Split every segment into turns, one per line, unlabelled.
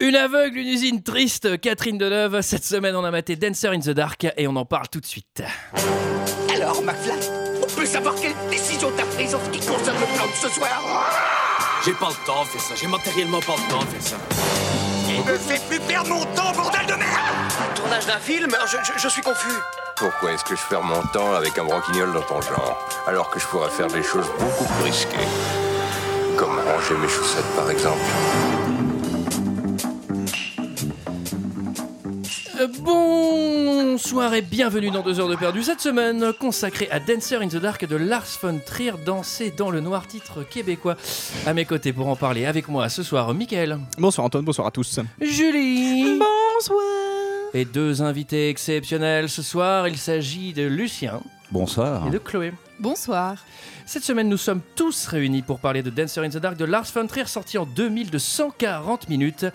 Une aveugle, une usine triste, Catherine Deneuve. Cette semaine, on a maté Dancer in the Dark et on en parle tout de suite.
Alors, McFly, on peut savoir quelle décision t'as prise en ce qui concerne le plan de ce soir
J'ai pas le temps de faire ça, j'ai matériellement pas le temps de faire ça.
Je me fais plus perdre mon temps, bordel de merde
Tournage d'un film je, je- je suis confus.
Pourquoi est-ce que je perds mon temps avec un broquignol dans ton genre Alors que je pourrais faire des choses beaucoup plus risquées. Comme ranger mes chaussettes par exemple.
Euh, Bonsoir et bienvenue dans 2 heures de perdu. Cette semaine, consacrée à Dancer in the Dark de Lars von Trier, Danser dans le noir, titre québécois. À mes côtés pour en parler avec moi ce soir, Mickaël,
Bonsoir Antoine, bonsoir à tous.
Julie. Bonsoir. Et deux invités exceptionnels ce soir. Il s'agit de Lucien
Bonsoir.
et de Chloé.
Bonsoir.
Cette semaine, nous sommes tous réunis pour parler de Dancer in the Dark de Lars von Trier, sorti en 2000 de 140 minutes.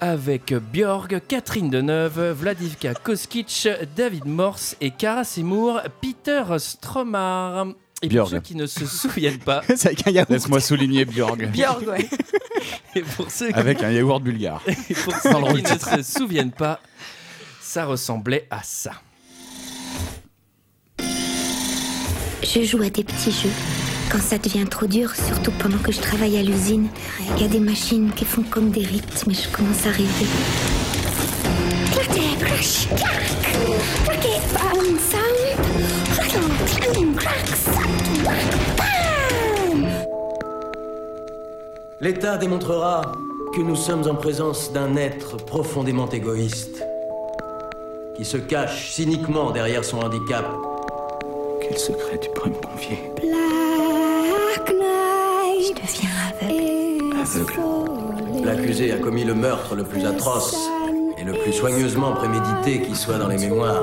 Avec Björg, Catherine Deneuve, Vladivka Koskic, David Morse et Cara Seymour, Peter Stromar. Et pour
Björg.
ceux qui ne se souviennent pas,
C'est avec un yaourt.
Laisse-moi souligner Björg.
Björg, ouais.
et pour ceux,
Avec un yaourt bulgare.
et pour ceux qui ne se souviennent pas, ça ressemblait à ça.
Je joue à des petits jeux. Quand ça devient trop dur, surtout pendant que je travaille à l'usine, il y a des machines qui font comme des rythmes et je commence à rêver. Claquer, crash, clac. Claquer, bam, sam. Claquant, clang, clac, sac, whack, bam.
L'État démontrera que nous sommes en présence d'un être profondément égoïste, qui se cache cyniquement derrière son handicap.
Quel secret tu pourrais me confier
Black night. Je deviens aveugle.
L'accusé a commis le meurtre le plus atroce et le plus soigneusement prémédité qui soit dans les mémoires.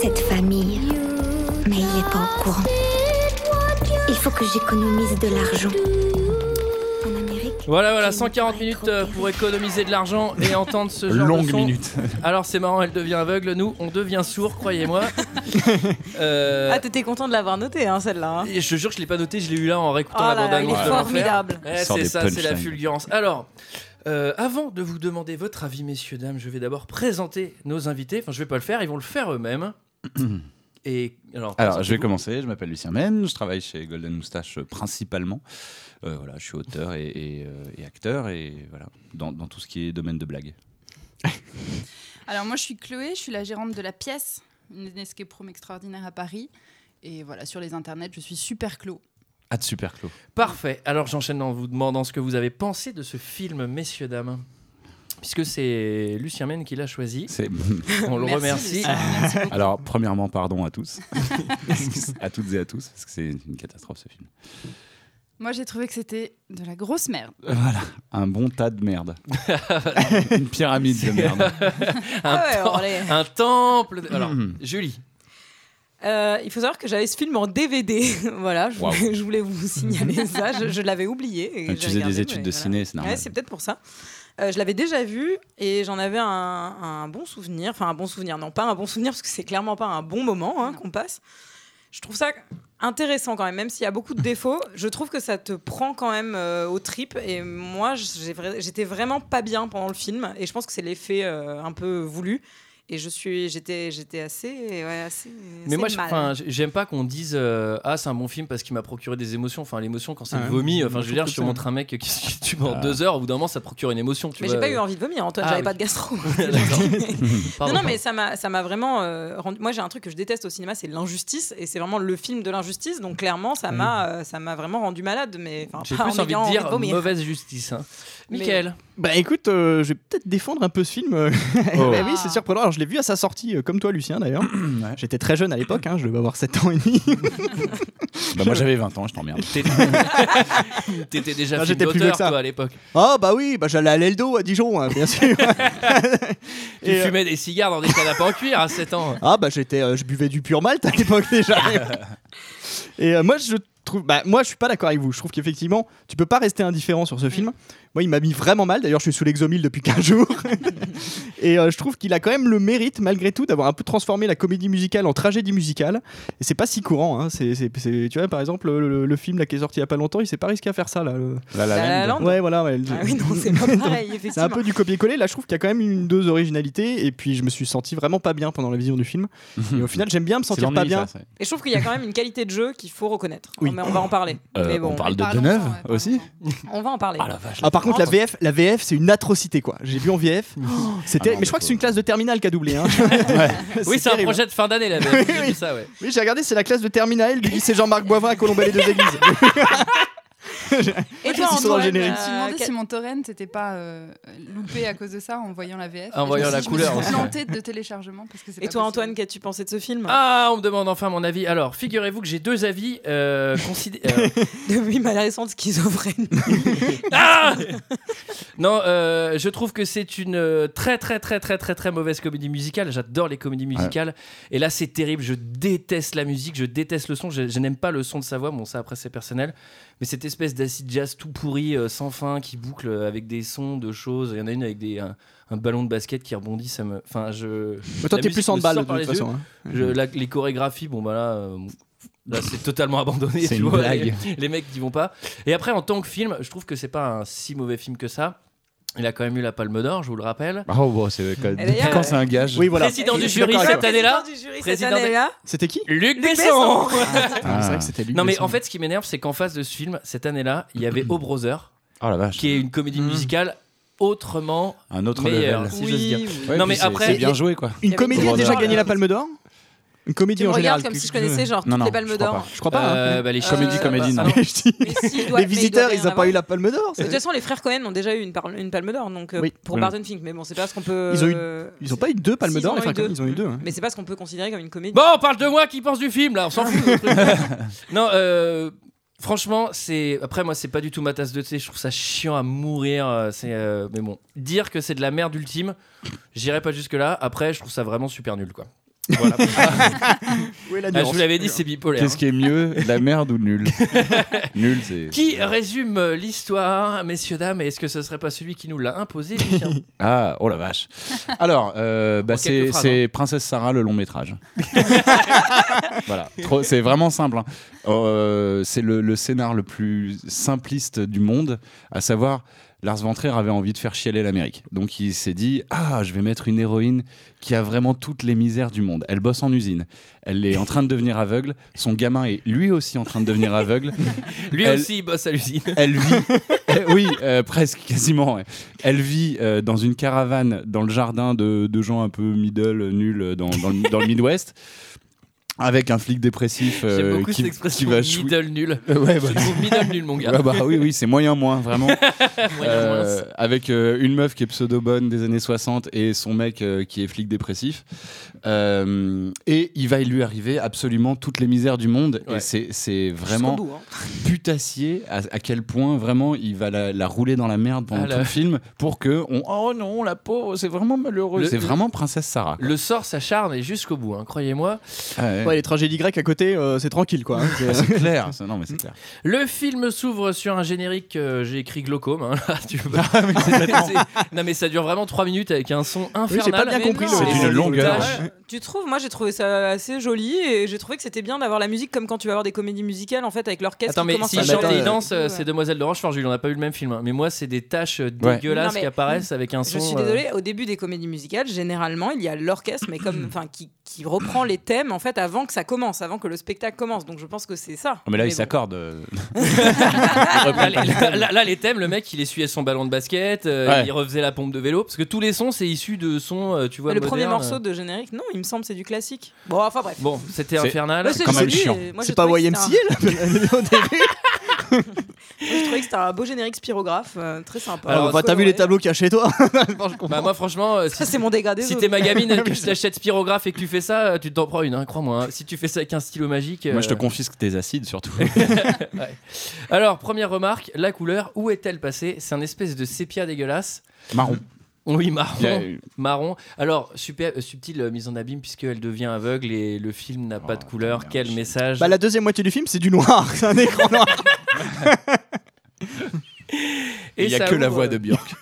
Cette famille, mais il n'est pas au courant. Il faut que j'économise de l'argent. En Amérique.
Voilà, voilà,
les gens
140
pourraient
minutes
être
euh, pour économiser de l'argent et entendre ce genre de
Longue
son.
minute.
Alors c'est marrant, elle devient aveugle, nous on devient sourd, croyez-moi. Euh,
Ah, t'étais content de l'avoir noté, hein, celle-là. hein.
et je te jure que je l'ai pas noté, je l'ai eu là en
Oh
réécoutant
là
la
là, il
bande-annonce
est
de l'enfer.
formidable.
Eh,
Sors
c'est
des
ça, c'est la
punchlines.
fulgurance. Alors, euh, avant de vous demander votre avis, messieurs, dames, je vais d'abord présenter nos invités. Enfin, je vais pas le faire, ils vont le faire eux-mêmes. Et alors,
Alors, je vais
présentez-vous.
commencer. Je m'appelle Lucien Men. Je travaille chez Golden Moustache euh, principalement. Euh, voilà, je suis auteur et, et, euh, et acteur et voilà, dans, dans tout ce qui est domaine de blague.
Alors moi je suis Chloé, je suis la gérante de la pièce, une escape room extraordinaire à Paris. Et voilà, sur les internets, je suis super Chlo.
Ah, de super Clo.
Parfait. Alors, j'enchaîne en vous demandant ce que vous avez pensé de ce film, messieurs, dames. Puisque c'est Lucien Mène qui l'a choisi.
C'est...
On le
Merci,
remercie.
Lucien,
Ah.
merci beaucoup.
Alors, premièrement, pardon à tous. à toutes et à tous, parce que c'est une catastrophe ce film.
Moi j'ai trouvé que c'était de la grosse merde.
Voilà, un bon tas de merde. une pyramide de merde.
Ah ouais,
Un temps-
alors, allez.
Un temple. de- Alors,
Mm.
Julie.
Euh, il faut savoir que j'avais ce film en DVD. voilà, je
Waouh.
voulais, je voulais vous signaler ça. Je, je l'avais oublié. et
Tu
j'ai
faisais
regardé,
des études
mais
de
voilà.
ciné, c'est normal.
Ouais, c'est peut-être pour ça. Euh, je l'avais déjà vu et j'en avais un, un bon souvenir. Enfin, un bon souvenir, non pas un bon souvenir parce que c'est clairement pas un bon moment hein,
Non.
qu'on passe. Je trouve ça intéressant quand même, même s'il y a beaucoup de défauts. je trouve que ça te prend quand même euh, aux tripes. Et moi, j'ai vra- j'étais vraiment pas bien pendant le film et je pense que c'est l'effet euh, un peu voulu. Et je suis, j'étais, j'étais assez, ouais, assez.
Mais
assez
moi, je-
mal.
enfin, j- j'aime pas qu'on dise euh, ah c'est un bon film parce qu'il m'a procuré des émotions. Enfin, l'émotion quand c'est
Ah
le
ouais.
vomi. euh, Enfin, je veux
Surtout
dire, je te
ça.
montre un mec qui se tue pendant
Ah.
deux heures. Au bout d'un moment, ça te procure une émotion. Tu
Mais
vois.
j'ai pas eu envie de vomir, Antoine.
Ah,
J'avais
oui.
pas de gastro.
D'accord.
non,
Pardon,
non, mais ça m'a, ça m'a vraiment euh, rendu. Moi, j'ai un truc que je déteste au cinéma, c'est l'injustice, et c'est vraiment le film de l'injustice. Donc clairement, ça m'a, euh, ça m'a vraiment rendu malade. Mais enfin,
pardon. Mm. J'ai
pas
plus
en
envie
ayant
de dire
vomir.
mauvaise justice. Hein.
Mais-
Michael.
Bah écoute, euh, je vais peut-être défendre un peu ce film. euh.
Oh.
Bah oui,
Ah,
c'est surprenant. Alors je l'ai vu à sa sortie, euh, comme toi Lucien d'ailleurs.
Ouais.
J'étais très jeune à l'époque, hein, je devais avoir 7 ans et demi.
Bah, moi j'avais 20 ans, je t'emmerde.
T'étais- T'étais déjà
Non,
film
Ah, j'étais plus vieux
d'auteur
que ça.
toi à l'époque.
Ah bah oui, bah j'allais à l'Eldo à Dijon, hein, bien sûr.
Tu
Et, euh,
fumais des cigares dans des canapés en cuir à 7 ans.
Ah bah j'étais, euh, je buvais du pur malt à l'époque déjà. et euh, moi je trouve, bah, moi, je suis pas d'accord avec vous. Je trouve qu'effectivement, tu peux pas rester indifférent sur ce film. Moi, il m'a mis vraiment mal. D'ailleurs, je suis sous l'exomile depuis 15 jours. et euh, je trouve qu'il a quand même le mérite, malgré tout, d'avoir un peu transformé la comédie musicale en tragédie musicale. Et c'est pas si courant. hein. C'est, c'est- c'est- tu vois, par exemple, le, le- le film là, qui est sorti il y a pas longtemps, il s'est pas risqué à faire ça. Là, le-
La La La Land. Land.
Ouais, voilà. ouais.
Ah oui, non, c'est
pas pareil,
Donc, C'est un
effectivement.
peu du copier-coller. Là, je trouve qu'il y a quand même une dose d'originalité. Et puis, je me suis senti vraiment pas bien pendant la vision du film. Et au final, j'aime bien me
C'est
sentir pas
l'ennui,
bien.
ça, c'est-
Et je trouve qu'il y a quand même une qualité de jeu qu'il faut reconnaître.
Oui.
Mais on va en parler.
Euh,
Mais bon.
on parle de Deneuve aussi
On va en parler.
Ah, par contre, la
Entre-
VF, la VF c'est une atrocité, quoi. J'ai vu en VF.
Oh.
Ah
C'était, mais je crois que c'est une classe de terminale qui a doublé. hein.
Oui, c'est un
terrible.
projet de fin d'année, là. mais j'ai vu ça, ouais.
Oui, j'ai regardé, c'est la classe de terminale du lycée Jean-Marc Boivin à Colombay-les-Deux-Églises.
Et
Qu'est-ce qu'ils sont dans le
Euh,
générique
Je me suis demandé si mon torrent n'était pas euh, loupé à cause de ça en voyant la VF.
En voyant la couleur,
Je me
aussi,
suis
ouais.
plantée de téléchargement parce que c'est
Et
pas
toi,
possible.
Antoine, qu'as-tu pensé de ce film
Ah, on me demande enfin mon avis. Alors, figurez-vous que j'ai deux avis euh, considé- euh,
De lui, malheureusement, schizophrénie.
Ah non, euh, je trouve que c'est une euh, très très très très très très mauvaise comédie musicale. J'adore les comédies musicales. Et là, c'est terrible. Je déteste la musique, je déteste le son. Je, je n'aime pas le son de sa voix. Bon, ça après c'est personnel. Mais cette espèce d'acid jazz tout pourri, euh, sans fin, qui boucle euh, avec des sons de choses. Il y en a une avec des un, un ballon de basket qui rebondit. Ça me, enfin, je.
Mais toi,
la
t'es
musique
plus en
me
balle,
sort par
de toute
les yeux.
façon, hein.
Je- la- les chorégraphies, bon bah là. euh, Là, c'est totalement abandonné.
C'est
tu
une
vois,
blague.
Les, les mecs qui vont pas. Et après, en tant que film, je trouve que c'est pas un si mauvais film que ça. Il a quand même eu la Palme d'Or, je vous le rappelle.
Ah, oh, bon, c'est quand-
Et
depuis
d'ailleurs,
quand c'est un gage
oui, voilà. Président du
Je suis
jury
d'accord avec
cette
toi.
année-là.
Président du jury
Président
cette année-là.
C'était qui
Luc
Luc
Besson.
Besson. Ah,
putain, c'est vrai que c'était Luc
Non, mais
Besson.
en fait, ce qui m'énerve, c'est qu'en face de ce film, cette année-là, il y avait Au Brother, qui est une comédie musicale autrement
Oh Un autre
meilleure,
level.
si j'ose
Oui,
dire.
oui. Ouais, puis c'est- c'est bien joué, quoi. Il y
Une
avait
comédie
Au
a déjà
Brother.
gagné la Palme d'Or Une comédie
Tu me
en général.
regardes comme si je connaissais, genre,
Non,
toutes les
non,
Palmes
je crois
d'or.
pas. Je crois pas.
Euh,
hein.
bah, les Comédie,
Euh,
comédie,
bah,
non.
je dis-
il doit- mais
Les
il doit
visiteurs,
rien
ils n'ont
avoir.
pas eu la Palme d'Or.
De
c'est-
toute façon, les frères Cohen ont déjà eu une, parle- une palme d'or, donc euh,
Oui.
pour
Oui.
Barton Fink. Mais bon, c'est pas ce qu'on peut.
Ils ont eu-
euh,
ils ont pas eu deux palmes
si,
d'or,
en
les frères Cohen, ils en ont eu deux, hein.
Mais c'est pas ce qu'on peut considérer comme une comédie.
Bon, on parle de moi qui pense du film, là, on s'en fout. le truc. non, euh, franchement, c'est. Après, moi, c'est pas du tout ma tasse de thé, je trouve ça chiant à mourir. euh, C'est, euh, Mais bon, dire que c'est de la merde ultime, j'irai pas jusque-là. Après, je trouve ça vraiment super nul, quoi. Voilà.
Où est la
Ah, je
nuance
vous l'avais dit, c'est bipolaire. hein.
Qu'est-ce qui est mieux, la merde ou nul Nul, c'est.
Qui résume euh, l'histoire, messieurs, dames et Est-ce que ce serait pas celui qui nous l'a imposé, Lucien
Ah, oh la vache. Alors, euh, bah,
En quelques
c'est
phrases, hein.
c'est Princesse Sarah le long métrage. voilà, Trop- c'est vraiment simple. hein. Euh, c'est le, le scénar le plus simpliste du monde, à savoir. Lars von Trier avait envie de faire chialer l'Amérique. Donc il s'est dit Ah, je vais mettre une héroïne qui a vraiment toutes les misères du monde. Elle bosse en usine. Elle est en train de devenir aveugle. Son gamin est lui aussi en train de devenir aveugle.
Lui
Elle-
aussi, il bosse à l'usine.
elle vit, Eh oui, euh, presque, quasiment. ouais. Elle vit euh, dans une caravane dans le jardin de, de gens un peu middle, euh, nuls, euh, dans, dans le, dans le Midwest. Avec un flic dépressif euh,
J'aime beaucoup
qui,
cette
qui
expression
va chou-
middle nul.
Euh, ouais, bah.
Je trouve middle nul, mon gars.
Ouais, bah oui, oui, c'est moyen moins, vraiment.
Moyen
Euh, avec euh, une meuf qui est pseudo bonne des années 60 et son mec euh, qui est flic dépressif. Euh, et il va lui arriver absolument toutes les misères du monde.
Ouais.
Et c'est- c'est vraiment
bout, hein.
putassier à, à quel point vraiment il va la, la rouler dans la merde pendant
Ah, là.
tout le film pour que on. Oh non, la pauvre, c'est vraiment malheureux.
Le-
C'est vraiment Princesse Sarah.
Le sort s'acharne et jusqu'au bout, hein, croyez-moi.
Ouais, les tragédies grecques à côté, euh, c'est tranquille quoi. hein.
Ah, c'est clair, ça, non mais c'est clair.
Le film s'ouvre sur un générique, euh, j'ai écrit glaucome. hein, là, tu peux- C'est- non mais ça dure vraiment 3 minutes avec un son infernal.
Mais non.
Et c'est tâche.
Ouais. Tu trouves Moi, j'ai trouvé ça assez joli et j'ai trouvé que c'était bien d'avoir la musique comme quand tu vas voir des comédies musicales en fait avec l'orchestre.
Attends
qui
mais
commence
si
à chanter.
chantait et danse, euh, c'est Demoiselle de Rochefort, Jules, on n'a pas eu le même film. hein. Mais moi c'est des tâches euh,
Ouais.
dégueulasses
Non, mais
qui apparaissent avec un son.
Je suis
euh,
désolée, au début des comédies musicales, généralement, il y a l'orchestre, mais comme, enfin, qui, qui reprend les thèmes en fait avant que ça commence, avant que le spectacle commence. Donc je pense que c'est ça.
mais là il
bon.
s'accorde. euh.
Là, là, là- là, les thèmes, le mec il essuyait son ballon de basket, euh,
Ouais.
il refaisait la pompe de vélo, parce que tous les sons c'est issu de sons, euh, tu vois.
le premier
modernes.
morceau de générique, non, il me semble c'est du classique. Bon, enfin bref.
Bon, c'était
C'est-
infernal.
Ouais, c'est Quand même joli, chiant. et moi, j'ai
C'est pas
trouvé que
YMCA là
c'était
au début
Moi, je trouvais que c'était un beau générique spirographe, euh, très sympa.
Alors, bah, t'as vu les tableaux qu'il y a chez toi
Bah moi franchement, euh, si,
Ça, c'est mon dégradé.
si t'es ma gamine et que je t'achète spirographe et que tu fais ça, euh, tu t'en prends une, hein, crois-moi. hein. Si tu fais ça avec un stylo magique. euh,
Moi je te confisque tes acides surtout.
ouais. Alors première remarque, la couleur, où est-elle passée C'est un espèce de sépia dégueulasse. Oh,
Marron.
Oui, marron.
Il y a eu-
marron. Alors, super, euh, subtile euh, mise en abîme puisqu'elle devient aveugle et le film n'a pas de
Oh,
couleur. Quel message
Bah, la deuxième moitié du film, c'est du noir, c'est un écran noir.
Et
Il y a
ça euh,
que la
ouvre-
voix de Björk.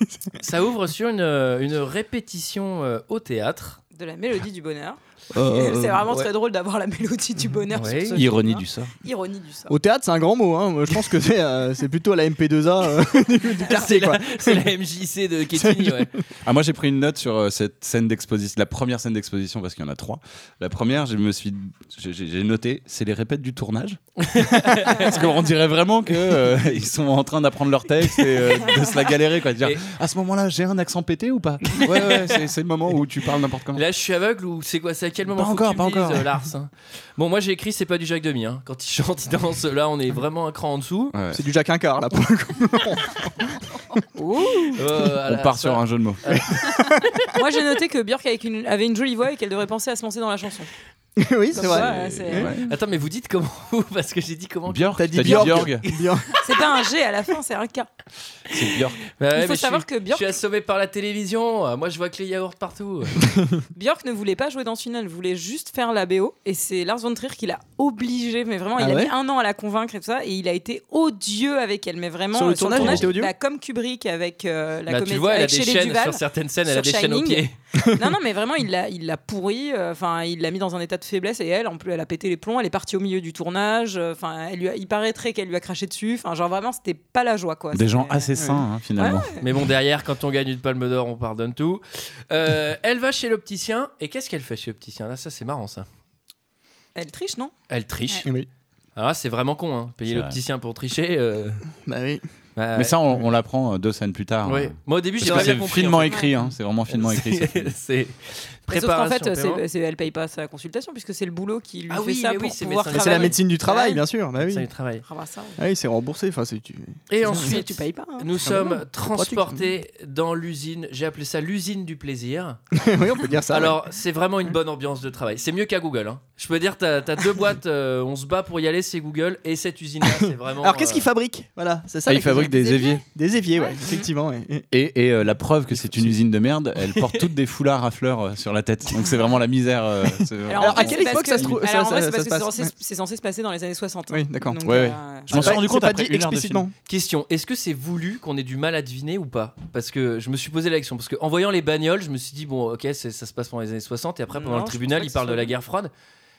Ça ouvre sur une, euh, une répétition euh, au théâtre.
de la mélodie du bonheur.
Euh,
c'est vraiment
ouais.
très drôle d'avoir la mélodie du bonheur.
Ouais.
sur ce
Ironie
Hein
film-là.
du sort.
Ironie du sort.
Au théâtre, c'est un grand mot. Hein. Moi, Je pense que c'est euh, c'est plutôt la MP2A euh, du, du quartier.
C'est la,
quoi.
c'est la MJC de Kétini, ouais.
Ah, moi, j'ai pris une note sur euh, cette scène d'exposition, la première scène d'exposition, parce qu'il y en a trois. La première, je me suis, j'ai- j'ai j'ai noté, c'est les répètes du tournage. parce qu'on dirait vraiment qu'ils sont en train d'apprendre leur texte et euh, de se la galérer. Quoi, de dire, À ce moment-là, j'ai un accent pété ou pas Ouais, ouais, c'est- c'est le moment où tu parles n'importe comment.
Là, je suis aveugle ou c'est quoi C'est à quel moment
Pas
faut que
encore,
tu me
pas
dises,
encore.
euh, Lars hein Bon, moi j'ai écrit, c'est pas du Jacques Demi. hein. Quand il chante, il danse. Là, on est vraiment un cran en dessous.
C'est du Jacques Incard là pour le coup.
Euh, à
On
la-
part sur un jeu de mots.
Moi, j'ai noté que Björk avec une- avait une jolie voix et qu'elle devrait penser à se lancer dans la chanson.
oui,
Comme
c'est vrai.
ça,
Ah,
euh, c'est-
Ouais.
Attends, mais vous dites comment vous Parce que j'ai dit comment
Björk, t'as dit
Björk.
Björk.
Bien.
C'est pas un G à la fin, c'est un K.
C'est Björk.
Bah ouais,
Il faut
mais je
savoir
suis-
que Björk-
Je suis assommé par la télévision. Euh, Moi, je vois que les yaourts partout.
Björk ne voulait pas jouer dans ce film, elle voulait juste faire la BO. Et c'est Lars von Trier qui l'a obligée, mais vraiment,
Ah
il
ouais
a mis un an à la convaincre et tout ça. Et il a été odieux avec elle, mais vraiment.
Sur le
euh,
tournage, il était odieux
bah, comme Kubrick avec euh, la
Bah,
comédie
tu vois, elle a
avec
des
Shelley
chaînes
Duvall.
sur certaines scènes, elle a
sur
des chaînes aux
Shining.
pieds.
non, non, mais vraiment, il l'a, il l'a pourri. euh, Enfin, il l'a mis dans un état de faiblesse. Et elle, en plus, elle a pété les plombs. Elle est partie au milieu du tournage. euh, Enfin, elle lui a- il paraîtrait qu'elle lui a craché dessus. Enfin, genre vraiment, c'était pas la joie, quoi.
Des
C'était- euh,
gens assez sains, hein, finalement.
Mais bon, derrière, quand on gagne une palme d'or, on pardonne tout. Euh, elle va chez l'opticien. Et qu'est-ce qu'elle fait chez l'opticien Là, ça, c'est marrant, ça.
Elle triche, non
Elle triche.
Oui.
Alors là, c'est vraiment con, hein. Payer
C'est
l'opticien pour tricher. euh,
Bah oui.
bah,
Mais ça, on, on l'apprend euh, deux scènes plus tard.
ouais.
hein.
Moi, au début, j'ai
Parce que
pas bien
c'est
compris.
finement
en fait.
écrit, hein, c'est vraiment finement écrit. ce film.
C'est- C'est
Mais Sauf qu'en
préparation.
fait, euh,
paiement.
c'est, c'est- elle paye pas sa consultation puisque c'est le boulot qui lui
Ah
fait
oui,
ça
mais oui,
pour
c'est
pouvoir
médecin.
Mais c'est la
travailler.
médecine du travail,
Ouais.
bien sûr. Bah oui.
Ça, du travail.
Ah bah ça, ouais.
Ah oui, c'est remboursé. Enfin, c'est tu-
Et
Ça,
ensuite,
tu payes pas. hein.
nous
bah
sommes
non, pratique, ça.
transportés dans l'usine. J'ai appelé ça l'usine du plaisir.
oui, on peut dire
Ah
ça.
Alors, c'est vraiment une bonne ambiance de travail. C'est mieux qu'à Google. hein. Je peux dire, t'as as deux boîtes, euh, on se bat pour y aller, c'est Google. Et cette usine-là, c'est vraiment.
Alors, qu'est-ce
euh,
qu'il fabrique Voilà, c'est ça.
Ah,
la
il fabrique des éviers.
Des éviers, ouais, effectivement. ouais. Et-
Et, et, euh, la preuve que c'est une usine de merde, elle porte toutes des foulards à fleurs euh, sur la tête. Donc c'est vraiment la misère. euh, c'est-
Alors,
en fait,
à quelle
c'est parce
époque
que-
ça se trouve- ça-
Alors, en vrai,
ça- ça
c'est parce
se
que c'est
passe
censé- c'est censé se passer dans les années 60.
Oui, d'accord.
Donc,
Ouais, ouais.
euh,
Je m'en suis
Ouais,
rendu
c'est
compte
pas
après
dit
une heure de film.
explicitement.
Question est-ce que c'est voulu qu'on ait du mal à deviner ou pas Parce que je me suis posé la question. Parce que en voyant les bagnoles, je me suis dit, bon, ok, c'est- ça se passe pendant les années 60. Et après, pendant
Non,
le
je
tribunal,
pense pas
ils
que
parlent
ce
de la
soit-
guerre froide.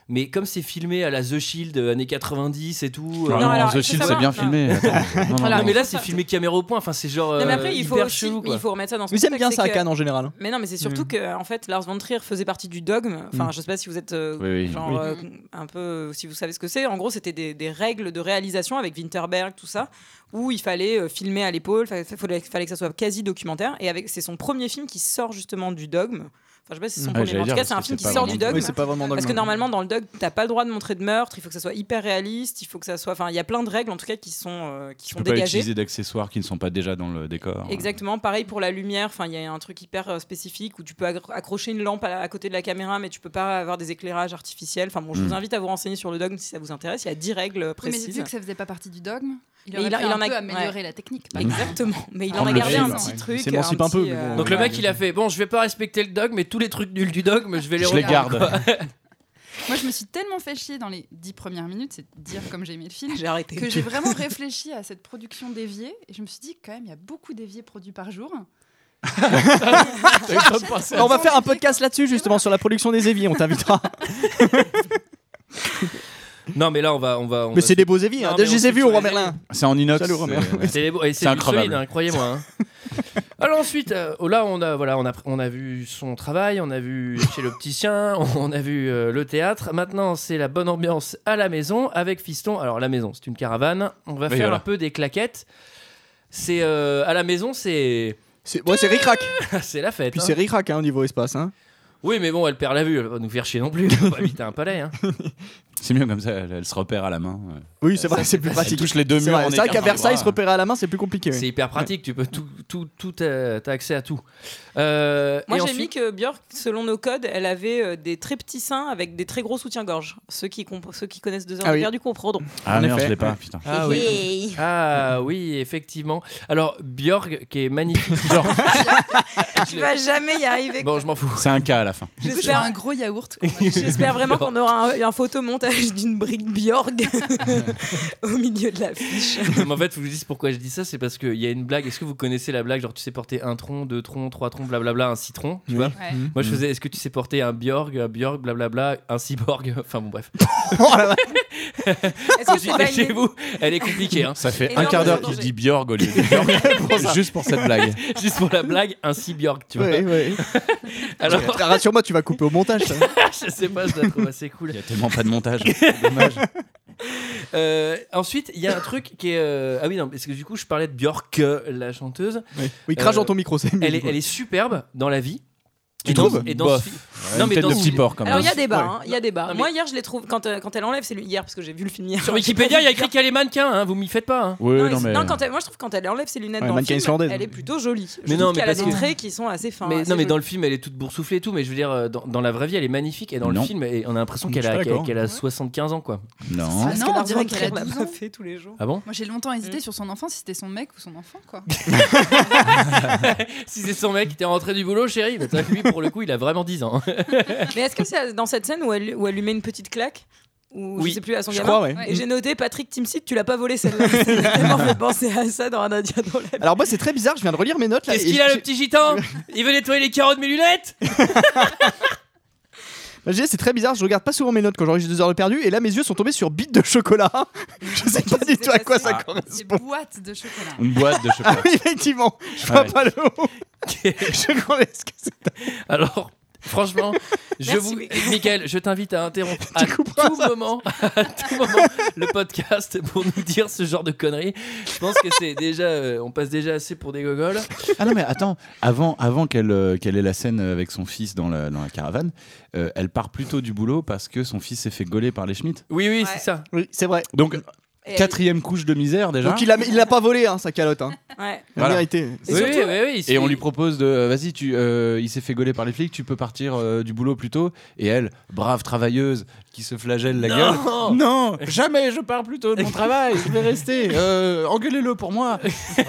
Mais comme c'est filmé à la The Shield, euh, années 90 et tout.
Ah
euh,
non,
alors,
The
faut
Shield, c'est
savoir-
bien
non.
filmé. attends. Non, non,
Voilà.
non.
non, mais là, c'est filmé caméra au point. Enfin, c'est genre.
Non, mais
euh,
après, il faut,
hyper
aussi-
chelou, quoi.
il faut remettre ça dans son
Ils aiment
contexte,
bien ça à
c'est que-
Cannes en général.
Mais non, mais c'est surtout
Mm.
que en fait, Lars von Trier faisait partie du dogme. Enfin, je sais pas si vous êtes euh,
Oui, oui.
genre
Oui.
euh, un peu, si vous savez ce que c'est. En gros, c'était des, des règles de réalisation avec Winterberg, tout ça, où il fallait euh, filmer à l'épaule, il fallait, fallait que ça soit quasi documentaire. Et avec, c'est son premier film qui sort justement du dogme. Enfin, je sais pas si c'est
Mm.
son
Ouais,
premier.
j'allais
mais En tout
dire,
cas,
parce
c'est un
que
film
c'est
qui
pas
sort du
vraiment-
dogme.
Oui, c'est pas vraiment
Parce que
dogme.
normalement, dans le dog, t'as pas le droit de montrer de meurtre, il faut que ça soit hyper réaliste, il faut que ça soit. Enfin, il y a plein de règles en tout cas qui sont, euh, qui
Tu
sont
peux pas
dégagées.
utiliser hein. d'accessoires qui ne sont pas déjà dans le décor.
Exactement, pareil pour la lumière, enfin, il y a un truc hyper euh, spécifique où tu peux agro- accrocher une lampe à, la- à côté de la caméra, mais tu peux pas avoir des éclairages artificiels. Enfin, bon, je
Mm.
vous invite à vous renseigner sur le dogme si ça vous intéresse, il y a 10 règles euh,
Oui, mais vu
précises.
que ça faisait pas partie du dogme, il
Mais
aurait
il a-
pu
il
un
en a-
peu améliorer
ouais.
la technique. par exemple.
Exactement, mais il en
Prendre
a
le
gardé un
film,
petit
ouais.
truc.
Il s'émancipe un peu,
petit, euh,
mais bon,
Donc le mec, il a fait Bon, je vais pas respecter le dogme, mais tous les trucs nuls du dogme, je vais les
Je les
reprendre.
garde.
Moi, je me suis tellement fait chier dans les dix premières minutes, c'est dire comme j'ai aimé le film,
J'ai arrêté.
que j'ai vraiment réfléchi à cette production d'évier et je me suis dit quand même il y a beaucoup d'éviers produits par jour.
Alors, Bah, on va faire un podcast là-dessus justement sur la production des éviers. On t'invitera.
Non, mais là, on va. On va on
Mais
va-
c'est des beaux éviers.
Non,
hein.
mais
Je
on
les ai
sait
vus
sur
au
les
Roi
éviers.
Merlin.
C'est en inox.
Salut, Romain.
c'est- ouais.
C'est des beaux- et
C'est
c'est du
incroyable.
solide, hein, croyez-moi. hein. Alors ensuite, euh, là on a voilà on a on a vu son travail, on a vu chez l'opticien, on a vu euh, le théâtre. Maintenant c'est la bonne ambiance à la maison avec Fiston. Alors la maison c'est une caravane. On va
Oui,
faire
voilà.
un peu des claquettes. C'est euh, à la maison c'est
C'est ouais, c'est ric-rac.
c'est la fête.
Puis
hein.
c'est ric-rac hein, au niveau espace. hein.
Oui mais bon elle perd la vue, elle va nous faire chier non plus. On va habiter un palais. hein.
C'est mieux comme ça, elle, elle se repère à la main. ouais.
Oui, c'est vrai, c'est plus
elle
pratique.
Bah, touche les deux
C'est
murs
vrai,
en
C'est vrai
écartant
qu'à
les
Versailles,
bras.
se repérer à la main, c'est plus compliqué.
C'est hyper pratique, tu peux tout, tout, tout, euh, t'as accès à tout. Euh,
Moi,
et
j'ai mis
ensuite,
que Björk, selon nos codes, elle avait euh, des très petits seins avec des très gros soutiens-gorge. Ceux qui, comp- ceux qui connaissent deux heures
Ah
de
oui.
guerre du comprendront.
Ah
En
merde,
effet.
je l'ai pas, putain.
Ah oui. Ah oui, effectivement. Alors, Björk, qui est magnifique. Genre,
Tu vas jamais y arriver.
Ah, bon, je m'en fous.
C'est un cas à la fin.
J'espère
un gros yaourt.
J'espère vraiment qu'on aura un, un photomontage d'une brique Björk au milieu de l'affiche.
Mais en fait, faut que je vous dise pourquoi je dis ça, c'est parce qu'il y a une blague. Est-ce que vous connaissez la blague Genre, tu sais porter un tronc, deux troncs, trois troncs, blablabla, un citron, tu vois
Ouais.
Moi, je faisais, est-ce que tu sais porter un Björk, un Björk, blablabla, un cyborg Enfin, bon, bref.
Oh,
Est-ce que c'est
Ensuite,
pas
chez
une...
vous, elle est compliquée, hein.
Ça fait
Énorme
un quart d'heure
danger.
qu'il dit Bjorg au lieu de Bjorg. Juste pour cette blague.
Juste pour la blague, un cyborg, tu vois.
Ouais, ouais.
Alors,
Très- Rassure-moi, tu vas couper au montage. ça.
je sais pas, je la trouve assez cool.
Il y a tellement pas de montage. C'est Dommage.
Euh, ensuite, il y a un truc qui est. euh, Ah oui, non, parce que du coup, je parlais de Björk, euh, la chanteuse.
Oui, crache
Euh,
dans ton micro, c'est mieux.
Elle est, elle est superbe dans la vie.
Tu
Et dans-
trouves
Et dans
Bof.
ce film-
Ouais,
Non,
une
mais
tête
dans
de
ce-
petit porc quand même.
Alors, il y a des bars.
Ouais.
hein, Il y a des bars.
Non, mais-
Moi, hier, je les trouve. Quand, euh, quand elle enlève, c'est lui- hier, parce que j'ai vu le film hier.
Sur Wikipédia, il y a écrit qu'elle est mannequin, hein, vous m'y faites pas. hein.
Oui,
Non,
non,
mais c'est-
mais.
non, quand elle- moi je trouve quand elle enlève ses lunettes
Ouais,
dans le
mannequin
film,
islandaise.
elle est plutôt jolie. Je
Mais
trouve
non, mais
qu'elle a
parce
des
que-
traits qui sont assez fins.
mais,
assez
non, mais dans
jolis.
le film, elle est toute boursouflée et tout, mais je veux dire, euh, dans, dans la vraie vie, elle est magnifique. Et dans
Non.
le film, et on a l'impression
Je
qu'elle
suis
a,
pas d'accord.
qu'elle a 75 ans, quoi.
Non.
Ah
Parce
non,
que
on
la
dirait qu'elle a
rentrée, on l'a
12
pas
ans.
fait tous les jours.
Ah bon
Moi, j'ai longtemps hésité
Mm.
sur son enfant, si c'était son mec ou son enfant, quoi.
Si c'est son mec, t'es rentré du boulot, chérie. Mais toi, lui, pour le coup, il a vraiment 10 ans.
Mais est-ce que c'est dans cette scène où elle, où elle lui met une petite claque ou
Oui,
je sais plus à son
Je
gamin
crois, ouais.
Et j'ai noté Patrick Timsit, tu l'as pas volé celle-là. Ça m'a tellement fait penser à ça dans un indien dans la
Alors, moi, c'est très bizarre, je viens de relire mes notes là.
Qu'est-ce
et
qu'il a,
j'ai-
le petit gitan Il veut nettoyer les carreaux de mes lunettes
Bah, je disais, c'est très bizarre, je regarde pas souvent mes notes quand j'enregistre deux heures de perdu, et là mes yeux sont tombés sur bite de chocolat. je sais
Bah,
pas du
s'est
tout à quoi
passé
ça
Ah.
Des
correspond.
boîtes de chocolat.
Une boîte de
Ah
chocolat.
oui, effectivement, je
Ah
vois
ouais.
pas le haut. je connais ce que c'est.
Alors, franchement, je
Merci,
vous.
oui.
Michael, je t'invite à interrompre à tout,
couperas ça.
moment, à tout moment le podcast pour nous dire ce genre de conneries. Je pense que c'est déjà. euh, on passe déjà assez pour des gogoles.
Ah non, mais attends, avant, avant qu'elle euh, qu'elle ait la scène avec son fils dans la, dans la caravane, euh, elle part plutôt du boulot parce que son fils s'est fait gauler par les Schmitt.
Oui, oui,
Ouais.
c'est ça.
Oui, c'est vrai.
Donc,
Et elle-
quatrième couche de misère déjà.
Donc il l'a il l'a pas volé, hein, sa calotte. Hein.
Ouais.
La
Voilà.
vérité.
Et
oui,
surtout-
oui, oui, oui,
Et
c'est-
on lui propose de euh, vas-y tu euh, il s'est fait gauler par les flics tu peux partir euh, du boulot plus tôt et elle brave travailleuse qui se flagelle la gueule
Non
non jamais je pars plus tôt de mon travail je vais rester euh, engueulez-le pour moi Ah,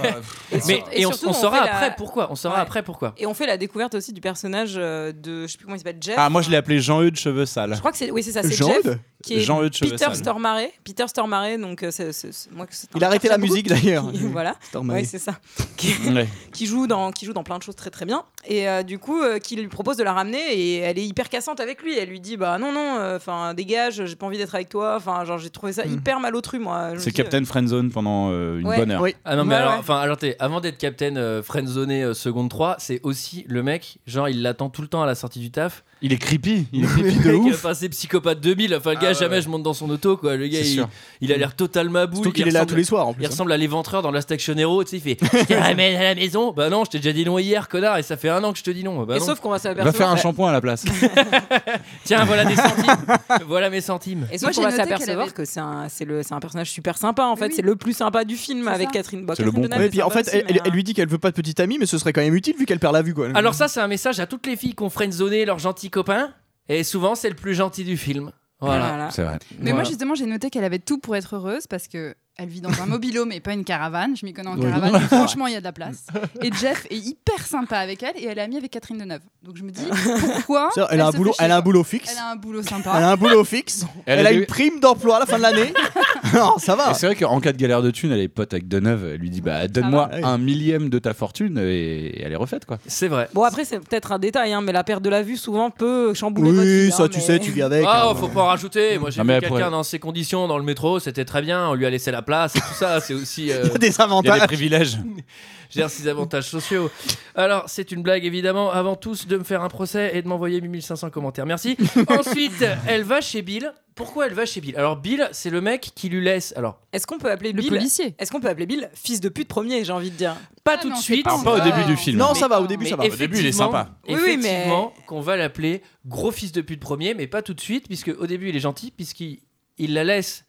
Mais,
Et
et, on,
surtout,
on
on
saura
fait la-
après pourquoi. On saura
Ouais.
après pourquoi.
Et on fait la découverte aussi du personnage euh, de. Je sais plus comment il s'appelle, Jeff.
ah moi je l'ai appelé Jean-Eudes cheveux
Je
sales
crois que c'est. Oui, Ah, c'est ça, c'est
Euh, Jean
Jeff.
Eudes
Qui est
Jean-Eudes
Peter
Chevesal.
Stormare. Peter Stormare, donc euh, c'est- c'est- c'est- moi que c'est un
Il a arrêté la
chercheur
musique,
brut qui- euh,
d'ailleurs.
voilà.
Stormy.
Oui, c'est ça.
Ouais.
Qui joue dans qui joue dans plein de choses très très bien. Et euh, du coup, euh, qui lui propose de la ramener et elle est hyper cassante avec lui. Elle lui dit bah non non, enfin dégage, j'ai pas envie d'être avec toi. Enfin genre j'ai trouvé ça
Mm.
hyper malotru moi. Je me
c'est
dis, euh,
Captain Friendzone pendant euh, une
Ouais.
bonne heure
Oui.
Ah non, mais
Ouais,
alors,
ouais.
enfin, alors, t'es- avant d'être captain euh, friendzoné euh, seconde 3, c'est aussi le mec, genre, il l'attend tout le temps à la sortie du taf.
il est creepy il est creepy de
Le mec,
ouf
Enfin, c'est psychopathe 2000. Enfin, le
Ah,
gars,
ouais,
jamais
ouais.
je monte dans son auto, quoi. Le gars,
C'est
il,
sûr.
il a l'air totalement à bout.
Surtout qu'il est là tous les soirs en plus. hein.
Il ressemble à l'éventreur dans Last Action Hero, tu sais, il fait Je te ramène à la maison. Bah non, je t'ai déjà dit non hier, connard, et ça fait un an que je te dis non. Bah
et
non.
sauf qu'on va
va
s'apercevoir.
faire un shampoing à la place
Tiens, voilà des centimes. voilà mes centimes.
Et sauf
Moi,
qu'on
j'ai
va
noté
s'apercevoir
qu'elle avait-
que c'est un, c'est le, c'est un personnage super sympa en
Mais
fait.
oui.
C'est le plus sympa du film
C'est
avec
ça.
Catherine. Bon,
C'est le
Catherine
bon
Deneuve
Ouais,
est
et puis en
sympa
fait,
aussi,
elle,
mais,
elle- elle lui dit qu'elle veut pas de petite amie, mais ce serait quand même utile vu qu'elle perd la vue quoi.
Alors, ça, c'est un message à toutes les filles qui ont friendzoné leur gentil copain, et souvent, c'est le plus gentil du film.
euh,
Voilà.
c'est vrai
Mais moi,
Voilà.
justement, j'ai noté qu'elle avait tout pour être heureuse parce que. Elle vit dans un mobilhome mais pas une caravane. Je m'y connais en
Oui. Mm.
caravane. mais franchement, il y a de la place. Et Jeff est hyper sympa avec elle et elle est amie avec Catherine Deneuve. Donc je me dis pourquoi
Ça, elle, a un
se
boulot,
fait chier,
elle a un
quoi.
boulot fixe.
Elle a un boulot sympa.
Elle a un boulot fixe. Elle,
Elle
a
a
une
des-
prime d'emploi à la fin de l'année. non, ça va.
Et c'est vrai qu'en cas de galère de thune, elle est pote avec Deneuve. Elle lui dit bah donne-moi
Ah ouais.
un millième de ta fortune et elle est refaite quoi.
C'est vrai.
Bon après c'est peut-être un détail, hein, mais la perte de la vue souvent peut chambouler. votre vie,
Oui,
hein,
ça tu
mais-
sais, tu vis avec.
Ah,
hein.
faut pas en rajouter. Moi, j'ai
Non,
vu
mais
quelqu'un
après-
dans ces conditions dans le métro, c'était très bien. On lui a laissé la place et tout ça. C'est aussi. euh,
Il y a des
Il y a
avantages.
des privilèges.
gère ses avantages sociaux. Alors, c'est une blague évidemment, avant tous de me faire un procès et de m'envoyer 1500 commentaires. Merci. Ensuite, elle va chez Bill. Pourquoi elle va chez Bill Alors, Bill, c'est le mec qui lui laisse. Alors,
Est-ce qu'on peut appeler
Le
Bill
policier.
Est-ce qu'on peut appeler Bill fils de pute premier J'ai envie de dire.
pas
Ah
tout
non,
de
c'est
suite.
pas
Alors, pas au début du film.
Non,
Mais- oh
ça va, au début
mais
ça va.
au début, il est
effectivement-
sympa.
Oui, oui, mais-
Effectivement, qu'on va l'appeler gros fils de pute premier, mais pas tout de suite, puisque au début, il est gentil, puisqu'il il la laisse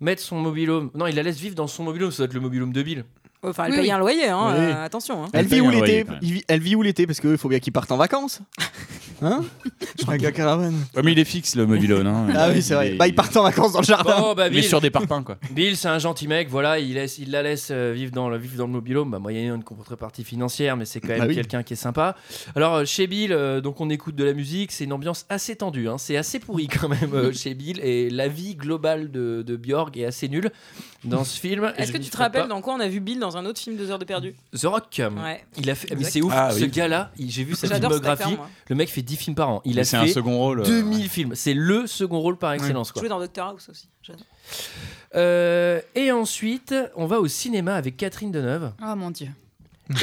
mettre son mobilhome. Non, il la laisse vivre dans son mobilhome, ça doit être le mobilhome de Bill.
Enfin, elle paye un loyer, hein, euh, attention. hein.
Elle vit où
paye un loyer,
l'été
quand même.
il vit- Elle vit où l'été Parce qu'il faut bien qu'ils partent en vacances. Hein Avec la caravane.
Ouais, mais il est fixe le mobilone. hein.
Ah oui, c'est vrai.
Il est-
Bah, ils partent en vacances dans le jardin.
Bon, bah,
il est
Bill.
Ah, sur des parpaings quoi.
Bill, c'est un gentil mec, voilà, il, laisse, il la laisse euh, vivre dans le, vivre dans le mobilhome, bah, moyennant une contrepartie financière, mais c'est quand même
Bah oui.
quelqu'un qui est sympa. Alors, euh, chez Bill, euh, donc on écoute de la musique, c'est une ambiance assez tendue, hein, c'est assez pourri quand même euh, chez Bill, et la vie globale de, de Bjorg est assez nulle dans ce film.
Est-ce
Je
que
n'y
tu te
ferai
rappelles
pas.
dans quoi on a vu Bill dans un autre film, Deux heures de perdu
The Rock
Ouais.
il a fait, ah, mais
Exact.
c'est ouf,
Ah,
ce
oui.
gars-là, il- j'ai vu sa
J'adore cet
filmographie,
acteur, moi.
le mec fait 10 films par an, il
Mais
a
c'est
fait
un second rôle. euh,
2000 films, c'est le second rôle par excellence. quoi.
Joué dans Doctor House aussi. j'adore.
Euh, et ensuite, on va au cinéma avec Catherine Deneuve.
Oh mon dieu.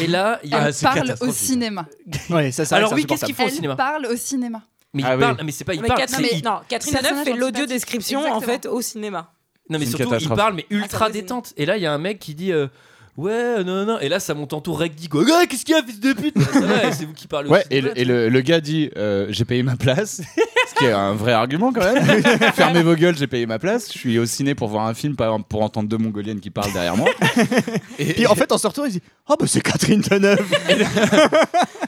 Et là, il y a-
Ah,
Elle
c'est
parle au
catastrophique.
cinéma.
Ouais, ça, ça
Alors
reste
oui, qu'est-ce qu'il faut au
Elle
cinéma
parle au cinéma.
Mais
Ah
il
oui.
parle, mais c'est pas, Bah, il
Mais
parle,
Catherine,
c'est-
mais
il-
non, Catherine
Personnage
Deneuve fait l'audio
antipathique.
description en
Exactement.
fait au cinéma.
non, mais
c'est une
surtout, il
catastrophe.
parle, mais ultra
Attends, vas-y.
détente. Et là, il y a un mec qui dit, euh, ouais, non, non, non, et là, ça monte en tour rec dit, quoi, Ah, qu'est-ce qu'il y a, fils de pute Ça va, C'est vous qui parlez. au
Ouais, et,
cinéma,
le, et le- le gars dit euh, J'ai payé ma place. Ce qui est un vrai argument quand même. Fermez vos gueules, j'ai payé ma place. Je suis au ciné pour voir un film, pas pour entendre deux mongoliennes qui parlent derrière moi. et,
Puis en fait, en se retournant, il dit Oh, bah c'est Catherine Deneuve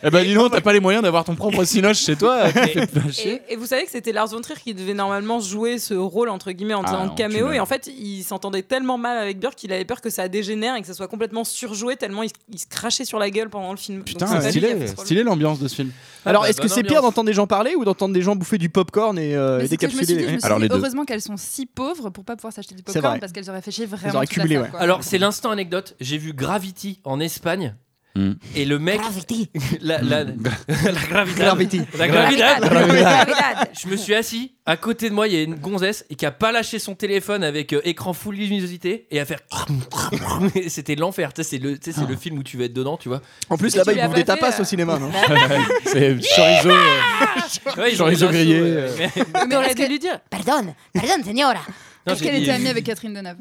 eh ben dis donc, t'as pas les moyens d'avoir ton propre cinoche chez toi. euh, qui fait pas chier.
Et, et vous savez que c'était Lars von Trier qui devait normalement jouer ce rôle entre guillemets en
Ah
faisant
non, tu
caméo
m'as-
et en fait il s'entendait tellement mal avec Burke qu'il avait peur que ça dégénère et que ça soit complètement surjoué tellement il, il se crachait sur la gueule pendant le film.
Putain,
Donc, c'est pas lui qui
Ah,
a
stylé,
fait ce rôle.
stylé l'ambiance de ce film.
Ah
Hein. Alors,
bah,
est-ce que
bonne
c'est pire
ambiance.
d'entendre des gens parler ou d'entendre des gens bouffer du popcorn et euh,
Mais c'est ce que je me suis dit,
décapsuler
je me suis
Alors,
dit,
les deux.
heureusement qu'elles sont si pauvres pour pas pouvoir s'acheter du
C'est vrai.
popcorn parce qu'elles auraient fait chier vraiment.
auraient
toute la
cumulé,
salle,
ouais.
quoi.
Alors, c'est l'instant anecdote. J'ai vu Gravity en Espagne.
Hmm.
Et le mec. La, la, la Gravity.
Gravity.
La Gravity.
Navidad.
Je me suis assis. À côté de moi, il y a une gonzesse et qui a pas lâché son téléphone avec euh, écran full luminosité et à faire. Et C'était l'enfer. Tu sais, c'est le, tu
Ah.
sais, c'est le film où tu vas être dedans, tu vois.
En plus,
Et
là-bas,
tu lui
ils
as
bouffent des
pas fait,
tapas
hein.
euh,
au cinéma, non
C'est chorizo. euh,
Ouais,
Genre
ont des
les œufs
assos,
grillés,
ouais.
euh.
Mais-
Mais
T'aurais
est-ce
dû
que-
lui dire.
Pardon, pardon, señora.
Non,
Est-ce
j'ai
qu'elle
dit-
était amie avec euh, Catherine Deneuve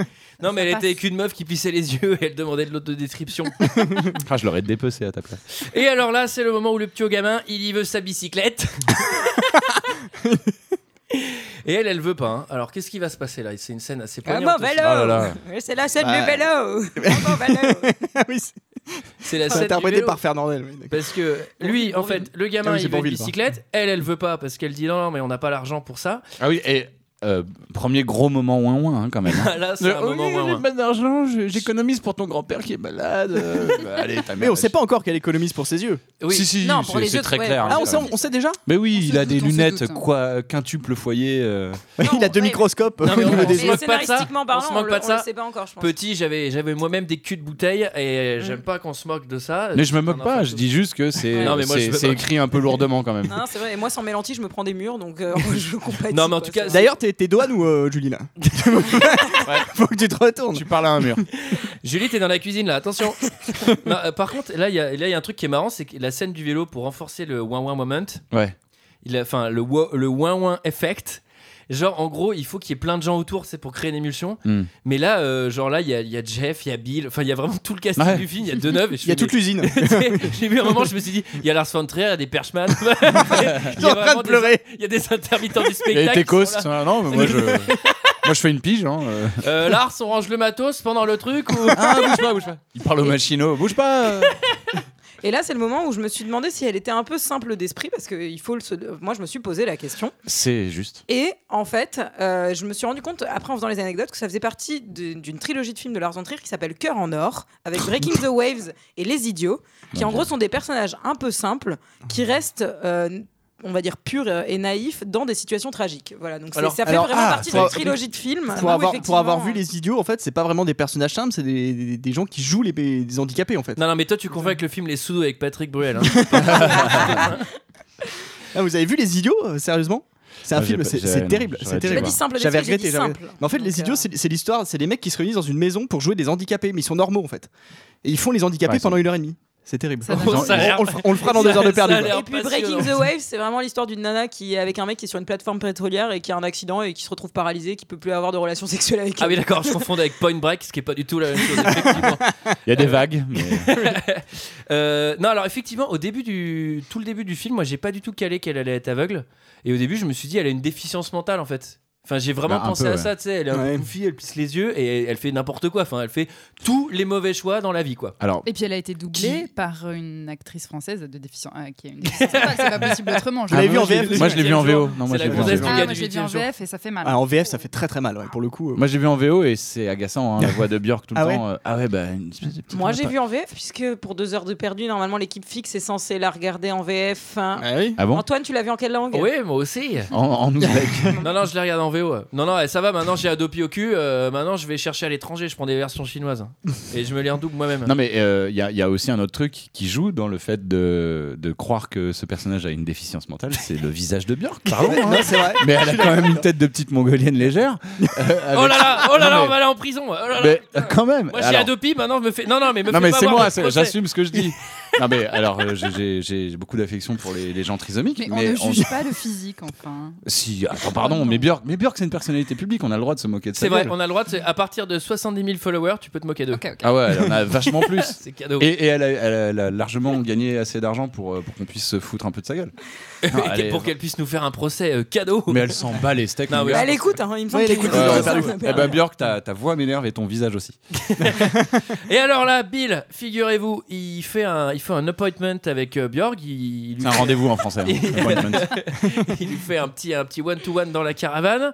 Non, mais elle
Ça
était
passe.
qu'une meuf qui plissait les yeux et elle demandait de l'autodescription.
Ah, je l'aurais dépecé à ta place.
et alors là, c'est le moment où le petit gamin, il y veut sa bicyclette. et elle, elle veut pas. hein. Alors, qu'est-ce qui va se passer là C'est une scène assez
Ah,
poignante.
mon
aussi.
vélo
Ah là là.
Oui, C'est la scène
Bah.
du vélo Ah, mon vélo
Oui, c'est
C'est la
c'est
scène du
interprété
vélo.
par Fernandel. oui, d'accord.
Parce que lui, en fait, le gamin,
Ah oui, c'est
il veut
pour
une
Ville,
hein.
bicyclette. Elle, elle veut pas parce qu'elle dit non, non, mais on n'a pas l'argent pour ça.
Ah oui, et euh, premier gros moment ouin ouin hein, quand même. hein.
Ah, là, c'est un
Oui,
moment moins.
j'ai pas d'argent, je- j'économise pour ton grand-père qui est malade. euh, bah, allez, ta mère.
Mais on
elle
sait pas encore qu'elle économise pour ses yeux.
Oui.
Si, si,
Non,
c'est-
pour les
c'est
autres,
très
ouais.
clair.
Ah,
hein,
on
c'est
sait,
vrai.
on-
sait déjà
Mais oui,
on
il
se
a
doute,
des
on se
lunettes
doute.
quoi, quintuple foyer. euh.
Non,
Il a
ouais.
demi-croscope
Non, mais
au niveau
on-
des
se
yeux.
Mais
moque pas de ça.
scénaristiquement
On se
parlant, on
moque
le
pas de
on le
ça.
sait pas encore, je pense.
Petit, j'avais j'avais moi-même des culs de bouteille et j'aime
Mm.
pas qu'on se moque de ça.
Mais je me
C'est
moque
un
pas,
enfant
je
tout.
dis juste que c'est
Non, mais moi,
c'est-
je me
c'est
moque.
écrit un peu lourdement quand même.
Hein, c'est vrai. Et moi, sans mes lentilles, je me prends des murs, donc euh, je compatis.
Non, mais en
quoi,
tout cas,
ça.
D'ailleurs, t'es t'es douane ou euh, Julie là Faut que tu te retournes.
Tu parles à un mur.
Julie, t'es dans la cuisine là, attention. Non, euh, par contre, là, il y, a- là, il y a un truc qui est marrant, c'est que la scène du vélo pour renforcer le ouin ouin moment,
Ouais.
il a, enfin, le, wo- le ouin ouin effect. Genre, en gros, il faut qu'il y ait plein de gens autour, c'est pour créer une émulsion.
Mm.
Mais là, euh, genre là, il y a, il y a Jeff, il y a Bill, enfin, il y a vraiment tout le casting
Ouais.
du film, il y a Deneuve. et je
Il y a
fais,
toute l'usine.
mais- J'ai vu un moment, je me suis dit, il y a Lars von Trier, il y a des Perchman. Il y a
Ils sont en train
vraiment
de
des-
pleurer.
Il y a des intermittents du
Il y a
spectacle.
été
qui sont
causes,
là.
ah, non, mais moi je. Moi je fais une pige. Hein. euh.
Euh, Lars, on range le matos pendant le truc ou...
Ah, bouge pas, bouge pas. Il parle au machino, bouge pas. euh.
Et là, c'est le moment où je me suis demandé si elle était un peu simple d'esprit, parce que il faut le se- moi, je me suis posé la question.
C'est juste.
Et en fait, euh, je me suis rendu compte, après en faisant les anecdotes, que ça faisait partie de- d'une trilogie de films de Lars von Trier qui s'appelle Cœur en or, avec Breaking the Waves et Les Idiots, qui en gros sont des personnages un peu simples, qui restent. euh, on va dire purs et naïfs dans des situations tragiques. Voilà, donc c'est-
Alors-
ça fait
alors,
vraiment
ah,
partie
pour-
d'une trilogie de films.
Pour
où
avoir, pour avoir vu
Bah, effectivement,
Les Idiots, en fait, c'est pas vraiment des personnages simples, c'est des, des- des gens qui jouent les, des handicapés en fait.
Non, non, mais toi, tu confonds avec le film Les Sous avec Patrick Bruel. hein.
Ah, vous avez vu Les Idiots euh, Sérieusement C'est un
Ah, j'ai
film,
pas-
c'est
j'ai-
c'est
non,
terrible.
j'aurais
C'est
dû
J'ai pas
terrible.
dit simple d'esprit,
J'avais
j'ai
regretté,
dit
j'avais-
simple.
Mais en fait,
Donc,
les idiots,
euh,
c'est c'est l'histoire, c'est des mecs qui se réunissent dans une maison pour jouer des handicapés, mais ils sont normaux en fait. Et ils font les handicapés
Ouais,
pendant une heure et demie. C'est terrible.
Ça
on,
donne- Ça a l'air-
on le fera- on le fera dans
Ça-
deux heures de
ça a
perdu.
l'air
Et puis
passionnant.
Breaking the Wave, c'est vraiment l'histoire d'une nana qui est avec un mec qui est sur une plateforme pétrolière et qui a un accident et qui se retrouve paralysé, qui peut plus avoir de relations sexuelles avec
Ah
elle.
oui, d'accord, je confonds avec Point Break, ce qui est pas du tout la même chose, effectivement.
Il y a des vagues, mais.
Euh, non, alors effectivement, au début du tout le début du film, moi j'ai pas du tout calé qu'elle allait être aveugle. Et au début, je me suis dit, elle a une déficience mentale en fait. Enfin, j'ai vraiment
Bah, un
pensé
peu,
à
ouais.
ça, tu sais. Elle est un peu
Ouais.
goofy, elle plisse les yeux et elle fait n'importe quoi. Enfin, elle fait tous les mauvais choix dans la vie, quoi.
Alors,
Et puis elle a été doublée par une actrice française de déficience ah, qui est une déficience totale, c'est pas possible autrement.
Vous l'avez vu en VF
Ah, Moi, je l'ai vu en VO. Non, moi, je l'ai vu en VO.
Ah, moi je l'ai vu en VF et ça fait mal.
Ah, en VF, ça fait très très mal, ouais, pour le coup. euh.
Moi, j'ai vu en VO et c'est agaçant, hein, la voix de Björk tout le
Ah ouais
temps. euh, ah ouais, bah, une espèce de petite
Moi,
voix
j'ai
pas-
vu en VF, puisque pour deux heures de perdu, normalement, l'équipe fixe est censée la regarder en VF. hein.
Ah bon
Antoine, tu l'as vu en quelle langue
Oui, moi aussi.
En, en ouzbek.
non, non, je les regarde en VO. Non, non, eh, ça va, maintenant j'ai Adopi au cul. euh, maintenant, je vais chercher à l'étranger, je prends des versions chinoises. hein. Et je me les redouble moi-même.
Non, mais il y, a- y a aussi un autre truc qui joue dans le fait de, de croire que ce personnage a une déficience mentale, c'est le visage de Björk. Pardon, hein.
Non, c'est vrai.
mais elle a quand même une tête de petite mongolienne légère. euh, avec-
Oh là là, oh là
Non,
là,
mais-
on va aller en prison. Oh là là.
mais, euh, quand même.
Moi, j'ai
Alors-
Adopi, maintenant, je me fais. Non, non, mais me
non
fais
mais
pas
c'est
avoir
moi,
de
c'est-
procès.
j'assume ce que je dis. non mais alors euh, j'ai- j'ai j'ai beaucoup d'affection pour les, les gens trisomiques,
Mais,
mais,
on ne
on-
juge pas le physique enfin.
si attends pardon, mais Björk, mais Björk c'est une personnalité publique, on a le droit de se moquer de ça.
C'est vrai, on a le droit, de... à partir de 70 000 followers, tu peux te moquer d'eux.
Ok ok.
Ah ouais, elle en a vachement plus.
C'est cadeau.
Et, et elle, a, elle a- elle a largement gagné assez d'argent pour, euh, pour qu'on puisse se foutre un peu de sa gueule. Non, elle est-
pour qu'elle puisse nous faire un procès euh, cadeo.
Mais elle s'en bat les steaks.
Non,
mon
mais
gars.
Bah, Elle écoute, hein, il me semble.
Ouais, elle
qu'elle
écoute, elle
est-
Euh,
a perdu.
eh ben Björk, ta, ta voix m'énerve et ton visage aussi.
Et alors là, Bill, figurez-vous, il fait un, il fait un appointment avec euh, Björk. Il, il lui
C'est un rendez-vous en français. hein. Appointment.
il lui fait un petit un petit one to one dans la caravane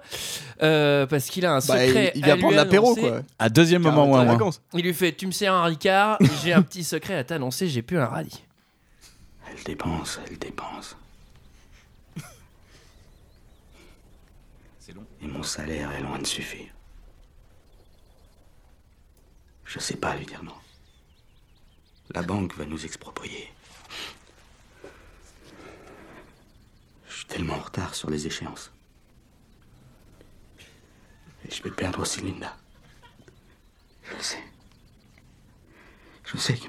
euh, parce qu'il a un
Bah,
secret.
il, il vient
à lui
prendre l'apéro,
annoncer.
quoi.
À deuxième moment,
Carrément,
ouais,
en
ouais.
vacances.
Il lui fait tu me sers un ricard, j'ai un petit secret à t'annoncer, j'ai pu un radis.
Elle dépense, elle dépense.
C'est long.
Et mon salaire est loin de suffire. Je sais pas lui dire non. La banque va nous exproprier. Je suis tellement en retard sur les échéances. Et je vais perdre aussi Linda. Je le sais. Je sais que...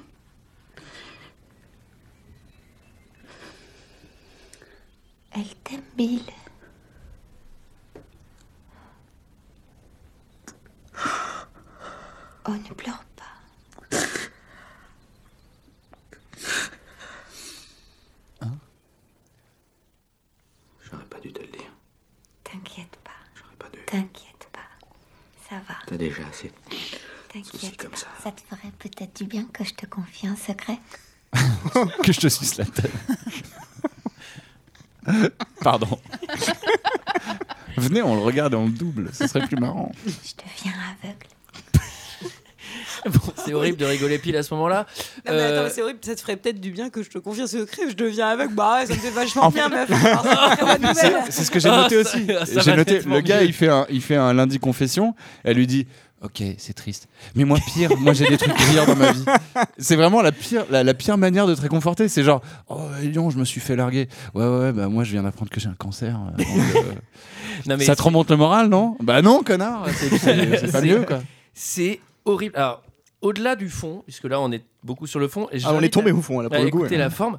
Elle t'aime, Bill. Oh, ne pleure pas.
Hein J'aurais pas dû te le dire.
T'inquiète pas.
J'aurais pas dû.
T'inquiète pas. Ça va.
T'as déjà assez. Soucis
T'inquiète
comme
pas.
ça.
Ça te ferait peut-être du bien que je te confie un secret.
que je te suce la tête. Pardon. Venez, on le regarde et on le double, ce serait plus marrant.
Je deviens aveugle.
Bon, c'est horrible de rigoler pile à ce moment-là. Euh,
Non, mais attends, mais c'est horrible, ça te ferait peut-être du bien que je te confie un secret, je deviens aveugle. Bah, ouais, ça me fait vachement bien, meuf. Alors, c'est une très bonne nouvelle.
C'est ce que j'ai
Ah,
noté
ça-
aussi.
ça va
J'ai noté,
nettement
le gars,
mieux.
il fait, un, il fait un lundi confession, elle lui dit Ok, c'est triste. Mais moi, pire, moi, j'ai des trucs pires dans ma vie. C'est vraiment la pire, la, la pire manière de te réconforter. C'est genre Oh, Lyon, je me suis fait larguer. Ouais, ouais, ouais, bah, moi, je viens d'apprendre que j'ai un cancer. Euh, donc, euh,
Non, mais
ça te remonte le moral, non Bah, non, connard, c'est- c'est c'est pas
C'est-
mieux, quoi.
c'est horrible. Alors, au-delà du fond, puisque là on est beaucoup sur le fond, et
Ah, on est tombé au fond, là, pour le
Bah,
coup.
Écoutez
ouais.
la forme,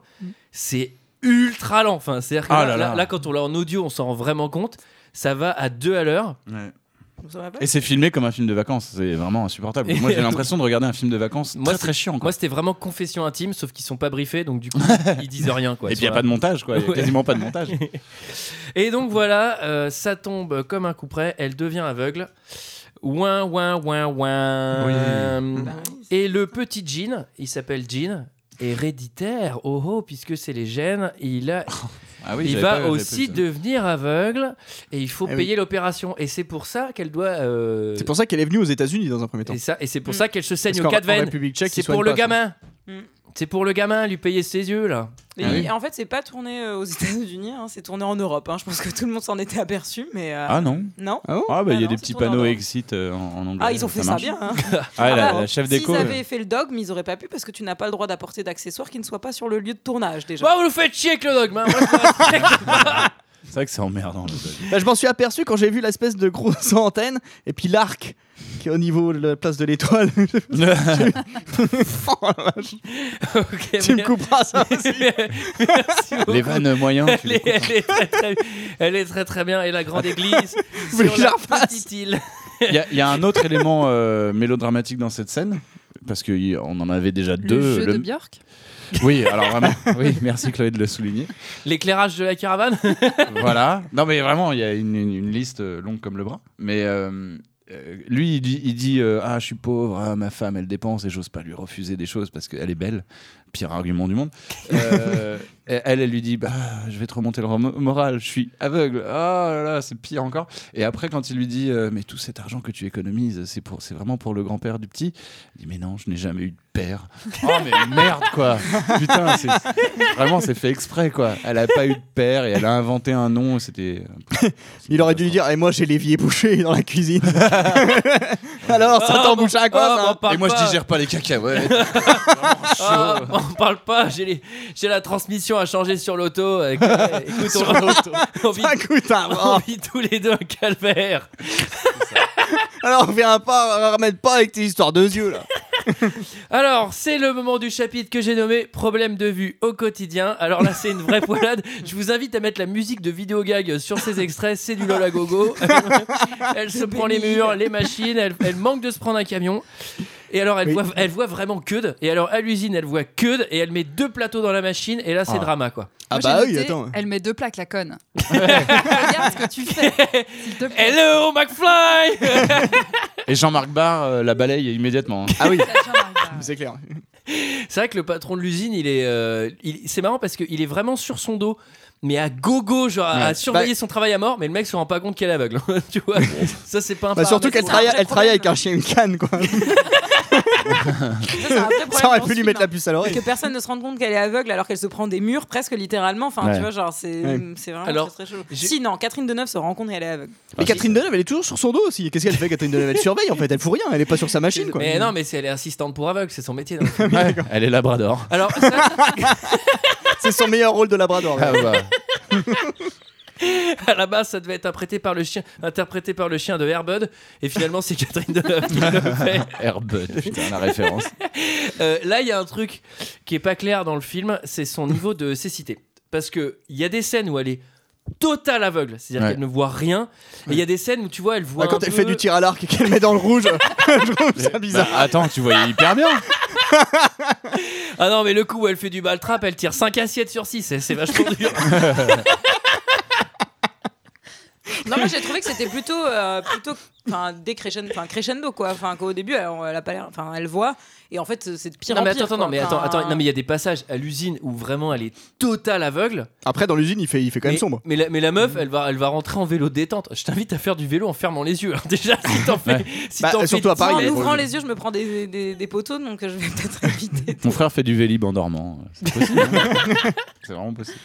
c'est ultra lent. Enfin, c'est-à-dire que
Ah
là,
là là.
là- là, quand on l'a en audio, on s'en rend vraiment compte. Ça va à deux à l'heure.
Ça va pas
Et c'est filmé comme un film de vacances, c'est vraiment insupportable. Moi j'ai l'impression de regarder un film de vacances
Moi,
très très chiant. Quoi.
Moi, c'était vraiment confession intime, sauf qu'ils sont pas briefés, donc du coup, ils disent rien. Quoi,
et
sur
puis il n'y a
la-
pas de montage, quoi. Il y a
Ouais.
quasiment pas de montage.
Et donc voilà, euh, ça tombe comme un coup près, elle devient aveugle. Ouin, ouin, ouin, ouin.
Bah.
Et le petit Jean, il s'appelle Jean, héréditaire, oh oh, puisque c'est les gènes, il, a,
Ah oui,
il
j'avais
va
pas- hein. j'avais
aussi
pas vu ça.
devenir aveugle et il faut
Ah oui.
payer l'opération. Et c'est pour ça qu'elle doit. euh,
C'est pour ça qu'elle est venue aux États-Unis dans un premier temps.
et, ça, et c'est pour
Mm.
ça qu'elle se
Parce
saigne
qu'en-
aux quatre
en
veines.
République tchèque, ils
C'est
soignent
pour le
pas ça.
gamin.
Mm.
C'est pour le gamin, lui payer ses yeux là.
Mais
Ah oui.
il- En fait, c'est pas tourné euh, aux États-Unis, hein, c'est tourné en Europe. hein. Je pense que tout le monde s'en était aperçu, mais euh,
Ah non
non.
Ah bon
Ah bah il y a
Ah non,
des
c'est
petits
tourné en
panneaux
Europe.
exit euh, en, en anglais.
Ah, ils ont fait ça,
marche.
bien. hein.
Ah, la,
Ah,
la chef d'éco.
S'ils
euh,
avaient fait le dogme, ils auraient pas pu parce que tu n'as pas le droit d'apporter d'accessoires qui ne soient pas sur le lieu de tournage déjà.
Bah, vous nous faites chier avec le dogme. hein. Moi, je me
C'est vrai que c'est emmerdant. le dogme.
Bah, je m'en suis aperçu quand j'ai vu l'espèce de grosse antenne et puis l'arc qui est au niveau de la place de l'étoile. Oh
Ok,
tu me
bien.
couperas ça.
Merci beaucoup.
les vannes moyens. tu
Elle
les
est,
coupes, hein.
elle est très, très, elle est très très bien et la grande église
voulez
sur
que je
la
la refasse
petite île.
Il y, a- il y a un autre élément euh, mélodramatique dans cette scène parce qu'on en avait déjà
Le
deux.
jeu de Björk
Oui, alors vraiment, oui, merci Chloé de le souligner.
L'éclairage de la caravane
voilà. Non, mais vraiment, il y a une, une- une liste euh, longue comme le bras. Mais euh, euh, lui, il dit, il dit, euh, Ah, je suis pauvre, ah, ma femme, elle dépense et j'ose pas lui refuser des choses parce qu'elle est belle. Pire argument du monde. Euh, et elle, elle lui dit bah, Je vais te remonter le rom- moral, je suis aveugle. Ah là là, c'est pire encore. Et après, quand il lui dit euh, Mais tout cet argent que tu économises, c'est pour- c'est vraiment pour le grand-père du petit Il dit Mais non, je n'ai jamais eu de père. Oh, mais merde, quoi. Putain, c'est- vraiment, c'est fait exprès, quoi. Elle a pas eu de père et elle a inventé un nom. C'était.
Il aurait dû lui dire Et moi, j'ai l'évier bouché dans la cuisine. Alors, ça
Ah,
t'embouche à quoi
ah,
ça
m'en parle
Et moi, je
pas.
digère pas les cacahuètes.
Ah, on parle pas, j'ai les- j'ai la transmission à changer sur l'auto. Euh, Écoute, on, on vit,
coûte un
on
bras.
vit tous les deux un calvaire.
Alors, viens pas, ramène pas avec tes histoires de yeux là.
Alors, c'est le moment du chapitre que j'ai nommé Problème de vue au quotidien. Alors là, c'est une vraie poilade. Je vous invite à mettre la musique de vidéo gag sur ces extraits. C'est du Lola Gogo. Elle se prend les murs, les machines. Elle, elle manque de se prendre un camion. Et alors, elle,
Oui.
voit, elle voit vraiment que. Et alors, à l'usine, elle voit que. Et elle met deux plateaux dans la machine. Et là, c'est
Ah.
drama, quoi.
Ah
Moi,
bah
j'ai
oui,
noté,
attends.
Elle met deux plaques, la conne. Regarde ce que tu fais. s'il te plaît.
Hello, McFly
Et Jean-Marc Barr euh, la balaye immédiatement. hein.
Ah oui,
Ça, j'en arrive pas.
c'est clair.
C'est vrai que le patron de l'usine, il est, euh, il- c'est marrant parce qu'il est vraiment sur son dos, mais à gogo, genre à- à
Ouais. Bah-
surveiller son travail à mort, mais le mec se rend pas compte qu'elle est aveugle. hein, tu vois, ça c'est pas un.
Bah, surtout
paramètre
qu'elle
pour-
travaille,
vrai
elle travaille avec
problème.
un chien et une canne quoi.
Ça, c'est un vrai problème
Ça aurait
dans
pu
ce
lui
film,
mettre la
hein.
puce à
Et
l'oreille.
que personne ne se rende compte qu'elle est aveugle alors qu'elle se prend des murs presque littéralement. Enfin,
Ouais.
tu vois, genre, c'est
Ouais.
c'est vraiment
Alors,
très, très chaud.
j'ai-
Si, non, Catherine Deneuve se rend compte qu'elle est aveugle.
Mais Catherine Deneuve, elle est toujours sur son dos aussi. Qu'est-ce qu'elle fait, Catherine Deneuve Elle surveille en fait, elle fout rien, elle est pas sur sa machine quoi.
Mais non, mais c'est elle est assistante pour aveugle, c'est son métier. non
Ouais, elle est labrador.
Alors ça,
C'est son meilleur rôle de Labrador.
Ah bah.
à la base, ça devait être interprété par le chien, interprété par le chien de Herbud, et finalement c'est Catherine Deneuve qui le fait.
Airbud, putain, la référence.
Euh, là, il y a un truc qui est pas clair dans le film, c'est son niveau de cécité. Parce que il y a des scènes où elle est totale aveugle, c'est-à-dire
Ouais.
qu'elle ne voit rien. Et il y a des scènes où tu vois, elle voit.
Ah, quand
un
elle fait
peu-
du tir à l'arc et qu'elle met dans le rouge, je trouve ça bizarre.
Bah, attends, tu voyais hyper bien.
Ah non, mais le coup où elle fait du ball trap, elle tire 5 assiettes sur 6, c'est vachement dur.
Non, moi j'ai trouvé que c'était plutôt, euh, plutôt enfin, décrescendo, enfin, crescendo quoi. Enfin, qu'au début, elle, elle a pas l'air, enfin, elle voit, et en fait, c'est de pire
non,
en
mais
pire.
attends, attends,
quoi.
non, mais attends,
Enfin,
attends, non, mais il y a des passages à l'usine où vraiment elle est totale aveugle.
Après, dans l'usine, il fait, il fait quand même
Mais,
sombre.
mais, la, mais la
Mm.
meuf, elle va, elle va rentrer en vélo détente. Je t'invite à faire du vélo en fermant les yeux. hein. Déjà, si t'en fais.
Ouais.
Si
Bah,
t'en fais
surtout à
10,
Paris,
moi,
il y
en
a-
ouvrant les yeux, je me prends des, des, des poteaux, donc euh, je vais peut-être éviter.
Mon frère fait du vélib en dormant. C'est possible. hein. C'est vraiment possible.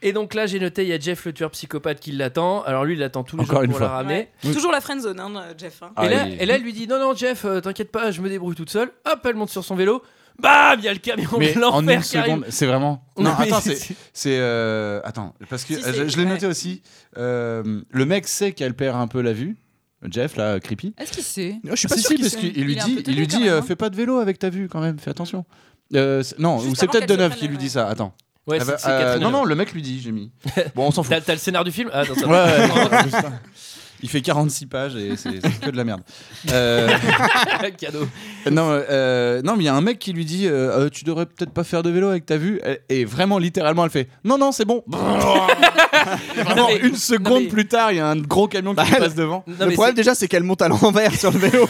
Et donc là, j'ai noté, il y a Jeff le tueur psychopathe qui l'attend. Alors lui, il l'attend tous les
Encore
jours
une
pour la
fois.
ramener.
Ouais. Toujours la friend zone, hein, Jeff. hein.
Ah,
et, là,
il-
et là, elle lui dit Non, non, Jeff, euh, t'inquiète pas, je me débrouille toute seule. Hop, elle monte sur son vélo. Bam Il y a le camion
mais
de l'enfer
en une
qui arrive.
seconde, c'est vraiment. Non,
mais
attends, c'est. c'est, euh, Attends, parce que
Si,
euh, je,
c'est-
je l'ai noté aussi. euh, le mec sait qu'elle perd un peu la vue. Parce que- Jeff, là, creepy.
Est-ce qu'il sait
Je suis
Ah,
pas
si,
sûr
si,
qu'il
parce
sait.
qu'il lui
Il est un
dit,
peu
il
teubé,
lui dit,
quand même,
euh,
hein.
fais pas de vélo avec ta vue quand même, fais attention. Euh, c'est- non,
Juste
ou c'est
avant
peut-être
qu'elle se
Deneuve
prenne
qui
la-
lui dit ça. Attends.
Ouais,
Ah
c'est
bah,
c'est
euh,
Catherine
non,
Deneuve.
non, le mec lui dit, j'ai mis. Bon, on s'en fout.
T'as t'as le scénar du film Ah, attends, attends.
Ouais, ouais, ouais, c'est ça. Il fait 46 pages et c'est c'est que de la merde. Euh,
Cadeau.
non, euh, non, mais il y a un mec qui lui dit euh, Euh, Tu devrais peut-être pas faire de vélo avec ta vue. Et, et vraiment, littéralement, elle fait Non, non, c'est bon. Et vraiment,
mais-
une
non,
seconde
mais-
plus tard, il y a un gros camion qui
Bah,
passe devant.
Non,
Le
mais
problème déjà, c'est qu'elle monte à l'envers sur le vélo.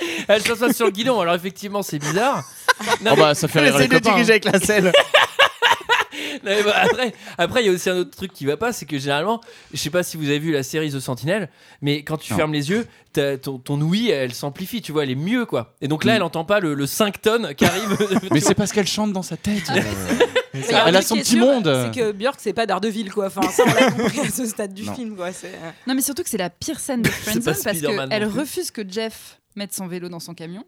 c'est- elle s'assoit sur le guidon, alors effectivement c'est bizarre. Non,
Oh, bah, ça fait
Elle
rire les
essaie de
copains,
diriger avec la selle.
mais- non, mais bah, après, après il y a aussi un autre truc qui va pas, c'est que généralement, je sais pas si vous avez vu la série The Sentinel, mais quand tu
Non.
fermes les yeux, t'as- ton, ton ouïe elle s'amplifie, tu vois, elle est mieux quoi. Et donc là, elle entend pas le, le 5 tonnes qui arrive.
hein. Mais c'est parce qu'elle chante dans sa tête. euh.
Mais
Ça,
il y un
elle a
truc
son
qui est
petit
sûr,
monde.
C'est que Björk, c'est pas d'Ardeville, quoi. Enfin, ça, on l'a compris à ce stade du
Non.
film, quoi. C'est. euh,
Non, mais surtout que c'est la pire scène de
C'est pas
Friendzone parce
Spider-Man
qu'elle
non plus.
refuse que Jeff mette son vélo dans son camion.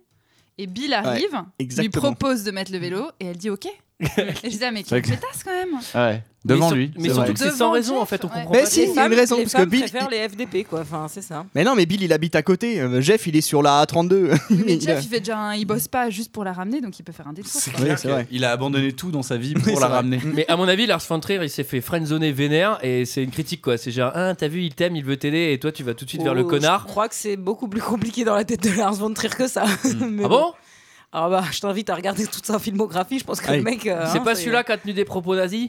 Et Bill arrive, lui
exactement.
propose de mettre le vélo et elle dit OK. Et je disais, ah, mais
C'est vrai
quelle
que-
pétasse quand même
Ouais. Devant
sur-
lui.
mais
c'est
surtout
vrai.
que c'est sans
Devant
raison
Jeff,
en fait, on
ouais.
comprend
Mais
pas.
si, il y a une
femmes-
raison,
les
parce que
femmes
Bill.
préfèrent les FDP, quoi. Enfin, c'est ça.
Mais non, mais Bill, il habite à côté. Euh, Jeff, il est sur la A32.
Mais
Il a-
Jeff, il, fait déjà un- il bosse pas juste pour la ramener, donc il peut faire un détour. quoi.
Ouais, c'est vrai.
Il a abandonné tout dans sa vie pour
Oui, c'est
la
vrai.
ramener.
Mais à mon avis, Lars von Trier, il s'est fait friendzoner vénère et c'est une critique quoi. C'est genre, ah, t'as vu, il t'aime, il veut t'aider et toi, tu vas tout de suite vers le
Oh,
connard.
Je crois que c'est beaucoup plus compliqué dans la tête de Lars von Trier que ça. Mais
Ah bon
Ah bah, je t'invite à regarder toute sa filmographie. Je pense que
Aïe.
le mec. euh,
C'est
hein,
pas celui-là qui a tenu des propos nazis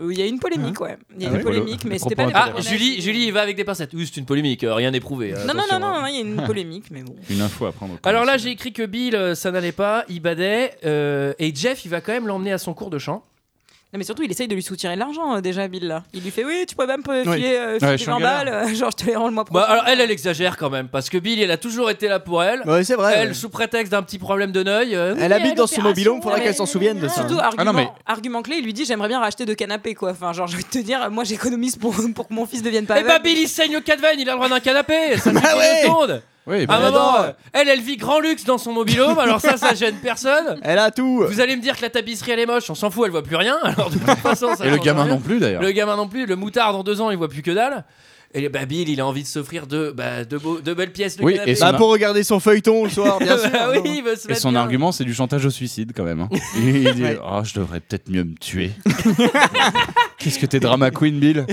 Euh, Il y a une polémique, ouais. Il y a
Ah
une
oui
polémique, mais c'était pas.
Comprends
des
pas.
Ah,
propos nazis.
Julie, Julie, il va avec des pincettes. Oui, c'est une polémique, euh, rien n'est prouvé. euh,
Non, non, non,
attention, hein.
non, il y a une polémique, mais bon.
Une info à prendre. au
Alors là,
conditionnel.
j'ai écrit que Bill, euh, ça n'allait pas, il badait, euh, et Jeff, il va quand même l'emmener à son cours de chant.
Non, mais surtout, il essaye de lui soutirer de l'argent, euh, déjà, Bill, là. Il lui fait Oui, tu peux même me
Oui.
filer, euh,
Ouais, je
filer
suis
20
en galère.
balles, euh, genre, je te les rends le mois prochain.
Bah, alors elle, elle exagère quand même, parce que Bill, elle a toujours été là pour elle.
Ouais, c'est vrai.
elle,
ouais.
sous prétexte d'un petit problème de neuil. euh,
Elle habite dans son mobilhome, il faudra
mais-
qu'elle s'en souvienne de ça.
Surtout,
hein.
argument,
non, mais-
argument clé, il lui dit J'aimerais bien racheter deux canapés, quoi. Enfin, genre, je vais te dire, moi, j'économise pour, pour que mon fils devienne pas.
Eh bah
aveugle.
Bill, il saigne au cadavre, il a le droit d'un canapé. Ça fait
ouais.
deux secondes.
Oui,
À un
bah,
moment, euh, elle, elle vit grand luxe dans son mobilhome, alors ça, ça gêne personne.
Elle a tout.
Vous allez me dire que la tapisserie, elle est moche, on s'en fout, elle voit plus rien. Alors de toute façon, ça
Et le
change
gamin
rien.
non plus hein. d'ailleurs.
Le gamin non plus, le moutard dans deux ans, il voit plus que dalle. Et bah, Bill, il a envie de s'offrir deux, bah, deux, beaux- deux belles pièces de
Oui,
canapé.
et
Bah,
son-
pour regarder son feuilleton le soir, bien sûr.
Bah oui, il veut se
Et
mettre
son
bien.
argument, c'est du chantage au suicide quand même. hein. Il, il dit
Ouais.
Oh, je devrais peut-être mieux me tuer. Qu'est-ce que t'es drama queen, Bill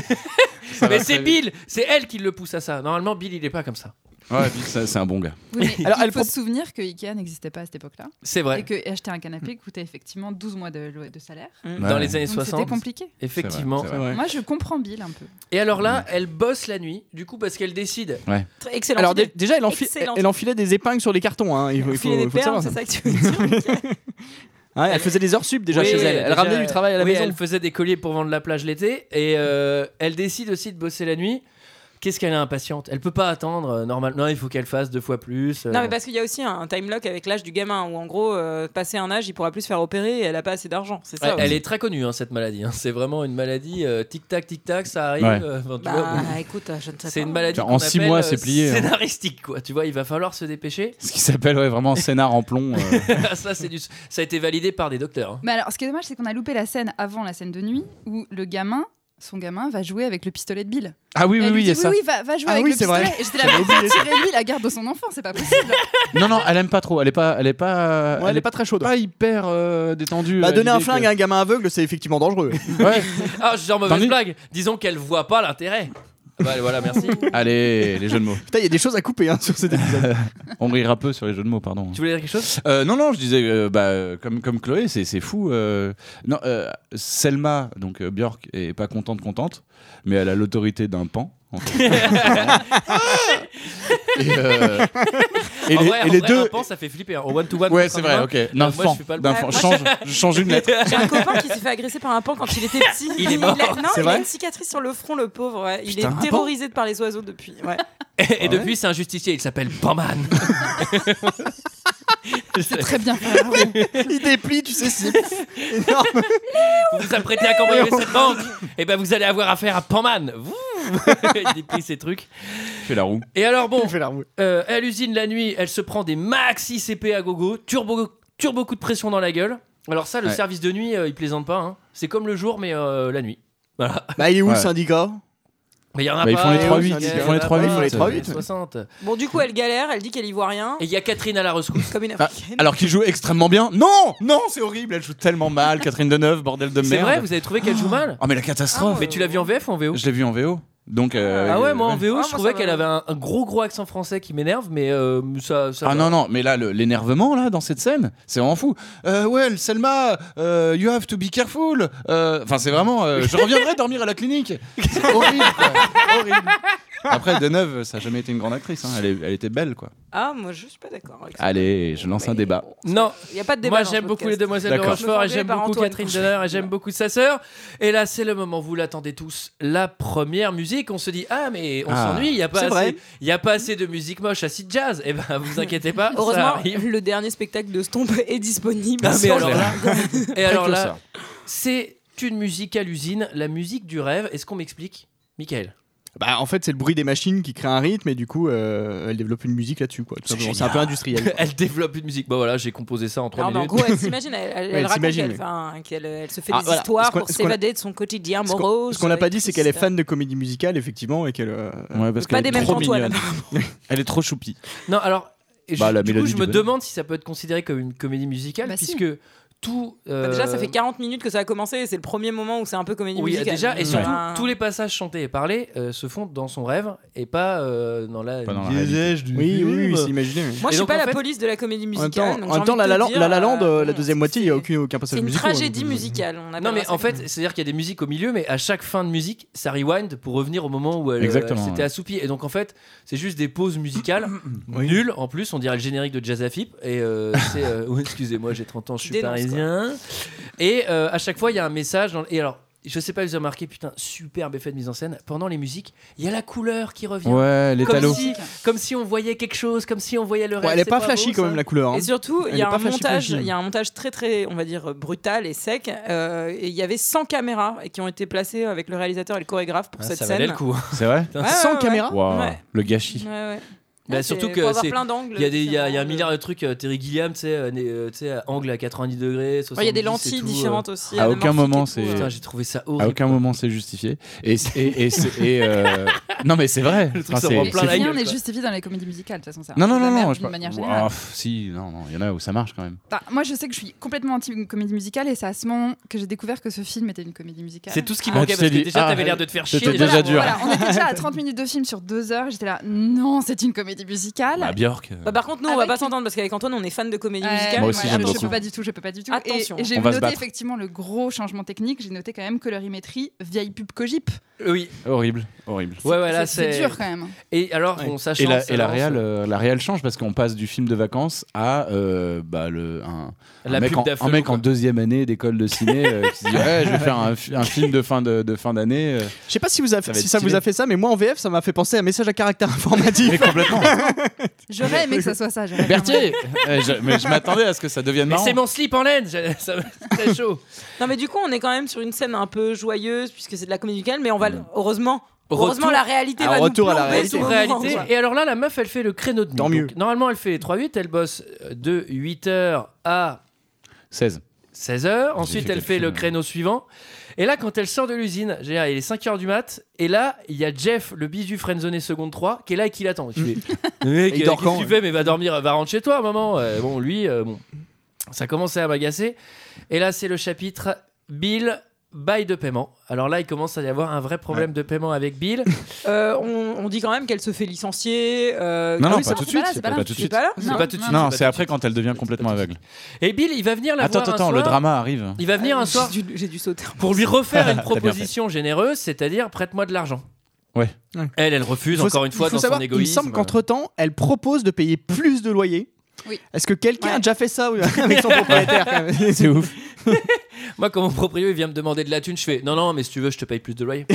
Ça va
Mais c'est
très vite.
Bill, c'est elle qui le pousse à ça. Normalement, Bill, il est pas comme ça.
Ouais, Bill, ça- c'est un bon gars.
Oui, mais
Alors,
il
elle
faut
prop-
se souvenir que Ikea n'existait pas à cette époque-là.
C'est vrai.
Et que acheter un canapé coûtait effectivement 12 mois de, lo- de salaire.
Dans
Ouais.
les années
Donc c'était
60,
compliqué.
effectivement.
C'est vrai,
Ouais.
Moi, je comprends Bill un peu.
Et alors là, elle bosse la nuit, du coup, parce qu'elle décide.
Très Excellent.
Alors
idée.
dé- déjà, elle, enfi-
Excellente.
elle enfilait des épingles sur les cartons. hein, Il faut, il faut-
Filer des
faut le savoir.
perles, c'est
ça.
ça que tu veux dire
Hein, elle faisait des heures sup déjà
Oui,
chez
oui,
elle. Elle
déjà, euh,
ramenait du travail à la
oui,
maison.
Elle faisait des colliers pour vendre la plage l'été. Et euh, elle décide aussi de bosser la nuit. Qu'est-ce qu'elle est impatiente Elle peut pas attendre, euh, normal. Non, il faut qu'elle fasse deux fois plus. euh,
Non, mais parce qu'il y a aussi un time lock avec l'âge du gamin, où en gros, euh, passé un âge, il pourra plus se faire opérer et elle a pas assez d'argent. C'est
Elle,
ça.
elle
aussi.
est très connue, hein, cette maladie. hein. C'est vraiment une maladie euh, tic-tac, tic-tac, ça arrive.
Ouais.
euh, enfin, tu vois,
Bah
bon.
écoute, euh, je ne sais pas.
C'est une maladie
En
qu'on
six
appelle,
mois,
euh,
c'est plié, hein.
Scénaristique, quoi. Tu vois, il va falloir se dépêcher. Ah,
Ce qui s'appelle ouais, vraiment scénar en plomb. euh.
ça, c'est du... ça a été validé par des docteurs. hein.
Mais alors, ce qui est dommage, c'est qu'on a loupé la scène avant la scène de nuit où le gamin, son gamin, va jouer avec le pistolet de Bill.
Ah oui,
Et
oui,
elle
oui,
lui
il y a
dit,
ça.
Oui, va, va jouer
Ah
avec
oui,
le
c'est vrai.
pistolet. Et j'étais là, mais
oublié ça.
tirer lui la garde de son enfant, c'est pas possible.
Non, non, elle aime pas trop. Elle est pas, elle est pas,
Ouais, elle est pas très chaude. hein.
Pas hyper euh, détendue.
Bah,
à
donner un
l'idée
flingue à un gamin aveugle, c'est effectivement dangereux.
que- Ouais.
Ah, genre
Dans
mauvaise
une-
blague. Disons qu'elle voit pas l'intérêt. Bah, voilà, merci.
Allez, les jeux de mots.
Putain, il y a des choses à couper hein, sur cet épisode.
On rira peu sur les jeux de mots, pardon.
tu voulais dire quelque chose
Euh, non, non, je disais, euh, bah, euh, comme, comme Chloé, c'est c'est fou. euh, non, euh, Selma, donc euh, Björk, est pas contente, contente, mais elle a l'autorité d'un pan. en fait. et euh, et
En
les,
vrai,
et
en
les
vrai,
deux.
un pan, ça fait flipper. hein. Au one-to-one.
Ouais, c'est vrai, ok.
moi,
D'un fan,
je fais pas le
d'un
bon.
fan. Change,
Ouais,
change une lettre. Ah
J'ai un copain qui s'est fait agresser par un pan quand il était petit.
Il est mort.
a, non,
C'est
il a
vrai
une cicatrice sur le front, le pauvre. ouais. Il
Putain, un
est terrorisé par les oiseaux depuis. Ouais.
Et,
ouais.
depuis, c'est un justicier. Il s'appelle Panman.
Très bien. fait, bravo.
il déplie, tu sais, c'est énorme.
vous vous apprêtez à cambrioler cette banque. Et ben, vous allez avoir affaire à Panman. Vous Il déplie ses trucs.
Fais la roue.
Et alors, bon,
Il fait la roue.
euh, elle usine la nuit. Elle se prend des maxi CP à gogo. Turbo, turbo coup de pression dans la gueule. Alors, ça, le
Ouais.
service de nuit, euh, il plaisante pas. hein. C'est comme le jour, mais euh, la nuit. Voilà.
Bah, il est où le
Ouais.
syndicat
Mais il y en a
Bah, ils
pas.
font les
euh,
3-8,
il y
ils
en
font
a
les
pas,
3-8, ils font les
euh,
3-8.
60. Et
Bon, du coup, elle galère, elle dit qu'elle y voit rien.
il y a Catherine à la rescousse.
Comme une
Ah,
africaine.
alors qu'il joue extrêmement bien. Non, non, c'est horrible. Elle joue tellement mal. Catherine Deneuve, bordel de merde.
C'est vrai, vous avez trouvé qu'elle joue mal
Oh mais la catastrophe.
Ah ouais.
Mais tu l'as vu en VF ou en VO
Je l'ai vu en VO. Donc. euh,
Ah ouais,
euh,
moi en VO,
Ah,
je
moi,
trouvais
ça va.
qu'elle avait un, un gros gros accent français qui m'énerve, mais euh, ça, ça. va.
Ah non, non, mais là, le- l'énervement, là, dans cette scène, c'est vraiment fou. Euh, well, Selma, euh, you have to be careful. Euh, Enfin, c'est vraiment, euh, je reviendrai dormir à la clinique. C'est horrible, quoi. horrible. Après, Deneuve, ça n'a jamais été une grande actrice. hein. Elle, est- elle était belle, quoi.
Ah, moi, je suis pas d'accord. avec ça.
Allez, je lance un débat.
Non,
Il n'y a pas de débat.
moi
dans
j'aime
ce
beaucoup les
podcast.
demoiselles de
D'accord.
Rochefort et
Je me fais
j'aime
engueuler par
beaucoup
Antoine.
Catherine Deneuve et j'aime beaucoup sa sœur. Et là, c'est le moment, vous l'attendez tous, la première musique. On se dit, ah, mais on
Ah,
s'ennuie, il n'y a, pas
c'est
assez-
vrai.
il y a pas assez de musique moche à site jazz. Et ben, vous inquiétez pas, ça
Heureusement,
arrive.
le dernier spectacle de Stomp est disponible.
Ah, mais
sur
alors
le-
là, et alors
que
là,
ça.
c'est une musique à l'usine, la musique du rêve. Est-ce qu'on m'explique, Michael
Bah, en fait, c'est le bruit des machines qui crée un rythme et du coup, euh, elle développe une musique là-dessus. quoi. tout simplement. C'est
Ah.
un peu industriel.
Oh,
quoi.
elle développe une musique. Bon voilà, j'ai composé ça en 3
Non, mais en
minutes.
gros, elle s'imagine, elle, elle-
Ouais,
elle
elle
raconte
s'imagine,
qu'elle
oui.
enfin, qu'elle- elle se fait
Ah,
des
voilà.
histoires
Ce qu'on-
pour
ce qu'on a-
s'évader de son quotidien
Ce qu'on-
morose.
Ce qu'on n'a pas
et
dit, c'est
triste.
qu'elle est fan de comédie musicale, effectivement, et qu'elle. euh,
Ouais, parce
Pas
qu'elle
des
est
mêmes
trop
qu'Antoine,
mignonne. Elle est trop choupie.
Non, alors, et
Bah,
je-
la
du coup,
mélodie
je
du
me
bonheur.
demande si ça peut être considéré comme une comédie musicale,
Bah, si.
puisque tout.
Bah, déjà, ça
euh,
fait 40 minutes que ça a commencé et c'est le premier moment où c'est un peu comédie
Oui,
musicale.
déjà, et
Enfin,
surtout, tous les passages chantés et parlés euh, se font dans son rêve et pas euh, dans la.
Pas dans la
Des
réalité.
âges du
Oui,
film.
oui, oui, c'est imaginé. oui.
Moi, je
Et
suis
donc,
pas
en
la
fait-
police de la comédie
En même
musicale.
temps,
donc
en
j'ai
même temps,
envie
la,
de
la,
te
Land-
dire,
la La Land, euh,
euh,
la deuxième moitié, il n'y a aucune- aucun passage
C'est une
musical.
tragédie musicale. On
Non,
appellera
mais
ça
en
comme ça.
fait, c'est-à-dire qu'il y a des musiques au milieu, mais à chaque fin de musique, ça rewind pour revenir au moment où elle, euh,
Exactement,
elle s'était
ouais.
assoupie. Et donc, en fait, c'est juste des pauses musicales nulles. En plus, on dirait le générique de Jazz à Fip. Et euh, c'est. euh, oui, excusez-moi, j'ai 30 ans, je suis
Dénonce, quoi.
parisien. Et euh, à chaque fois, il y a un message. dans- Et alors. Je sais pas, vous avez remarqué, putain, superbe effet de mise en scène. Pendant les musiques, il y a la couleur qui revient.
Ouais, les
comme
talos.
si, comme si on voyait quelque chose, comme si on voyait le reste.
Ouais, elle est pas flashy quand même la couleur. hein.
Et surtout, il
Elle
y
est
a
pas
un
flashy,
montage,
flashy.
il y a un montage très très, on va dire euh, brutal et sec. euh, et il y avait 100 caméras et qui ont été placées avec le réalisateur et le chorégraphe pour cette
Ah, ça
scène.
valait le coup. hein.
C'est vrai
Ouais, ouais,
Sans
ouais.
caméra
Waouh,
Ouais.
le gâchis.
Ouais, ouais.
Bah,
Ouais,
surtout
c'est-
que
pour avoir
c'est-
plein d'angles.
Il y a, des, il y a- il y a un
différents,
milliard de trucs. euh, Terry Gilliam, tu sais, euh, né- euh, tu sais, à angle à 90 degrés.
Ouais, Il y a
70
des
et
lentilles
tout, euh.
différentes aussi.
à aucun
anamorphiques
moment,
et tout,
c'est-
euh.
Putain, j'ai trouvé ça
À
horrible.
aucun moment c'est justifié. Et, c'est- et, et, c'est- et, euh, non mais c'est vrai.
Le truc
Enfin,
s'en
c'est-
prend plein
c'est
la
fou.
gueule.
Rien n'est
quoi.
justifié dans les comédies musicales, de toute façon. Ça
Non non
rend
non
la merde
non. je
D'une
par-
manière
Ouah,
générale.
pff, si non non, il y en a où ça marche quand même.
Enfin, moi, je sais que je suis complètement anti-comédie musicale et c'est à ce moment que j'ai découvert que ce film était une comédie musicale.
C'est tout ce qui
Ah,
manquait
tu
parce
t'es
que
dit,
déjà
ah,
t'avais l'air de te faire chier.
c'était
déjà.
déjà dur.
Voilà, on était déjà à 30 minutes de film sur 2 heures. J'étais là, non, c'est une comédie musicale.
Bah, Björk. euh,
Bah, par contre, nous, on va
Avec-
pas s'entendre parce qu'avec Antoine, on est fan de comédie
Ouais,
musicale.
Moi aussi,
voilà,
j'aime
donc Je
beaucoup.
peux pas du tout, je peux pas du tout. Et-
Attention.
Et, j'ai
On va se
noté
battre.
effectivement le gros changement technique. J'ai noté quand même colorimétrie, vieille pub Cogip.
Oui,
Horrible, horrible.
ouais, ouais, là
c'est
c'est
dur quand même.
Et alors,
Ouais.
on s'achance.
Et la, et la
avance.
réal, euh, la réal change parce qu'on passe du film de vacances à euh, bah, le, un, un
La
mec,
pub
en,
d'Affle,
un mec
quoi.
en deuxième année d'école de ciné euh, qui se dit ouais, je vais faire un, fi- un film de fin de, de fin d'année. euh.
Je sais pas si, vous a-
Ça va
si
être
ça
stylé.
vous a fait ça, mais moi en VF, ça m'a fait penser à un message à caractère informatif.
Mais complètement.
J'aurais aimé que ça soit ça. j'aurais
Berthier. Eh, je- mais je m'attendais à ce que ça devienne
Mais
marrant.
c'est mon slip en laine, j'ai- ça- c'est très chaud.
Non, mais du coup, on est quand même sur une scène un peu joyeuse puisque c'est de la comédie musicale, mais on
Mm.
va heureusement.
Retour-
Heureusement, la réalité
Alors,
va
retour à
nous
la
plomber
réalité.
ce moment,
Réalité.
quoi.
Et alors là, la meuf, elle fait le créneau de nuit.
Tant mieux.
Donc, Normalement, elle fait les 3-8, elle bosse euh, de 8h à
16.
16h.
fait
Ensuite, elle
quel
fait le
film
créneau suivant. Et là, quand elle sort de l'usine, j'ai- ah, il est 5h du mat. Et là, il y a Jeff, le bisu friendzoné seconde 3, qui est là et qui l'attend. Il fait Mec,
Il
euh,
dort
qu'est-ce que
quand,
tu fais Mais va dormir, va rentrer chez toi, maman. Euh, bon, lui, euh, bon, ça commençait à m'agacer. Et là, c'est le chapitre Bill, bail de paiement. Alors là, il commence à y avoir un vrai problème de paiement avec Bill.
Euh, on, on dit quand même qu'elle se fait licencier. euh,
Non,
ah
non,
oui,
pas
ça,
tout de
c'est pas
suite.
là,
c'est
c'est
pas
pas là.
tout de
C'est
suite.
pas là
C'est pas tout de suite.
Non,
pas
c'est
tout de
après
suite.
quand elle devient complètement
C'est pas tout de
aveugle.
Et Bill, il va venir la
Attends,
voir. un
attends, le
soir.
drama arrive.
Il va venir un soir
Euh, J'ai dû, j'ai dû sauter.
pour lui refaire une
T'as bien
proposition généreuse, c'est-à-dire prête-moi de l'argent.
Ouais.
Ouais.
Elle, elle refuse
Faut-
encore une fois
il faut
dans
savoir,
son
il me
égoïsme.
semble qu'entre temps, elle propose de payer plus de loyer.
Oui.
Est-ce que quelqu'un
Ouais.
a déjà fait ça oui, avec son propriétaire quand même
C'est ouf.
Moi, quand mon proprio il vient me demander de la thune, je fais non, non, mais si tu veux, je te paye plus de loyer.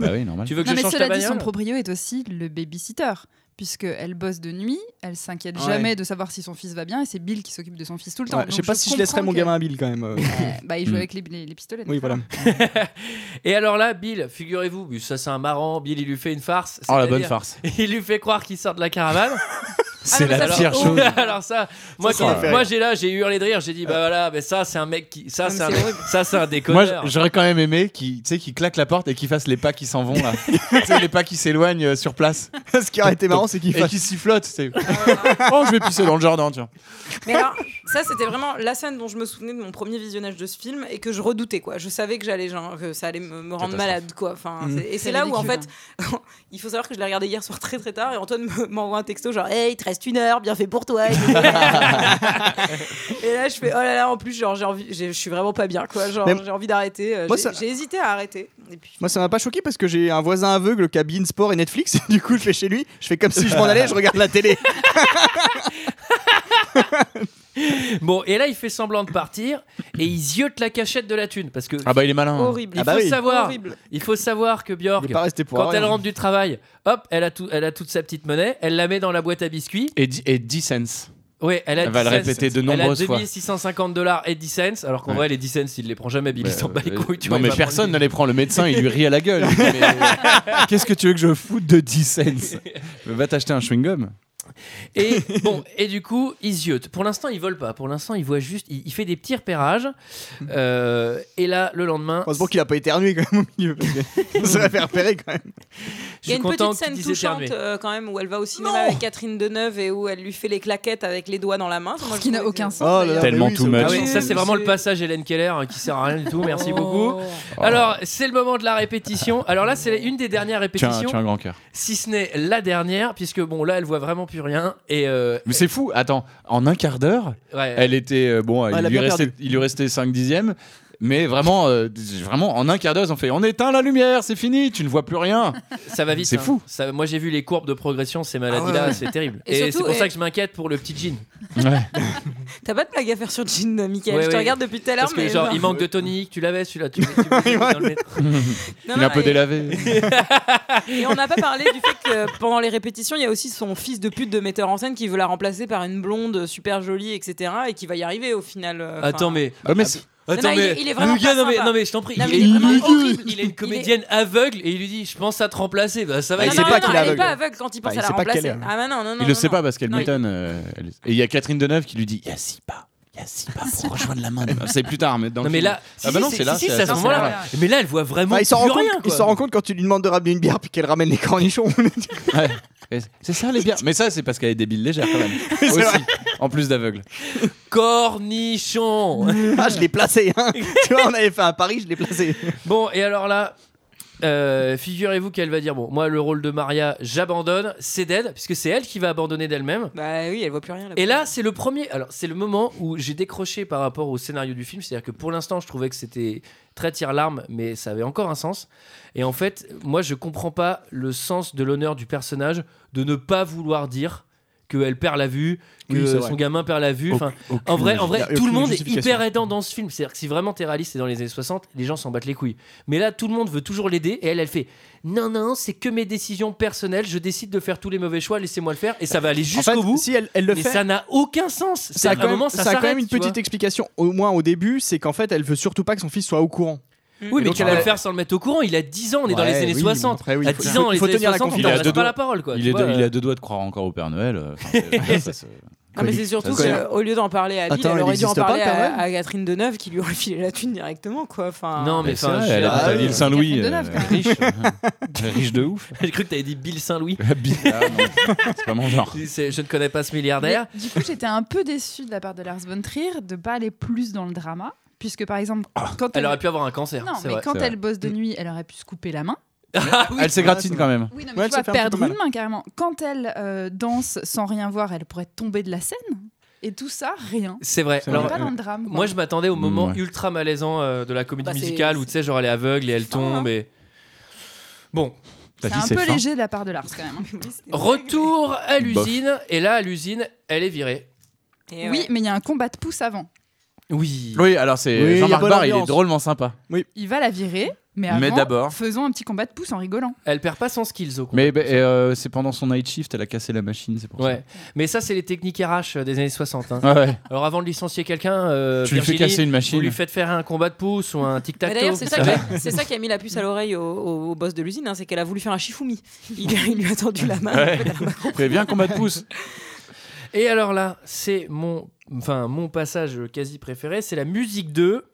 Bah oui, normal.
tu veux que
Non,
je
mais
change ta
cela dit,
bagnole
son proprio est aussi le babysitter. Puisqu'elle bosse de nuit, elle s'inquiète
Ouais.
jamais de savoir si son fils va bien et c'est Bill qui s'occupe de son fils tout le temps.
Ouais, Je sais
Donc
pas si je laisserais mon
comprends
gamin à Bill quand même. euh.
que- Euh, bah,
Hmm.
il joue
Mm.
avec les, les- les pistolets.
Oui,
donc ça
voilà.
Et alors là, Bill, figurez-vous, ça c'est un marrant. Bill, il lui fait une farce.
Oh la bonne
c'est-à-dire-
farce.
Il lui fait croire qu'il sort de la caravane.
C'est la
Alors-
pire chose.
alors ça, moi,
ça
quand-
m'a fait
moi
rire.
j'ai là, j'ai hurlé de rire. J'ai dit bah voilà, mais ça c'est un mec qui, ça c'est un, ça c'est un
Moi,
déconneur.
j- j'aurais quand même aimé qu'il tu sais, qu'il claque la porte et qu'il fasse les pas qui s'en vont là. Tu sais, les pas qui s'éloignent euh, sur place
Ce qui aurait été marrant, c'est qu'il
et
fasse.
qui sifflotent. tu sais.
Ah,
oh, je vais pisser dans le jardin, tiens.
Mais alors, ça, c'était vraiment la scène dont je me souvenais de mon premier visionnage de ce film et que je redoutais, quoi. Je savais que j'allais, genre, que ça allait me, me
Catastrophe.
rendre
Mm.
malade, quoi. Enfin,
Mhm.
c'est- et c'est
C'est
là où, en fait,
ridicule, hein.
il faut savoir que je l'ai regardé hier soir très très tard et Antoine me- m'envoie un texto, genre, hey, il te reste une heure, bien fait pour toi. et là, je fais, oh là là, en plus, genre, j'ai envie, j'ai- je suis vraiment pas bien, quoi. Genre,
Mais-
j'ai envie d'arrêter. Euh,
Moi,
J'ai
ça-
j'ai hésité à arrêter. Et puis,
Moi, ça m'a pas choqué parce que j'ai un voisin aveugle qui a Bein Sport et Netflix. Du coup, je vais chez lui, je fais comme si je m'en allais, je regarde la télé.
Bon, et là il fait semblant de partir et il ziote la cachette de la thune parce que
Ah bah il est malin. hein.
horrible.
il
Ah bah
faut
oui.
savoir,
Horrible.
il faut savoir que
Il
Björk,
est pas resté pour
quand
rien.
elle rentre du travail, hop, elle a tout, elle a toute sa petite monnaie, elle la met dans la boîte à biscuits.
Et, di- et 10 cents.
Ouais, elle a
Elle va le
10 cents.
répéter de
Elle a
nombreuses fois.
2650 dollars et 10 cents, alors qu'en vrai, les 10 cents, il les prend jamais,
Bah,
Bill, il s'en bat les
euh,
couilles. tu
Euh, non,
vois, il
mais
va prendre
personne
le-
ne les prend. Le médecin, il lui rit à la gueule. Il dit, Mais, euh, Qu'est-ce que tu veux que je foute de 10 cents Va t'acheter un chewing-gum.
Et bon, et du coup, ils yotent. Pour l'instant, ils volent pas. Pour l'instant, ils voient juste. Il, il fait des petits repérages. Euh, et là, le lendemain.
Heureusement qu'il a pas éternué quand même au milieu. Parce que on serait fait repérer quand même.
Il y a une petite scène touchante euh, quand même où elle va au cinéma avec Catherine Deneuve et où elle lui fait les claquettes avec les doigts dans la main. Ce qui n'a aucun
sens, Oh là là,
Tellement too much.
Ah oui, ça, c'est vraiment le passage Hélène Keller hein, qui sert à rien du tout. Merci
Oh.
beaucoup.
Oh.
Alors, c'est le moment de la répétition. Alors là, c'est une des dernières
Tu as,
répétitions.
tu as un grand cœur.
Si ce n'est la dernière, puisque bon, là, elle voit vraiment plus rien. Et euh,
Mais c'est fou. Attends, en un quart d'heure,
Ouais.
elle était. euh, bon,
Ah, elle a
il, lui
bien
restait,
perdu.
il lui restait 5 dixièmes. Mais vraiment, euh, vraiment, en un quart d'heure, ils ont fait On éteint la lumière, c'est fini, tu ne vois plus rien.
ça va vite.
C'est
hein.
fou.
Ça- moi, j'ai vu les courbes de progression, ces maladies-là,
Ah ouais.
c'est terrible.
Et
Et,
surtout,
c'est pour
et-
ça que je m'inquiète pour le petit jean.
T'as pas de blague à faire sur Jean, euh, Michael.
Ouais,
je te
ouais.
regarde depuis tout à l'heure.
Parce
mais
que, genre,
non.
il manque de tonique, tu l'avais celui-là, tu, tu- tu- tu- dans le métro.
Non, Il est un non, peu et-
délavé.
Et on n'a pas parlé du fait que pendant les répétitions, il y a aussi son fils de pute de metteur en scène qui veut la remplacer par une blonde super jolie, etc. Et qui va y arriver au final. euh, enfin-
Attends, mais.
Non,
Attends,
non, il
mais.
est- il est vraiment
le gars,
pas
non, mais,
sympa.
non, mais je t'en prie.
Non,
il,
mais
est,
il est vraiment
il-
horrible.
il est une comédienne aveugle et il lui dit Je pense à te remplacer. Bah, ça va,
Ah, il
il
sait
est
pas
Non,
qu'il
elle
est
est
aveugle.
pas aveugle quand il pense
Bah, il
à la
sait pas qu'elle
remplacer.
est-
Ah bah non, non, non.
il le
non,
sait
non.
pas parce qu'elle
Non, il-
m'étonne. euh, elle- Et il y a Catherine Deneuve qui lui dit Yassipa, Yassipa, faut rejoindre la main. C'est plus tard, mais dans
Non,
le
mais
film.
là, si,
ah bah non,
si,
c'est là.
si, si,
c'est
c'est à ce
non,
moment-là.
là.
Mais là, elle voit vraiment
Enfin, il s'en
plus
rend
rien,
compte- il
quoi.
s'en rend compte quand tu lui demandes de ramener une bière puis qu'elle ramène les cornichons.
Ouais. Et C'est ça les bières. Mais ça, c'est parce qu'elle est débile légère quand même. Aussi, en plus d'aveugle.
Cornichon
Ah, je l'ai placé, hein. tu vois, on avait fait à Paris, je l'ai placé.
Bon, et alors là, euh, figurez-vous qu'elle va dire Bon, moi, le rôle de Maria, j'abandonne, c'est dead, puisque c'est elle qui va abandonner d'elle-même.
Bah oui, elle voit plus rien.
Et là, c'est le premier. Alors, c'est le moment où j'ai décroché par rapport au scénario du film. C'est-à-dire que pour l'instant, je trouvais que c'était très tire-larme, mais ça avait encore un sens. Et en fait, moi, je comprends pas le sens de l'honneur du personnage de ne pas vouloir dire qu'elle perd la vue, que
Oui, c'est vrai.
son gamin perd la vue.
Auc-
Enfin,
aucune
en vrai, en
logique.
vrai,
Il y a
tout le
aucune
monde est
justification.
hyper aidant dans ce film. C'est-à-dire que si vraiment t'es réaliste et dans les années 60, les gens s'en battent les couilles. Mais là, tout le monde veut toujours l'aider et elle, elle fait non, non, c'est que mes décisions personnelles. Je décide de faire tous les mauvais choix. Laissez-moi le faire et ça va aller jusqu'au
fait,
bout.
si elle- elle le
mais
fait-
ça n'a aucun sens.
Ça a,
C'est-à-dire qu'à
quand
un
même,
moment,
ça
ça,
a quand
s'arrête,
même une
tu vois.
petite explication, au moins au début, c'est qu'en fait, elle veut surtout pas que son fils soit au courant.
Mm.
Oui,
Et
mais
donc,
tu
elle
vas
a-
le faire sans le mettre au courant. Il a 10 ans, on est dans
Ouais,
les années
oui,
60.
mais après, oui,
à
faut-
10 ans, dans
faut-
les
faut
années
tenir la
60, on
confiance.
ne
Il a deux
pas la
doigts-
parole. Quoi,
il,
tu
est
vois,
de- il
euh,
a deux doigts de croire encore au Père Noël. euh, enfin, c'est- ça se-
Non, mais c'est surtout qu'au lieu d'en parler à Bill,
Attends,
elle
il
aurait dû en
existe pas,
parler
le Père
à,
Noël
à Catherine Deneuve qui lui aurait filé la thune directement, quoi. Enfin,
Non, mais
Mais c'est
enfin,
vrai,
je-
elle habite
Ah,
à
oui.
l'île Saint-Louis.
Catherine Deneuve,
euh,
quand même.
riche, euh, riche de ouf.
J'ai cru que t'avais dit Bill Saint-Louis.
Bill, c'est pas mon genre.
Je ne connais pas ce milliardaire.
Mais du coup, j'étais un peu déçue de la part de Lars von Trier de pas aller plus dans le drama, puisque par exemple, quand
Ah, Elle
elle,
aurait pu avoir un cancer.
non,
c'est
mais
vrai. Hmm.
quand elle bosse de nuit, elle aurait pu se couper la main.
ah
Elle s'est gratine quand même.
Oui, non, mais tu vois, perdre une main carrément. Quand elle euh, danse sans rien voir, elle pourrait tomber de la scène. Et tout ça, rien.
C'est vrai.
On est
Alors,
pas dans le drame.
Moi,
quoi.
je m'attendais au
Mm,
moment ultra malaisant euh, de la comédie
Bah, c'est-
musicale où tu sais, genre elle est aveugle et elle tombe. Et...
hein.
Bon.
C'est un peu léger de la part de Lars quand même. hein.
Retour à l'usine. Et là, à l'usine, elle est virée.
Oui, mais il y a un combat de pouce avant.
Oui.
Oui, alors c'est
Oui, y a
Jean-Marc
bonne
Barr, il est
ambiance.
drôlement sympa.
Il va la virer, mais avant,
Mais d'abord-
faisons un petit combat de pouce en rigolant.
Elle perd pas son skills.
Mais bah, et, euh, c'est pendant son night shift, elle a cassé la machine, c'est pour ça.
Ouais. Mais ça, c'est les techniques RH des années 60. hein.
Ouais, ouais.
Alors, avant de licencier quelqu'un, euh,
Ah. Tu lui fais
Virginie,
casser une machine.
Vous lui faites faire un combat de pouce ou un
Mais
tic-tac-toe.
Bah, D'ailleurs, c'est ça, qui- c'est ça qui a mis la puce à l'oreille au, au- au boss de l'usine, hein, c'est qu'elle a voulu faire un chifoumi. Il, il lui a tendu la main.
Ouais.
elle a pas compris.
Préviens combat de pouce.
Et alors là, c'est mon, enfin, mon passage quasi préféré, c'est la musique 2.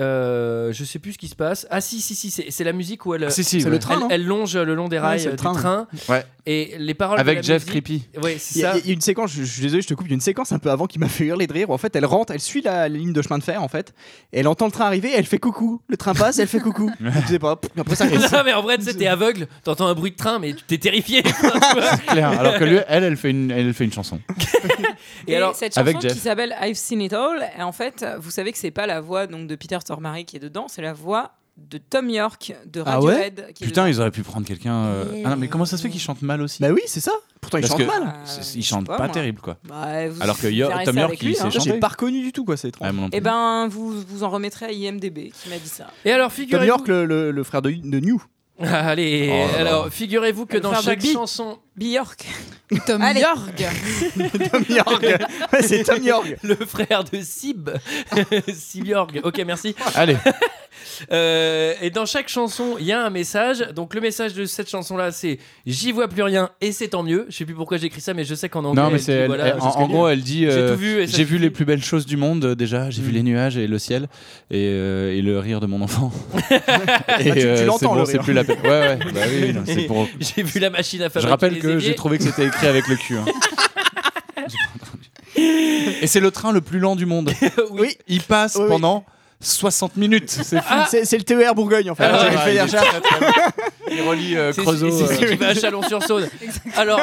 Euh, je sais plus ce qui se passe. Ah si si si, c'est c'est la musique où elle,
Ah, si, si,
elle,
C'est ouais. le train, non
elle longe le long des
Ouais,
rails
c'est
euh,
le
du
train.
train.
Ouais.
Et les paroles
Avec
de la
Jeff
musique- Ouais, c'est
Il y, a-
ça.
il y a une séquence, je, je suis désolé, je te coupe, il y a une séquence un peu avant qui m'a fait hurler de rire. où En fait, elle rentre, elle suit la, la ligne de chemin de fer, en fait, et elle entend le train arriver, elle fait coucou. Le train passe, elle fait coucou. je sais pas, pff, après ça.
non mais en vrai, tu sais, t'es aveugle, t'entends un bruit de train, mais tu t'es terrifié. tu vois.
Claire, alors que lui, elle, elle fait une, elle fait une chanson.
Et,
alors-
cette
Avec
chanson qui
Jeff.
s'appelle I've Seen It All, et en fait, vous savez que c'est pas la voix donc de Peter Stormare qui est dedans, c'est la voix de Tom York de Radiohead. qui
Ah
est
Putain, ils auraient pu prendre quelqu'un. euh, Ah non, mais comment ça se fait qu'ils chantent mal aussi
Bah oui, c'est ça. Pourtant, ils
Parce
chantent
que
mal.
c'est- Ils chantent
pas,
pas,
moi.
terrible quoi.
Bah, vous-
alors que
vous
Yo-
verrez
Tom
ça
York,
avec
il
lui,
s'est
hein.
chanté.
J'ai pas reconnu du tout, quoi,
Ah,
c'est étrange.
Ouais, moi non plus.
Eh ben, vous vous en remettrez à IMDB qui m'a dit ça.
Et alors
Tom
figurez-vous. Ah,
York, le, le- le frère de, de New.
Allez,
Oh là là.
alors figurez-vous que
Le
dans
frère de
chaque
Bi.
chanson,
Bjork.
Tom
Allez.
York.
Tom York. Ouais, c'est Tom York.
Le frère de Sib. Sib York. Ok, merci.
Allez.
Euh, et dans chaque chanson, il y a un message. Donc le message de cette chanson-là, c'est j'y vois plus rien et c'est tant mieux. Je sais plus pourquoi j'ai écrit ça, mais je sais qu'en anglais.
non, mais
elle
c'est
dit,
elle-
voilà,
elle-
je
en,
sais
en
que-
gros, elle dit
J'ai
euh,
tout vu. et ça
J'ai
suffit.
vu les plus belles choses du monde euh, déjà, j'ai vu les nuages et le ciel et, euh, et le rire de mon enfant. et euh,
Ah, tu- tu
c'est
l'entends,
bon,
le
c'est
rire.
plus la peine. Ouais, ouais, bah oui, non, c'est pour.
J'ai vu la machine à
Je
fabriquer.
rappelle
les
que j'ai
éviers.
trouvé que c'était écrit avec le cul. hein. J'ai pas entendu. Et c'est le train le plus lent du monde.
oui.
Il passe
Oui, oui.
pendant 60 minutes. C'est fou. Euh,
C'est c'est le TER Bourgogne en fait.
Ah,
J'avais
ouais,
fait
il, est
la recherche.
très, très bon. Il relie euh,
C'est-
Creusot.
c'est- c'est
euh,
celui qui va à Chalon-sur-Saône. Alors,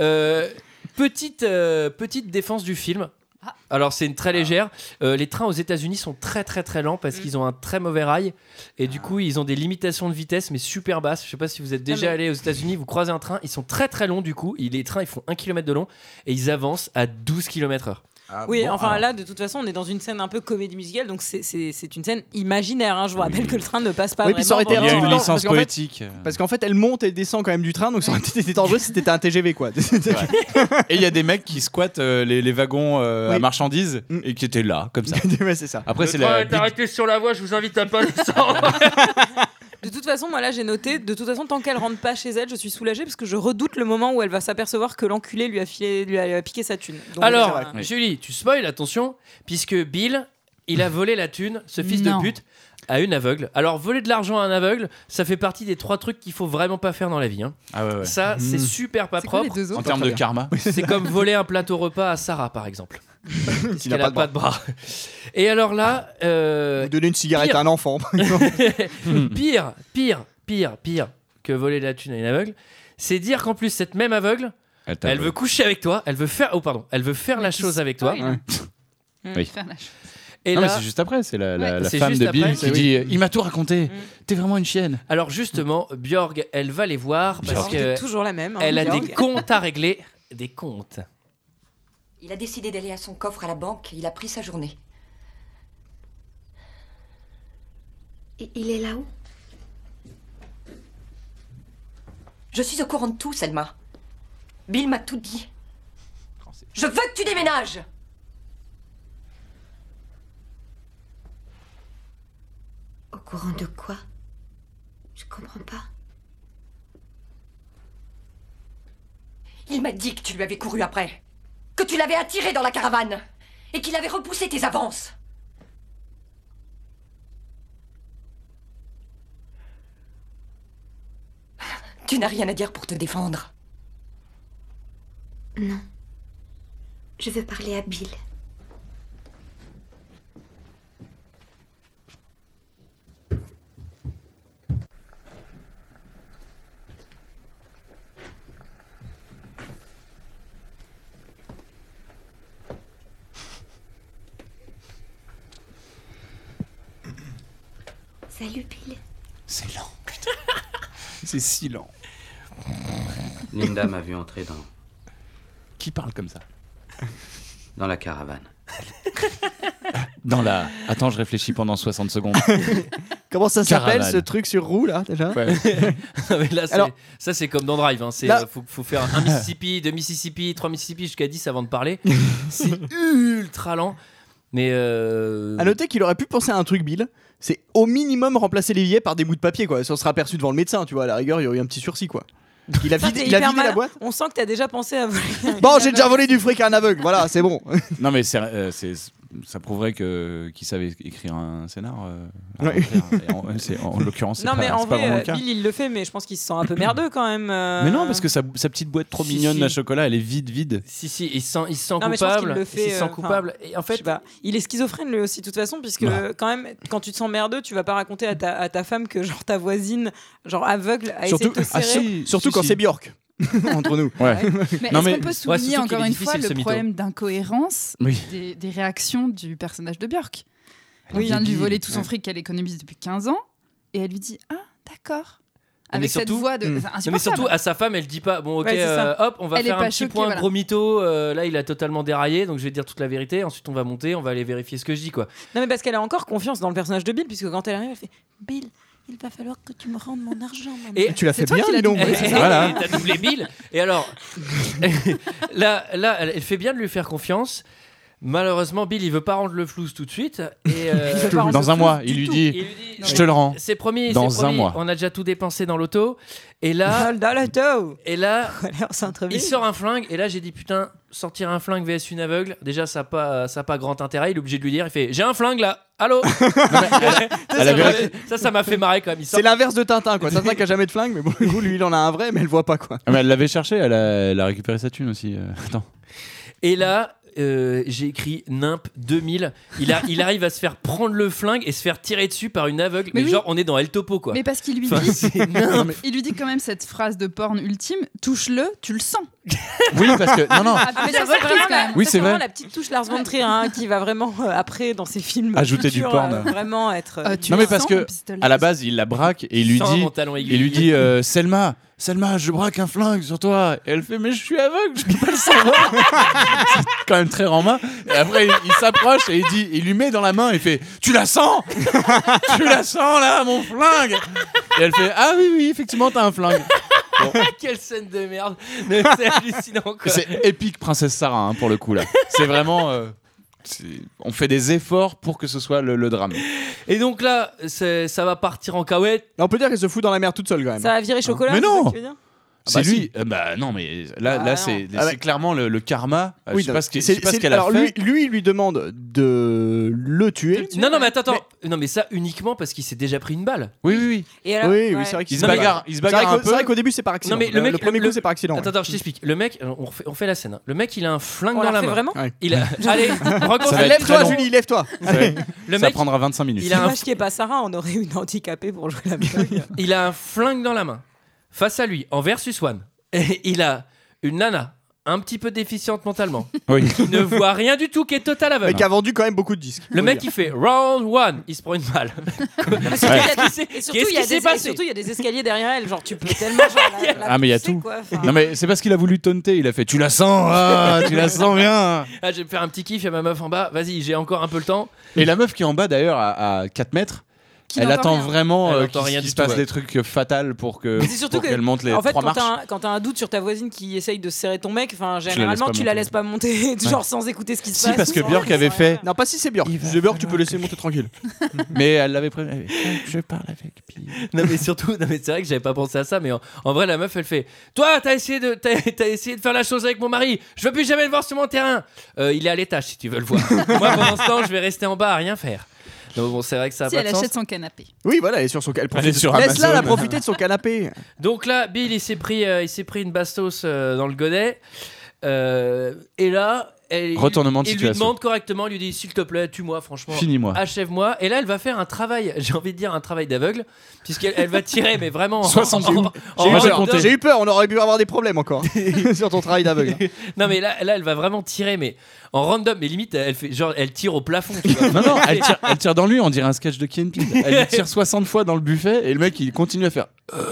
euh, petite, euh, petite défense du film.
Ah.
Alors, c'est une très légère. Euh, les trains aux États-Unis sont très, très, très lents parce
Mm.
qu'ils ont un très mauvais rail. Et
Ah.
du coup, ils ont des limitations de vitesse, mais super basses. Je sais pas si vous êtes déjà
Ah, mais-
allé aux États-Unis, vous croisez un train. Ils sont très, très longs du coup. Et Les trains, ils font 1 km de long et ils avancent à 12 km/h.
Ah,
Oui, enfin là, de toute façon, on est dans une scène un peu comédie musicale, donc c'est- c'est c'est une scène imaginaire. hein. Je vous rappelle
Oui.
que le train ne passe pas
Oui, puis
vraiment.
ça aurait été
Il y a
Non,
une
non,
licence
parce qu'en fait-
poétique.
Parce qu'en fait, elle monte et descend quand même du train, donc ça aurait été dangereux si c'était un TGV quoi.
Et il y a des mecs qui squattent euh, les, les wagons euh, à
Oui.
marchandises
Mm.
et qui étaient là, comme ça.
Ouais, c'est ça.
Après, c'est la. big-
arrêté sur la voie, je vous invite à pas descendre.
De toute façon, moi là, j'ai noté, de toute façon, tant qu'elle rentre pas chez elle, je suis soulagée parce que je redoute le moment où elle va s'apercevoir que l'enculé lui, a filé- lui a piqué sa thune. Donc,
Alors,
euh,
Oui.
Julie, tu spoil, attention, puisque Bill, il a volé la thune, ce fils
Non.
de pute, à une aveugle. Alors, voler de l'argent à un aveugle, ça fait partie des trois trucs qu'il faut vraiment pas faire dans la vie. hein.
Ah ouais, ouais.
Ça, c'est super pas
Hmm. C'est quoi les
propre.
deux
En
autres
termes de karma.
C'est comme voler un plateau repas à Sarah, par exemple. Parce
S'il
qu'elle a pas de bras. Et alors là, euh,
Vous donnez une cigarette
pire.
à un enfant.
pire, pire, pire, pire que voler la thune à une aveugle, c'est dire qu'en plus, cette même aveugle, elle veut coucher avec toi, elle veut faire, oh pardon, elle veut faire
Mais
la
qui
chose avec toi.
spoil.
Ouais.
Mmh.
Oui.
Faire la chose.
Et
non, mais
là,
c'est juste après, c'est la, la-
Ouais,
la
c'est
femme
juste
de Bill
après,
qui
c'est-
dit euh, Il m'a tout raconté,
Mm.
t'es vraiment une chienne.
Alors justement, Björg, elle va les voir parce
alors, on est
qu'elle
toujours la même. hein,
a des
Bjorg.
comptes à régler. Des comptes.
Il a décidé d'aller à son coffre à la banque. Il a pris sa journée.
Et il est là-haut
Je suis au courant de tout, Selma. Bill m'a tout dit. Je veux que tu déménages
Au courant de quoi Je comprends pas.
Il m'a dit que tu lui avais couru après. Que tu l'avais attiré dans la caravane. Et qu'il avait repoussé tes avances. Tu n'as rien à dire pour te défendre.
Non. Je veux parler à Bill. Salut Bill.
C'est lent, putain. c'est si lent.
Linda m'a vu entrer dans,
Qui parle comme ça
dans la caravane.
Dans la. Attends, je réfléchis pendant 60 secondes.
Comment ça s'appelle
Caravane.
ce truc sur roue là déjà
Mais là, c'est-
Alors-
ça, c'est comme dans Drive. hein. C'est,
Là-
euh, faut, faut faire un Mississippi, deux Mississippi, trois Mississippi jusqu'à 10 avant de parler. c'est ultra lent. Mais. euh,
À noter qu'il aurait pu penser à un truc Bill. C'est au minimum remplacer les billets par des bouts de papier quoi. Si on sera aperçu devant le médecin, tu vois, à la rigueur, il y aurait eu un petit sursis quoi. Il a
Ça,
vidé,
t'es
il a
hyper
vidé la
malin.
boîte.
On sent que t'as déjà pensé à voler.
Bon, j'ai déjà volé du fric à un aveugle, voilà, c'est bon.
non, mais c'est, euh, c'est- ça prouverait que, qu'il savait écrire un scénar. euh, à
Ouais.
l'envers. Et en, euh, c'est- en l'occurrence, c'est
Non,
pas,
mais en
c'est pas
vrai,
vraiment le
euh,
cas.
Bill, il le fait, mais je pense qu'il se sent un peu merdeux quand même. euh.
Mais non, parce que sa, sa petite boîte trop
Si,
mignonne
si.
à chocolat, elle est vide, vide.
Si, si, il se sent, il se sent
Non, mais je pense
coupable.
qu'il le fait,
il se sent
euh,
coupable. Et en
Je
fait,
sais pas. il est schizophrène lui aussi de toute façon puisque
Bah.
quand même quand tu te sens merdeux tu vas pas raconter à ta, à ta femme que genre ta voisine genre aveugle a essayé
Surtout-
de te
Ah,
serrer
si,
Surtout
si,
quand
si.
c'est Bjork. Entre nous.
Ouais.
Mais
Non,
est-ce
mais-
qu'on peut
Ouais,
souligner
surtout qu'il
encore
est
une
difficile,
fois
ce
le
mytho.
problème d'incohérence
Oui.
des, des réactions du personnage de Björk
est
Elle vient de lui
débile.
voler tout son fric qu'elle économise depuis 15 ans et elle lui dit Ah, d'accord.
Mais
Avec cette
surtout-
voix de.
Mm.
c'est
Non, mais
insupportable.
surtout à sa femme, elle dit pas bon ok
Ouais, c'est ça.
euh, hop on va
Elle est
faire un
pas
petit
choquée,
point
voilà.
gros mytho euh, là il a totalement déraillé donc je vais dire toute la vérité ensuite on va monter on va aller vérifier ce que je dis quoi
non mais parce qu'elle a encore confiance dans le personnage de Bill puisque quand elle arrive elle fait Bill
Il va falloir que tu me rendes mon argent. maman.
Voilà. T'as doublé Bill. Et alors, là, là, elle- elle fait bien de lui faire confiance. Malheureusement, Bill, il veut pas rendre le flouze tout de suite. Et euh,
Il veut pas rendre Dans le un flouze mois, du il lui tout. dit, je te le rends.
C'est promis.
Dans
c'est
un
promis.
mois.
On a déjà tout dépensé dans l'auto. Et là,
dans l'auto.
Et là,
Ah
il
ville.
sort un flingue. Et là, j'ai dit putain, sortir un flingue vs une aveugle. Déjà, ça a pas, ça a pas grand intérêt. Il est obligé de lui dire. Il fait, j'ai un flingue là. Allô. Ça,
Elle
ça
avait-
m'a fait- ça, ça m'a fait marrer quand même. Il sort-
C'est l'inverse de Tintin, quoi. Tintin qui a jamais de flingue, mais bon, le coup, lui, il en a un vrai, mais elle voit pas, quoi.
Ah, mais elle l'avait cherché, elle a, elle a récupéré sa thune aussi. euh, attends.
Et là, euh, j'ai écrit Nimp 2000. Il, a, il arrive à se faire prendre le flingue et se faire tirer dessus par une aveugle. Mais,
Mais oui.
genre, on est dans El Topo, quoi.
Mais parce qu'il lui
Enfin,
dit,
c'est nimp.
il lui dit quand même cette phrase de porn ultime, touche-le, tu le sens.
Oui, parce que. Non, non.
Ah, mais ça, c'est vrai, quand même.
Oui, c'est vrai.
la petite touche Lars von Trier hein, qui va vraiment euh, après dans ses films
Ajouter du
futurs,
porn.
euh, vraiment être
Ah,
euh,
non, mais parce que à la base, il la braque et il lui
Sans
dit,
mon talon aiguille.
il lui dit euh, Selma, Selma, je braque un flingue sur toi. Et elle fait Mais je suis aveugle, je peux pas le savoir. C'est quand même très en main. Et après, il, il s'approche et il dit Il lui met dans la main et il fait Tu la sens Tu la sens là, mon flingue Et elle fait Ah oui, oui, effectivement, t'as un flingue. Bon.
Quelle scène de merde. Mais c'est hallucinant, quoi.
C'est épique Princesse Sarah hein, pour le coup là. C'est vraiment. euh, c'est- on fait des efforts pour que ce soit le, le drame.
Et donc là, c'est- ça va partir en cahuète.
On peut dire qu'elle se fout dans la mer toute seule quand même.
ça va virer chocolat
Mais
c'est
non
ça que tu veux dire
C'est
bah
lui.
si.
Euh, Bah non, mais là, là c'est
Ah,
c'est
bah-
clairement le, le karma. Euh,
Oui,
je sais
non,
pas ce qu'elle- je
c'est-
sais pas ce
c'est-
qu'elle a
alors,
fait.
Lui, lui, il lui demande de le tuer.
Non, non, mais attends, attends. Non, mais ça uniquement parce qu'il s'est déjà pris une balle.
Oui, oui, oui.
Et
alors- Oui, oui, ouais. c'est vrai qu'il
Non,
se
mais-
bagarre- il se bagarre
C'est vrai
un
qu'au-
peu.
c'est vrai qu'au
début, c'est par accident.
Non, mais le,
Le-
mec,
le premier coup, c'est par accident,
Attends,
ouais.
attends, je t'explique. Le mec, on refait, on fait la scène. hein. Le mec, il a un flingue
On
dans
la
la
refait
main.
vraiment Ouais.
il a... Allez, reconstruis-
Ça va être
lève-toi,
très long.
Julie,
lève-toi.
Ça va-
Le
ça
mec,
prendra 25 minutes.
il a un
Dommage qu'il n'y ait pas Sarah, on aurait une handicapée pour jouer la blague.
Il a un flingue dans la main. Face à lui, en versus one, et il a une nana un petit peu déficiente mentalement.
Oui.
Qui ne voit rien du tout, qui est total aveugle.
Mais qui a vendu quand même beaucoup de disques.
Le mec, il fait round one, il se prend une balle.
Surtout, il y a-
Qu'est-ce
et surtout, il y
qui
a des-
s'est
et
passé
surtout, il y a des escaliers derrière elle. Genre, tu peux tellement. genre, la- la
Ah mais il y a
pousser,
tout.
quoi, enfin.
Non mais c'est parce qu'il a voulu taunter, il a fait tu la sens, ah, tu la sens bien.
Ah, je vais me faire un petit kiff, il y a ma meuf en bas. Vas-y, j'ai encore un peu le temps.
Et la meuf qui est en bas d'ailleurs à, à 4 mètres,
Qui
elle
n'entend
attend
rien.
vraiment
Elle
euh,
entend
qu'il
rien
qu'il
du
se passe
tout, ouais.
des trucs euh, fatals pour que
Mais c'est surtout
pour
que,
qu'elle monte les
en fait,
trois
quand
marches.
t'as, un, quand t'as un doute sur ta voisine qui essaye de serrer ton mec, enfin,
la
généralement,
laisses pas
tu la
monter.
laisses pas monter,
Ouais.
genre sans écouter ce qui se
Si
passe.
parce que
sans-
Björk avait fait.
Non, pas si c'est Björk. C'est Björk, tu peux laisser monter tranquille.
Mais elle l'avait prévenu. Je parle avec Bill.
Non mais surtout, non mais c'est vrai que j'avais pas pensé à ça, mais en, en vrai la meuf elle fait, toi t'as essayé de t'as, t'as essayé de faire la chose avec mon mari, je veux plus jamais le voir sur mon terrain. Euh, il est à l'étage si tu veux le voir. Moi pendant ce temps je vais rester en bas à rien faire. Donc bon c'est vrai que ça a
Si
pas
elle
de sens.
achète son canapé.
Oui, voilà, elle est sur son elle
est
profite-
sur
Laisse-la la
Amazon.
profiter de son canapé.
Donc là Bill il s'est pris euh, il s'est pris une bastos euh, dans le godet Euh, et là elle,
Retournement de
il
situation.
lui demande correctement, il lui dit s'il te plaît tue-moi franchement,
Finis-moi.
Ah.
achève-moi. Et là elle va faire un travail, j'ai envie de dire un travail d'aveugle puisqu'elle elle va tirer mais vraiment. en-
70.
en- en-
J'ai eu
en-
peur.
en-
J'ai eu peur, on aurait pu avoir des problèmes encore sur ton travail d'aveugle.
Non mais là, là elle va vraiment tirer mais en random mais limite elle fait genre elle tire au plafond. tu vois.
Non, non, elle tire, elle tire dans lui, on dirait un sketch de Key and Peele. Elle lui tire 60 fois dans le buffet et le mec il continue à faire euh,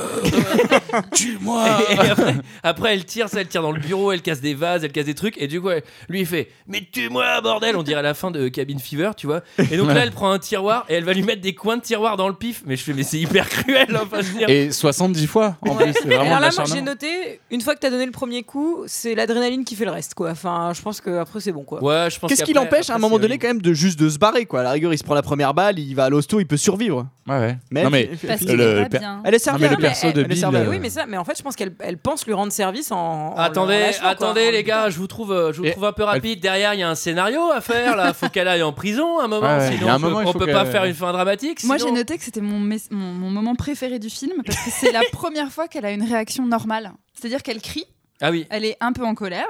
Tue-moi
Et- et après, après, elle tire ça, elle tire dans le bureau, elle casse des vases, elle casse des trucs et du coup elle- lui il fait mais tue-moi bordel on dirait la fin de Cabin Fever tu vois. Et donc là elle prend un tiroir et elle va lui mettre des coins de tiroir dans le pif mais je fais mais c'est hyper cruel enfin je veux dire.
Et 70 fois en plus, c'est
Alors
vraiment de
là, moi, j'ai
l'acharnement.
noté, une fois que t'as donné le premier coup, c'est l'adrénaline qui fait le reste, quoi. Enfin, je pense que après c'est bon, quoi.
Ouais, je
Qu'est-ce qui l'empêche à un moment donné quand même de juste de se barrer quoi À la rigueur, il se prend la première balle, il va à l'hosto, il peut survivre.
Ouais, ouais.
Mais
non, mais
Parce
qu'il
le,
va
le per-
bien.
Elle est servie.
Non, mais
Non,
le
mais
perso
elle-
de
elle est
Bill.
servie.
euh,
Oui, mais ça, mais en fait, je pense qu'elle elle pense lui rendre service en. en
Oh,
le
Attendez,
relâchant, quoi.
attendez les gars, je vous trouve, euh, je vous trouve un peu rapide. Derrière, il y a un scénario à faire. Là, faut qu'elle aille en prison un moment.
Ouais, ouais. Il
Sinon,
y a un
on peut-
moment, il
on
faut
peut pas
que-
faire une fin dramatique.
Moi
sinon-
j'ai noté que c'était mon, mes- mon, mon moment préféré du film parce que c'est la première fois qu'elle a une réaction normale. C'est-à-dire qu'elle crie,
Ah oui.
elle est un peu en colère.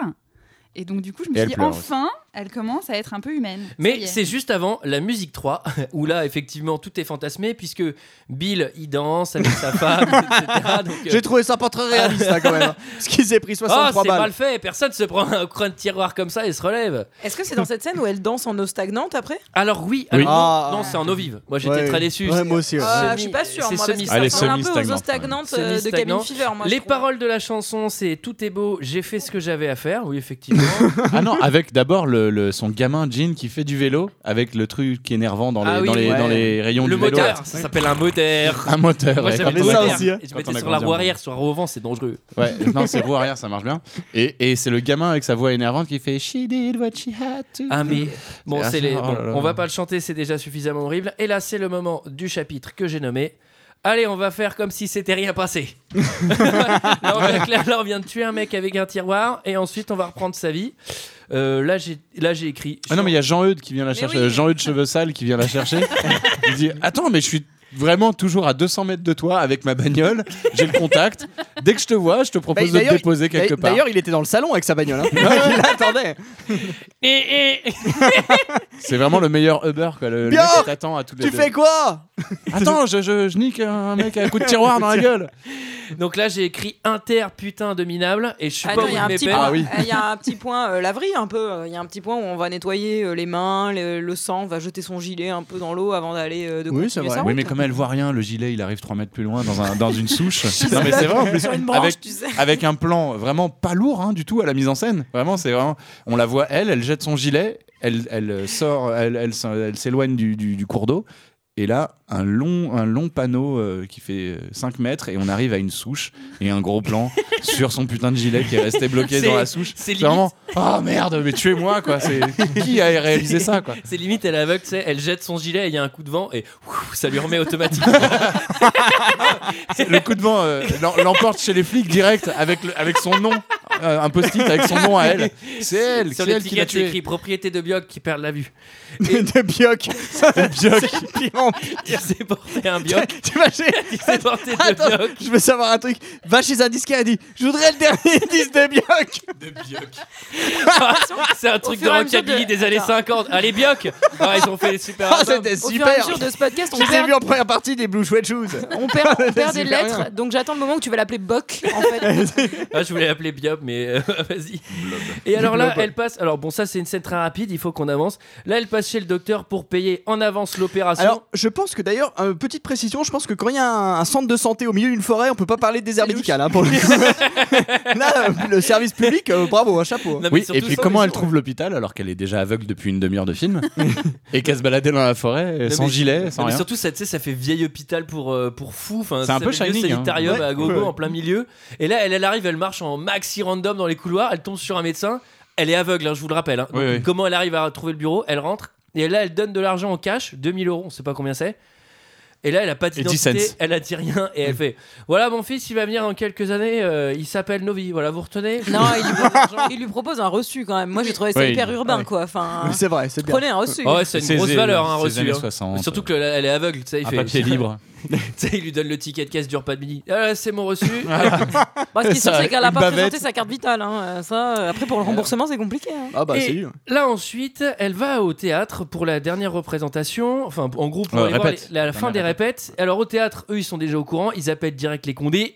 Et donc du coup je
Et
me
elle
suis dit
pleure
enfin elle commence à être un peu humaine. Ça y
Mais
est.
c'est juste avant la musique 3, où là, effectivement, tout est fantasmé, puisque Bill, il danse avec sa femme, etc. Donc, euh,
J'ai trouvé ça pas très réaliste hein, quand même. Parce qu'il s'est pris
Ah,
63
c'est
balles.
mal fait, personne se prend un coin de tiroir comme ça et se relève.
Est-ce que c'est dans cette scène où elle danse en eau stagnante après
Alors oui,
Oui.
alors non,
Ah.
non, c'est en eau vive. Moi, j'étais
Ouais.
très déçu.
Ouais, moi aussi, ouais.
Ah,
Semi-
je suis pas sûre,
c'est
moi, parce que
semi-
ça Elle est ressemble un peu aux eaux semi-stagnante, stagnantes, ouais. euh, de Cabin Fever, moi, je
Les
trouve.
paroles de la chanson, c'est tout est beau, j'ai fait ce que j'avais à faire. Oui, effectivement.
Ah non, avec d'abord le, le, le- son gamin Jean qui fait du vélo avec le truc énervant dans les,
Ah oui,
dans les,
ouais.
dans les rayons
le
du vélo.
moteur, ça s'appelle un moteur.
Un moteur,
Moi,
ouais.
j'avais
Quand
le
on a
moteur.
grandi, hein.
Et je
Quand
mettais
on a
sur la
grandi,
roue
hein.
arrière, sur la roue avant, c'est dangereux.
Ouais, non, c'est roue arrière, ça marche bien. Et, et c'est le gamin avec sa voix énervante qui fait She did what she had to.
Ah mais bon,
Ah,
c'est les...
oh
bon,
là là.
on va pas le chanter, c'est déjà suffisamment horrible. Et là, c'est le moment du chapitre que j'ai nommé. Allez, on va faire comme si c'était rien passé. là, on vient, clair- là, on vient de tuer un mec avec un tiroir et ensuite on va reprendre sa vie. Euh, là, j'ai là j'ai écrit.
Ah non, mais il y a Jean-Eudes qui vient la chercher. euh, Jean-Eudes Cheveux Sales qui vient la chercher. il dit Attends, mais je suis vraiment toujours à 200 mètres de toi avec ma bagnole. J'ai le contact. Dès que je te vois, je te propose
Bah,
de te
d'ailleurs,
déposer
il-
quelque
d'ailleurs,
part.
D'ailleurs, il était dans le salon avec sa bagnole. hein. il l'attendait.
Et,
C'est vraiment le meilleur Uber. Quoi. Le, le mec
Björk,
qui t'attend à tous les
Tu
deux.
fais quoi
Attends, je, je, je nique un mec à coup de tiroir dans la gueule.
Donc là, j'ai écrit inter putain de minable et je suis
Ah
pas
non,
où
il y a un
mes
petit
peines.
point- euh, il y a un petit point euh, laverie un peu. euh, Il y a un petit point où on va nettoyer euh, les mains, le, le sang, on va jeter son gilet un peu dans l'eau avant d'aller euh, de continuer sa
Oui,
route.
mais comme elle voit rien, le gilet il arrive 3 mètres plus loin dans, un, dans une souche.
Sur
non, mais
une-
c'est vrai en plus.
sur une branche,
avec,
tu sais.
avec un plan vraiment pas lourd hein, du tout à la mise en scène. Vraiment, c'est vraiment. On la voit elle, elle jette son gilet, elle, elle euh, sort, elle, elle, s'en- elle s'éloigne du, du- du cours d'eau. Et là, un long, un long panneau euh, qui fait 5 mètres et on arrive à une souche et un gros plan sur son putain de gilet qui est resté bloqué
C'est-
dans la souche.
c'est limite.
vraiment. Oh merde, mais tuez-moi quoi. C'est- Qui a réalisé ça quoi
C'est limite, elle est aveugle, tu sais, elle jette son gilet et il y a un coup de vent et ouf, ça lui remet automatiquement.
le coup de vent euh, l'em- l'emporte chez les flics direct avec, le- avec son nom, euh, un post-it avec son nom à elle. C'est elle,
Sur
c'est elle qui l'a
l'étiquette, c'est
tué.
écrit propriété de Bioc qui perd la vue.
De Bioc.
De Bioc.
Il s'est porté un Bioc.
T'imagines
Il s'est porté de
Attends,
Bioc.
je veux savoir un truc. Va chez un disquaire et dit Je voudrais le dernier disque de Bioc.
C'est un
Au
truc de
fur et à mesure
rockabilly
de-
des années
Attends.
50. Allez, Bioc Ah, Ils ont fait des super.
Ah,
albums.
c'était
Au
super.
fur et à mesure de ce podcast, on
Je les ai
perd-
vus en première partie des Blue Sweat Shoes.
On perd, on perd des
Super
lettres,
bien.
donc j'attends le moment où tu vas l'appeler Boc. En fait.
Ah, je voulais l'appeler Bioc, mais euh, vas-y. Et alors là,
Blob.
elle passe. Alors bon, ça, c'est une scène très rapide, il faut qu'on avance. Là, elle passe chez le docteur pour payer en avance l'opération.
Alors, je pense que d'ailleurs, euh, petite précision, je pense que quand il y a un, un centre de santé au milieu d'une forêt, on peut pas parler de désert médical. hein, pour le coup. Là, euh, le service public, euh, bravo, un chapeau. hein.
Oui, et puis comment elle trouve l'hôpital alors qu'elle est déjà aveugle depuis une demi-heure de film et qu'elle se baladait dans la forêt euh,
Non,
sans
mais-
gilet,
non,
sans
mais
rien.
surtout, ça, tu sais, ça fait vieil hôpital pour, euh, pour fou. Enfin,
C'est un
ça
peu
fait vieux
Shining, hein.
sanitarium
Ouais.
à gogo
Ouais.
en plein milieu. Et là, elle, elle arrive, elle marche en maxi random dans les couloirs, elle tombe sur un médecin. Elle est aveugle, hein, je vous le rappelle. hein. Donc,
Oui, oui.
Comment elle arrive à trouver le bureau Elle rentre et là, elle donne de l'argent en cash, 2000 euros, on sait pas combien c'est. Et là, elle a pas
Et 10
d'identité,
cents. Mm.
elle a dit rien et elle fait Voilà, mon fils, il va venir dans quelques années, euh, il s'appelle Novi. Voilà, vous retenez
Non, il lui, propose, il lui propose un reçu quand même. Moi, j'ai trouvé ça
Oui.
hyper urbain,
Ouais.
quoi. Enfin,
Oui, c'est vrai, c'est bien.
Prenez un reçu.
Ah ouais, c'est une
C'est
grosse
zé-
valeur, un
c'est
reçu.
années
hein.
60.
Surtout que la- elle est aveugle, tu sais, il
Un
fait.
papier libre.
tu sais, il lui donne le ticket de caisse du repas de midi. Ah, là, c'est mon reçu.
Bon, ce qui est sûr,
Ça,
c'est qu'elle a
une
pas présenté
bavette.
sa carte vitale. hein. Euh, Ça, euh, après, pour le remboursement, c'est compliqué. hein.
Ah, bah,
Et Là ensuite, elle va au théâtre pour la dernière représentation, enfin en groupe pour
Euh,
aller voir
répète.
les- la, la fin des répètes. Alors au théâtre, eux ils sont déjà au courant, ils appellent direct les condés.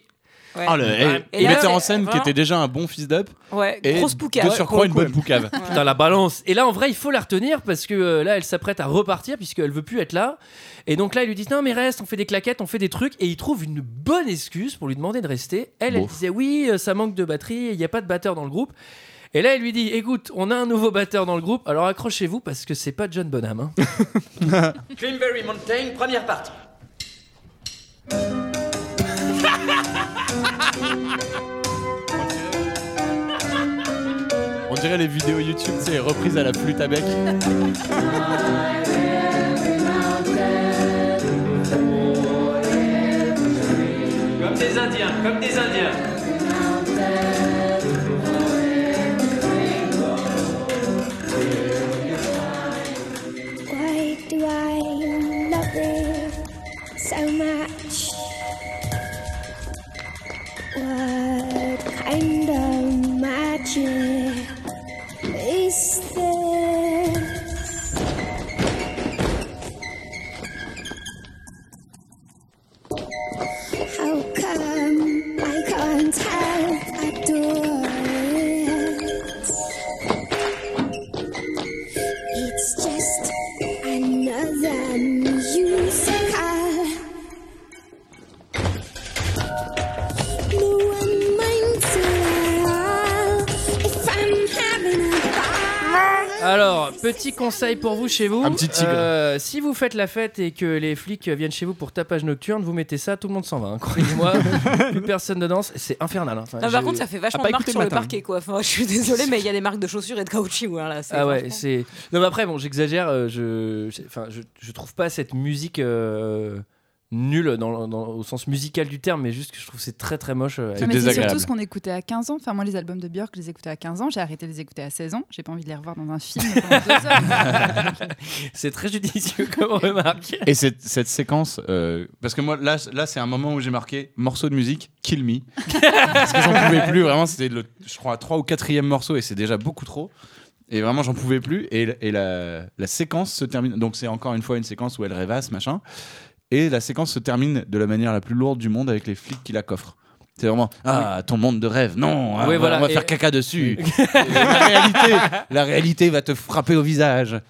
Ouais.
Ah, le- eh,
Et
il
là,
mettait en
c'est
scène qui
vraiment-
était déjà un bon fils d'up.
Ouais,
et
grosse poucave.
De surcroît, une bonne poucave.
Putain, la balance. Et là, en vrai, il faut la retenir parce que euh, là, elle s'apprête à repartir puisqu'elle veut plus être là. Et donc là, il lui dit Non, mais reste, on fait des claquettes, on fait des trucs. Et il trouve une bonne excuse pour lui demander de rester. Elle, elle
Beauf.
disait Oui, euh, ça manque de batterie, il n'y a pas de batteur dans le groupe. Et là, il lui dit Écoute, on a un nouveau batteur dans le groupe, alors accrochez-vous parce que c'est pas John Bonham. hein.
Cranberry Mountain, première partie.
On dirait les vidéos YouTube, c'est les reprises à la flûte à bec.
Comme des Indiens, comme des Indiens.
Why do I love it so much? What kind of magic is this? How come I can't
Alors, petit conseil pour vous chez vous.
Un petit tigre.
Euh, si vous faites la fête et que les flics viennent chez vous pour tapage nocturne, vous mettez ça, tout le monde s'en va. hein. Croyez-moi, plus personne ne danse. C'est infernal. hein. Enfin,
Non, par
j'ai-
contre, ça fait vachement de marques sur le parquet, quoi. Enfin, je suis désolée, mais il y a des marques de chaussures et de caoutchouc, hein, là. c'est
Ah ouais,
franchement-
c'est. Non, mais après, bon, j'exagère. euh, je... c'est- Enfin, je... je trouve pas cette musique euh, nulle dans, dans- au sens musical du terme, mais juste que je trouve que c'est très très moche. euh,
Non,
avec-
mais surtout ce qu'on écoutait à 15 ans. Enfin, moi, les albums de Björk, je les écoutais à 15 ans. J'ai arrêté de les écouter à 16 ans. J'ai pas envie de les revoir dans un film pendant deux heures.
C'est très judicieux comme remarque.
Et cette, cette séquence, euh, parce que moi, là, là c'est un moment où j'ai marqué morceau de musique, Kill Me. parce que j'en pouvais plus, vraiment, c'était, le, je crois, trois ou quatrième morceau et c'est déjà beaucoup trop. Et vraiment, j'en pouvais plus. Et, et la, la séquence se termine. Donc, c'est encore une fois une séquence où elle rêvasse, machin. Et la séquence se termine de la manière la plus lourde du monde avec les flics qui la coffrent. C'est vraiment, ah, ton monde de rêve, non, ah,
Oui, voilà,
on va
et-
faire caca dessus. la, réalité, la réalité va te frapper au visage.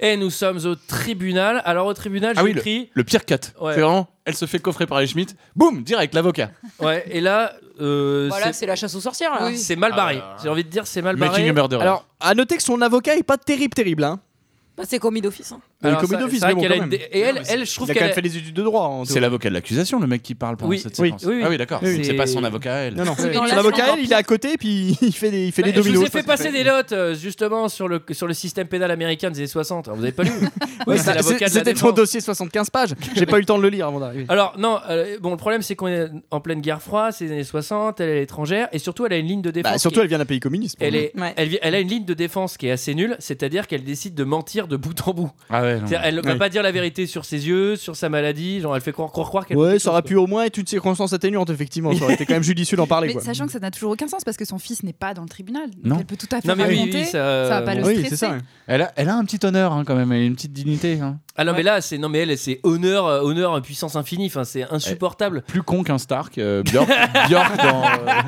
Et nous sommes au tribunal. Alors, au tribunal,
Ah
j'ai
oui, le,
écrit.
le pire cut.
Ouais.
C'est vraiment, elle se fait coffrer par les Schmitt, boum, direct, l'avocat.
Ouais, et là. euh,
Voilà, c'est la chasse aux sorcières, là.
C'est mal barré. J'ai envie de dire, c'est mal barré.
Making a murderer.
Alors, à noter que son avocat est pas terrible, terrible. Hein.
Bah, c'est commis d'office. hein.
Il est
Alors,
commis
ça-
d'office,
c'est vrai
mais bon,
qu'elle a
quand
une
même.
dé- et elle- Non, mais elle, je trouve
Il a quand
qu'elle
même
a-
fait les études de droit. en
C'est
théorie.
l'avocat de l'accusation, le mec qui parle pendant
Oui.
cette
Oui.
séquence.
Oui, oui.
Ah oui, d'accord.
Oui, oui.
C'est pas son
Et-
avocat, elle.
Non, non.
Oui, dans la-
L'avocat, elle, il est à côté, puis il fait des, il fait des
Bah, je vous
dominos.
ai fait passer des notes euh, justement sur le, sur le système pénal américain des années 60. Alors, vous avez pas lu
Oui,
Ouais,
ça-
l'avocat
c'est-
de la
C'était
défense.
ton dossier 75 pages. J'ai pas eu le temps de le lire avant d'arriver.
Alors non, euh, bon le problème c'est qu'on est en pleine guerre froide, c'est les années 60, elle est étrangère et surtout elle a une ligne de défense.
Bah, surtout,
qui-
elle vient d'un pays communiste. pour
elle,
le
est,
moment.
elle, vi- elle a une ligne de défense qui est assez nulle, c'est-à-dire qu'elle décide de mentir de bout en bout.
Ah ouais, non.
C'est-à-dire, Elle ne va
Oui.
pas dire la vérité sur ses yeux, sur sa maladie, genre elle fait croire croire, croire qu'elle.
Ouais, ça aurait pu au moins être une circonstance atténuante, effectivement. Ça aurait été quand même judicieux d'en parler.
Mais
quoi.
sachant que ça n'a toujours aucun sens parce que son fils n'est pas dans le tribunal. Donc
Non.
Elle peut tout à fait
Non, mais oui,
raconter.
oui, ça- euh,
ça... va pas le
Oui,
stresser.
c'est ça, ouais.
Elle, a, elle a un petit honneur hein, quand même, elle a une petite dignité. hein.
Ah non mais là c'est non mais elle c'est honneur euh, honneur puissance infinie, enfin c'est insupportable.
Plus con qu'un Stark, euh, Björk, Björk dans, euh,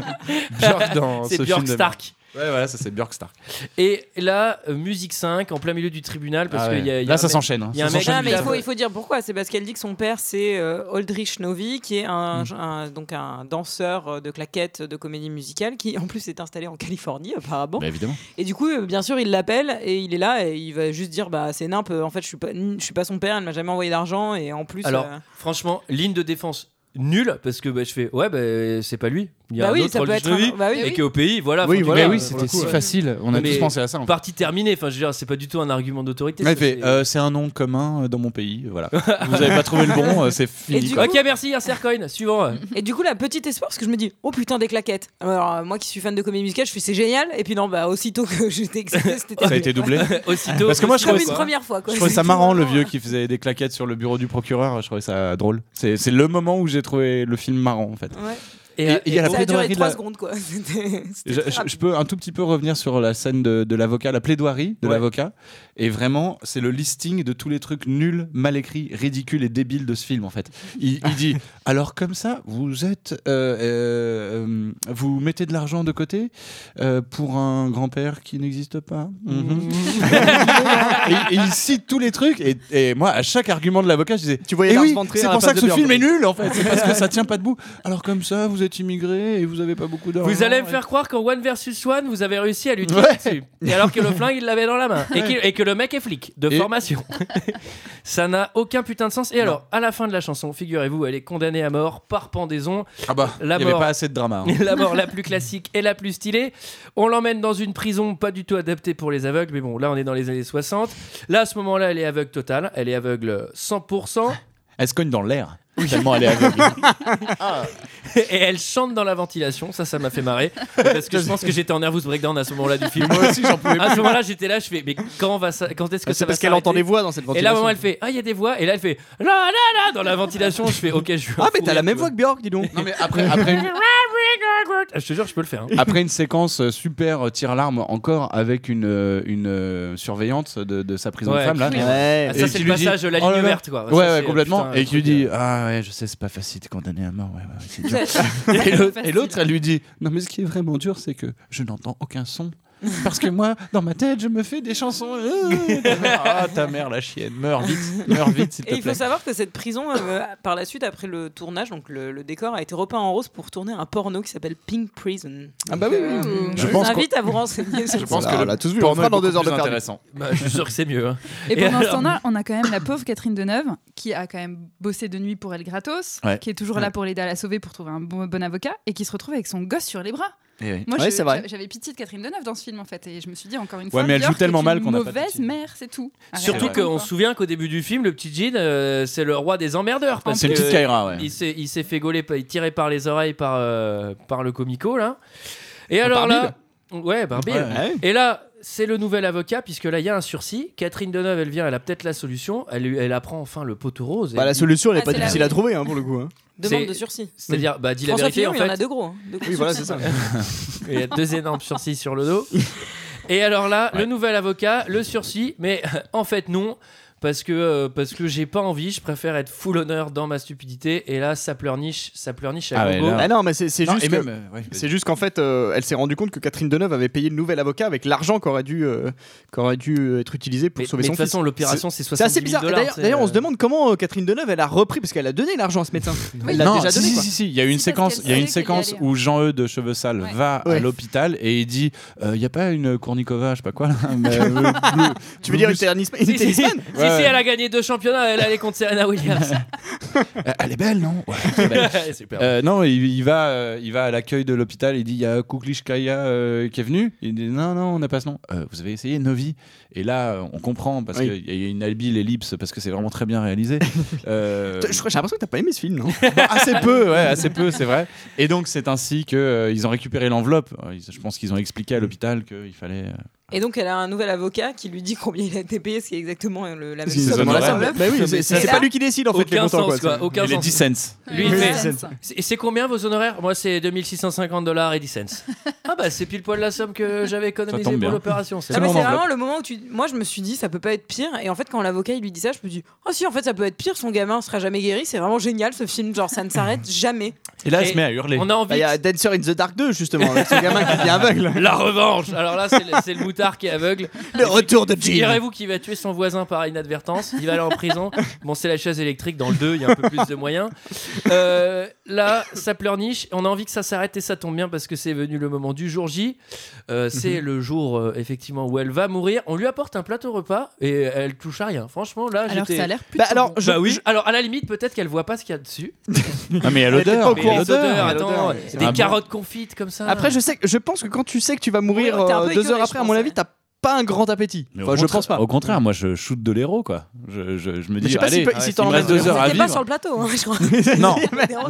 Björk dans
C'est
ce
Björk
film de
Stark.
merde. Ouais, voilà, ça c'est Björk Stark.
Et là, euh, musique 5 en plein milieu du tribunal parce
Ah
que
ouais.
il y a- il y a
Là,
un
ça
mec-
s'enchaîne, hein.
Il y a un
Ça
mec
s'enchaîne
qui
Ah, mais il
tape-
faut, il faut dire pourquoi. C'est parce qu'elle dit que son père, c'est euh, Aldrich Novi, qui est
Mm.
un, un- donc un danseur euh, de claquettes de comédie musicale, qui en plus est installé en Californie, apparemment.
Bah, évidemment.
Et du coup, euh, bien sûr, il l'appelle et il est là et il va juste dire bah, c'est nimp, euh, en fait, je suis pas, je suis pas son père, elle m'a jamais envoyé d'argent et en plus.
Alors,
euh,
franchement, ligne de défense nulle parce que bah, je fais ouais, bah, c'est pas lui. Il y a
Bah
un
oui,
autre
ça peut
Rolls
être un-
Royce
bah oui.
et qu'au pays, voilà.
Oui,
faut du
voilà,
bien,
oui,
pour
c'était
le coup,
si
ouais.
facile. On
Non,
a tous
mais
pensé à ça, en fait.
Partie terminée. Enfin, je veux dire, c'est pas du tout un argument d'autorité.
Elle
ça,
fait,
c'est-
euh, c'est un nom commun euh, dans mon pays, euh, voilà. Vous avez pas trouvé le bon, euh, c'est
Et
fini.
du
quoi.
Ok, merci, Arthur Coin. Suivant. euh,
Et du coup, la petite espoir, parce que je me dis, oh putain, des claquettes. Alors, euh, moi qui suis fan de comédie musicale, je suis c'est génial. Et puis, non, bah, aussitôt que j'étais excitée, c'était.
Ça a été doublé.
Aussitôt.
Parce que moi, je
Comme
trouvais
une
ça-
première fois, quoi.
Je trouvais ça marrant le vieux qui faisait des claquettes sur le bureau du procureur. Je trouvais ça drôle. C'est c'est le moment où j'ai trouvé le film marrant en fait.
Ouais.
Et,
il y a la
ça a duré
plaidoirie de
3
la-
secondes, quoi. C'était- c'était
Je,
très
je-
rapide.
je peux un tout petit peu revenir sur la scène de, de l'avocat, la plaidoirie de
Ouais.
l'avocat. Et vraiment, c'est le listing de tous les trucs nuls, mal écrits, ridicules et débiles de ce film en fait. Il, il dit alors comme ça, vous êtes, euh, euh, vous mettez de l'argent de côté euh, pour un grand-père qui n'existe pas.
Mm-hmm.
Mhm.
Mm-hmm.
et, et il cite tous les trucs. Et, et moi, à chaque argument de l'avocat, je disais
Tu voyais
Eh
Lars
oui,
von Trier
c'est
à la
pour ça
place
que
de
ce film est
Björk.
nul en fait. C'est parce que ça tient pas debout. Alors comme ça, vous êtes immigré et vous avez pas beaucoup d'argent.
Vous allez me
Et-
faire croire qu'en One versus One, vous avez réussi à lui tirer
Ouais.
dessus. Et alors que le flingue, il l'avait dans la main. Et, qu'il- et que le mec est flic de
Et-
formation. Ça n'a aucun putain de sens. Et alors, à la fin de la chanson, figurez-vous, elle est condamnée à mort par pendaison.
Ah bah, il n'y
La
avait
mort.
pas assez de drama. hein.
la mort la plus classique et la plus stylée. On l'emmène dans une prison pas du tout adaptée pour les aveugles, mais bon, là on est dans les années 60. Là à ce moment-là, elle est aveugle totale, elle est aveugle 100%,
Elle se cogne dans l'air. Tellement elle est aveugle. Ah.
et elle chante dans la ventilation, ça ça m'a fait marrer, parce que je pense que j'étais en nervous breakdown à ce moment-là du film.
Moi aussi, j'en pouvais
À ce
plus.
moment-là, j'étais là, je fais, mais quand, va ça- quand est-ce que
Ah,
ça
C'est
va
parce qu'elle entend des
s'arrêter
voix dans cette
Et
ventilation.
là, à un moment, elle fait Ah, il y a des voix. Et là, elle fait La la la dans la ventilation. Je fais Ok, je suis. un
Ah, mais
fou,
t'as la
tu
même
vois.
voix que Björk, dis donc.
Non, mais après, après, une,
Ah, Je te jure, je peux le faire. hein.
après une séquence euh, super euh, tire-larme, encore avec une, euh, une, euh, surveillante de, de sa prison
Ouais.
de femme. Là.
Oui.
Ouais.
Ah, ça,
Et
c'est
qui
le
lui dit,
passage de la
oh là
ligne
là.
verte, quoi.
Ouais,
Ça,
ouais,
c'est, euh,
complètement.
putain,
et qui lui
truc de-
dit Ah ouais, je sais, c'est pas facile de condamner à mort. Ouais, ouais, ouais, c'est dur. et l'autre- et l'autre, elle lui dit Non, mais ce qui est vraiment dur, c'est que je n'entends aucun son. Parce que moi, dans ma tête, je me fais des chansons. Ah, ta mère, la chienne, meurs vite, meurs vite, s'il te
Et il faut
plaît.
savoir que cette prison, euh, par la suite, après le tournage, donc le, le décor a été repeint en rose pour tourner un porno qui s'appelle Pink Prison. euh,
Ah bah oui, oui, oui.
Je
Je
vous
pense
invite
qu'on-
à vous renseigner. sur
Je
ça.
pense que le- Voilà, tous vu, on porno fera est dans beaucoup deux heures plus de perdu.
intéressant.
Bah, je suis sûr que c'est mieux. hein.
Et pendant ce
alors-
temps-là, on a quand même la pauvre Catherine Deneuve qui a quand même bossé de nuit pour elle gratos,
Ouais.
qui est toujours là pour l'aider à la sauver pour trouver un bon, bon avocat et qui se retrouve avec son gosse sur les bras.
Eh oui.
Moi,
Ouais,
je-
c'est vrai.
j'avais pitié de Catherine Deneuve dans ce film en fait, et je me suis dit encore une
Ouais,
fois,
mais elle joue
Björk
tellement
est
mal
une
qu'on n'a pas
mauvaise mère, c'est tout. Arrête.
Surtout
C'est vrai.
qu'on se souvient qu'au début du film, le petit Jean, euh, c'est le roi des emmerdeurs. parce
Ah, C'est une
que
petite Kyra, ouais.
Il s'est, il s'est fait gauler, par- tiré par les oreilles par, euh, par le comico, là. Et
Ah,
alors
par
là. Ouais, par Bill.
Ouais, ouais.
Et là, c'est le nouvel avocat, puisque là, il y a un sursis. Catherine Deneuve, elle vient, elle a peut-être la solution. Elle, elle apprend enfin le poteau rose.
Bah, la solution, elle n'est
Ah,
pas
c'est la-
difficile à trouver hein, pour le coup. hein.
Demande
C'est-
de sursis.
C'est-à-dire, bah, dis la
François
vérité,
Fillon,
en
il y en
fait.
a deux gros. hein, deux gros
Oui, voilà,
sursis.
c'est ça.
Il y a deux énormes sursis sur le dos. Et alors là, le nouvel avocat, le sursis, mais euh, en fait non, parce que, euh, parce que j'ai pas envie, je préfère être full honneur dans ma stupidité, et là, ça pleurniche, ça pleurniche à gogo.
Ah non, mais c'est c'est
Non,
juste,
et
que-
même, euh, ouais,
c'est juste qu'en fait, euh, elle s'est rendue compte que Catherine Deneuve avait payé le nouvel avocat avec l'argent qu'aurait dû, euh, qu'aurait dû euh, être utilisé pour
Mais-
sauver
mais
son
de toute
fils.
façon, l'opération, c'est
C'est assez
70 000
bizarre.
dollars,
D'ailleurs,
c'est,
d'ailleurs, on se
euh,
demande comment euh, Catherine Deneuve elle a repris parce qu'elle a donné l'argent à ce médecin. Elle l'a
non,
déjà
si,
donné.
si,
quoi.
si, si, il y a une séquence, il y a une séquence où Jean-E de Cheveux Sales va à
Ouais.
l'hôpital et il dit euh, il y a pas une Kournikova, je sais pas quoi là. mais, euh, bleu-
Tu veux dire une
bleu-
tennis-
Si,
une
si, si, si,
tennisman
si, elle a gagné deux championnats, elle allait contre Serena Williams.
Euh, Elle est belle, non Ouais, elle est belle.
Super.
Euh, Non, il, il va, euh, il va à l'accueil de l'hôpital. Il dit il y a Kuklishkaya euh, qui est venu. Il dit non, non, on n'a pas ce nom. Euh, vous avez essayé Novi. Et là, euh, on comprend parce
Oui.
qu'il y a une albile ellipse parce que c'est vraiment très bien réalisé. Euh,
Je crois- J'ai l'impression que t'as pas aimé ce film, non
Bah, assez peu, ouais, assez peu, c'est vrai. Et donc c'est ainsi que euh, ils ont récupéré l'enveloppe. Euh, ils- Je pense qu'ils ont expliqué à l'hôpital qu'il fallait. euh,
Et donc, elle a un nouvel avocat qui lui dit combien il a été payé, ce qui est exactement le- la même
C'est
somme.
exactement la
Voilà.
somme. Bah oui,
Mais
c'est- c'est
ça-
pas lui qui décide, en fait,
aucun
les montants,
sens,
quoi.
quoi, aucun
Il est
sens.
10 cents.
Lui,
Il
il
est
fait-
10 cents.
Et c'est combien vos honoraires Moi, c'est 2650 dollars et 10 cents. Ah bah, c'est pile poil la somme que j'avais économisée
tombe
pour
bien.
l'opération.
Ah, mais
bon.
c'est vraiment le moment où tu. Moi, je me suis dit, ça peut pas être pire. Et en fait, quand l'avocat il lui dit ça, je me dis, oh si, en fait, ça peut être pire. Son gamin sera jamais guéri. C'est vraiment génial ce film. Genre, ça ne s'arrête jamais.
Et là, elle se met à hurler.
On a envie
Bah, Il y a Dancer in the Dark 2, justement, avec ce gamin qui devient aveugle.
La revanche Alors là, c'est le, c'est le moutard qui est aveugle.
Le retour de Jim.
Direz-vous qu'il va tuer son voisin par inadvertance. Il va aller en prison. Bon, c'est la chaise électrique dans le 2, il y a un peu plus de moyens. Euh, là, ça pleurniche. On a envie que ça s'arrête et ça tombe bien parce que c'est venu le moment du jour J. Euh, c'est
Mhm.
le jour, euh, effectivement, où elle va mourir. On lui apporte un plateau repas et elle touche à rien. Franchement, là,
Alors
j'étais-
que ça a l'air plutôt Bah,
alors, bon. je-
Bah oui. Alors, à la limite, peut-être qu'elle voit pas ce qu'il y a dessus.
Ah, mais à
Elle était pas
l'odeur.
au
Mais
courant.
les odeurs,
Elle a l'odeur,
attends,
ouais.
des
Ah bon.
carottes confites comme ça.
Après, je sais, que- je pense que quand tu sais que tu vas mourir
Oui, t'es un
euh,
peu
deux
écœuré,
heures
je
après, à mon
pense,
avis,
ouais.
t'as pas un grand appétit.
Mais
Enfin,
au
je
contraire-
pense pas.
Au contraire, moi je shoot de l'héros quoi. Je, je, je me
Mais je
dis,
sais pas si
allez,
peut- si
il
t'en
me reste
restes-
deux heures à
C'était pas
vivre.
sur le plateau, hein, je crois.
Non,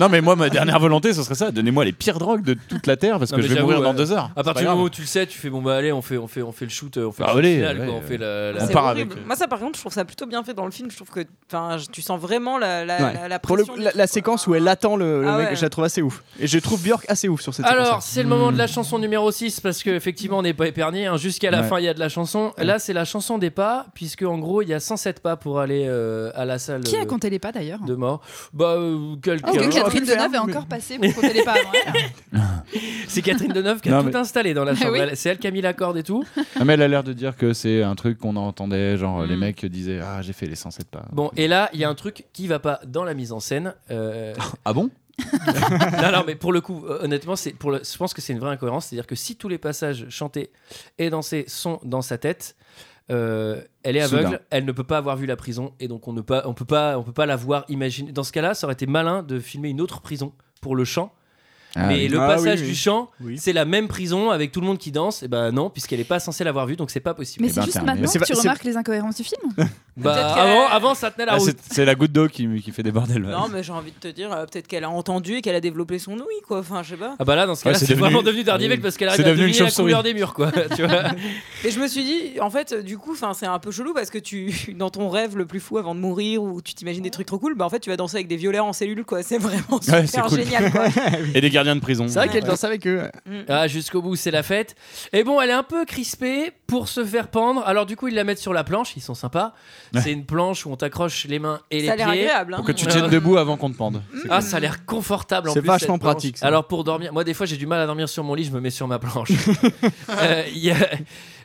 non, mais moi ma dernière volonté ce serait ça. Donnez-moi les pires drogues de toute la terre parce
Non, mais
que je vais
j'avoue,
mourir dans
ouais.
deux heures.
À
C'est pas
partir du
grave.
moment où tu le sais, tu fais bon bah allez, on fait on fait on fait le shoot, euh, on fait
Bah,
le shoot
allez,
final,
ouais,
quoi, on
ouais.
fait la, la-
On
C'est
part
horrible.
avec, euh,
Moi, ça, par contre, je trouve ça plutôt bien fait dans le film. Je trouve que enfin, je- tu sens vraiment la, la,
Ouais.
la, la
Pour le-
pression.
la, la séquence où elle attend le, le
Ah
mec,
ouais.
je la trouve assez ouf. Et je trouve Björk assez ouf sur cette
Alors,
séquence.
c'est le moment de
Hmm.
la chanson numéro 6 parce que effectivement, on n'est pas épargné hein. jusqu'à la
Ouais.
fin, il y a de la chanson. Là, c'est la chanson des pas puisque en gros, il y a 107 pas pour aller euh, à la salle
Qui a
euh,
compté les pas d'ailleurs
de mort. Bah euh, quelqu'un.
Ah, que Catherine Deneuve est encore passée pour compter les pas. avant hein. elle.
C'est Catherine Deneuve qui a
Non,
tout
mais-
installé dans la
Ah
chambre.
oui.
Elle- C'est elle qui a mis la corde et tout.
Ah, mais elle a l'air de dire que c'est un truc qu'on entendait, genre les mecs disaient ah j'ai fait les 107 pas.
Mm. Bon, et là, il y a un truc qui va pas dans la mise en scène. euh,
Ah bon
non, non, mais pour le coup, euh, honnêtement, c'est pour le- je pense que c'est une vraie incohérence. C'est-à-dire que si tous les passages chantés et dansés sont dans sa tête, euh, elle est aveugle,
Soudain.
elle ne peut pas avoir vu la prison, et donc on ne pas, on peut pas, on peut pas la voir imaginer. Dans ce cas-là, ça aurait été malin de filmer une autre prison pour le chant.
Ah
mais
oui.
le
Ah
passage
oui, oui.
du chant,
Oui.
c'est la même prison avec tout le monde qui danse. Et ben non, puisqu'elle n'est pas censée l'avoir vue, donc c'est ben, pas possible.
Mais c'est juste maintenant que tu remarques les incohérences du film.
Bah,
Peut-être que-
avant, avant, ça tenait la
Ah,
route.
c'est c'est la goutte d'eau qui, qui fait déborder le vase.
Non, mais j'ai envie de te dire, euh, peut-être qu'elle a entendu et qu'elle a développé son ouïe, quoi. Enfin, je sais pas.
Ah bah là, dans ce cas-là,
Ouais, c'est
c'est
devenu-
vraiment devenu Daredevil
Oui.
parce qu'elle
C'est
arrive à
devenu une
deviner la
chauve-souris.
couleur des murs, quoi. tu vois.
Et je me suis dit, en fait, euh, du coup, 'fin, c'est un peu chelou parce que tu, dans ton rêve le plus fou avant de mourir ou tu t'imagines des trucs trop cool, bah en fait, tu vas danser avec des violeurs en cellule, quoi. C'est vraiment super
Ouais, c'est cool.
génial, quoi. Mm.
Et des gardiens de prison.
C'est vrai qu'elle danse avec eux.
Ah, jusqu'au bout, c'est la fête. Et bon, elle est un peu crispée pour se faire pendre. Alors, du coup, ils la mettent sur la planche, ils sont sympas. C'est une planche où on t'accroche les mains et les
Ça a
pieds.
l'air agréable, hein.
Pour que tu te jettes debout avant qu'on te pende.
Mm. Euh, Ah, ça a l'air confortable en
C'est
plus, cette
vachement
planche.
pratique, ça.
Alors pour dormir, moi des fois j'ai du mal à dormir sur mon lit, je me mets sur ma planche. Euh, il y a-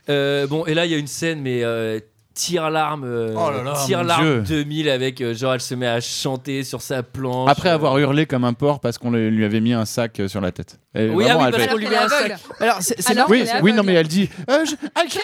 euh, bon, et là il y a une scène, mais euh, tire larme, euh,
Oh là là,
tire
mon
larme
Dieu.
2000 avec euh, genre elle se met à chanter sur sa planche.
Après avoir hurlé comme un porc parce qu'on le- lui avait mis un sac euh, sur la tête. Et
Oui, ah oui, parce
fait-
qu'on lui met un sac.
Alors, c'est- c'est
oui,
normal.
oui, non, mais elle dit euh, je, I can't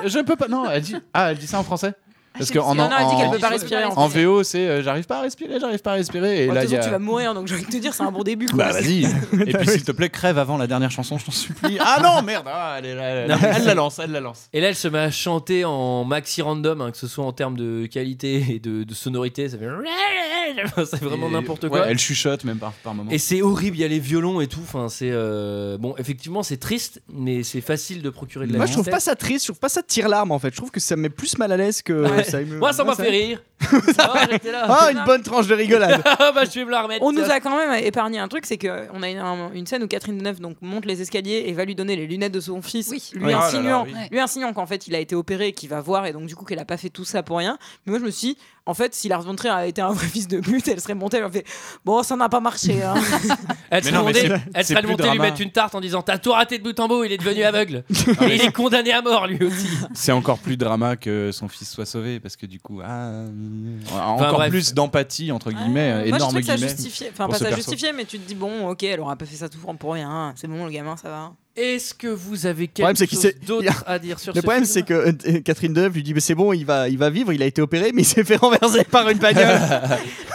breathe, je peux pas. Non, elle dit ah, elle dit ça en français. Parce que en,
Non, non, elle dit qu'elle peut pas
en-
respirer en
en VO, c'est euh, j'arrive pas à respirer, j'arrive pas à respirer. Et
Oh,
Bon, de
là,
toute
il y
façon, tu vas
a.
mourir, donc j'ai envie de te dire, c'est un bon début. quoi.
Bah vas-y. Et puis s'il te plaît, crève avant la dernière chanson, je t'en supplie. Ah non, merde. ah, elle, est là, elle-
Non.
elle la lance, elle la lance.
Et là, elle se met à chanter en maxi random, hein, que ce soit en termes de qualité et de, de sonorité. Ça fait. C'est vraiment
Et-
n'importe
ouais,
quoi.
elle chuchote même par, par moment.
Et c'est horrible, il y a les violons et tout. Enfin, c'est euh, bon, effectivement, c'est triste, mais c'est facile de procurer de la
Moi, je trouve
tristesse.
pas ça triste, je trouve pas ça tire larme en fait. Je trouve que ça me met plus mal à l'aise que euh,
Ouais.
ça me-
Moi, ça m'a
ça-
fait rire.
Ah, une bonne tranche de rigolade.
Ah bah, je vais me la remettre.
On nous a quand même épargné un truc, c'est que on a une, un- une scène où Catherine Deneuve donc monte les escaliers et va lui donner les lunettes de son fils, lui
Oui. Ah là là,
insinuant,
oui. Ouais.
lui insinuant qu'en fait il a été opéré et qu'il va voir et donc du coup qu'elle a pas fait tout ça pour rien. Mais moi je me suis, dit, en fait, si Lars von Trier avait été euh, un vrai fils de pute, elle serait montée, elle aurait fait bon ça n'a pas marché. hein.
Elle
Mais
serait
non, mais
montée,
c'est-
elle
c'est
serait
plus
montée lui
drama.
mettre une tarte en disant T'as tout raté de bout en bout, il est devenu aveugle. Et il est condamné à mort lui aussi.
Ah C'est encore plus drama que son fils soit sauvé parce que du coup, ah, euh, encore
bref.
plus d'empathie entre guillemets, euh,
moi je
énorme
trouve que ça
guillemets,
justifiait, enfin
pour
pas
ce
ça
perso.
justifiait, mais tu te dis bon ok elle aura pas fait ça tout pour rien, hein. c'est bon le gamin ça va.
Est-ce que vous avez
Le problème,
quelque
c'est qu'il
chose
s'est- il
d'autre
a-
à dire sur
Le
ce
problème,
film
c'est que euh, euh, Catherine Deneuve lui dit Mais c'est bon, il va, il va vivre, il a été opéré, mais il s'est fait renverser par une bagnole.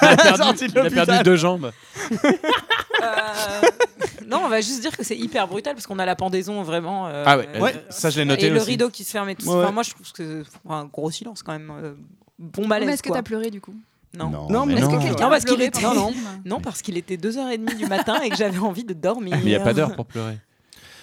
Il a
Sorti de
perdu- il a
l'hôpital.
perdu deux jambes.
Euh, Non on va juste dire que c'est hyper brutal parce qu'on a la pendaison vraiment. euh,
Ah ouais,
euh,
ouais, ça, je l'ai noté
Et le
aussi.
rideau qui se ferme et tout.
Ouais,
Enfin,
ouais.
moi je trouve que c'est un gros silence quand même. euh, bon
Mais
malaise.
est-ce que
quoi.
t'as pleuré du coup
Non.
Non,
Non, mais mais
non.
est-ce que quelqu'un a
parce qu'il
pleuré
était
pendant
non,
le
non, non, parce qu'il était 2h30 du matin et que j'avais envie de dormir.
Mais il n'y a pas d'heure pour pleurer.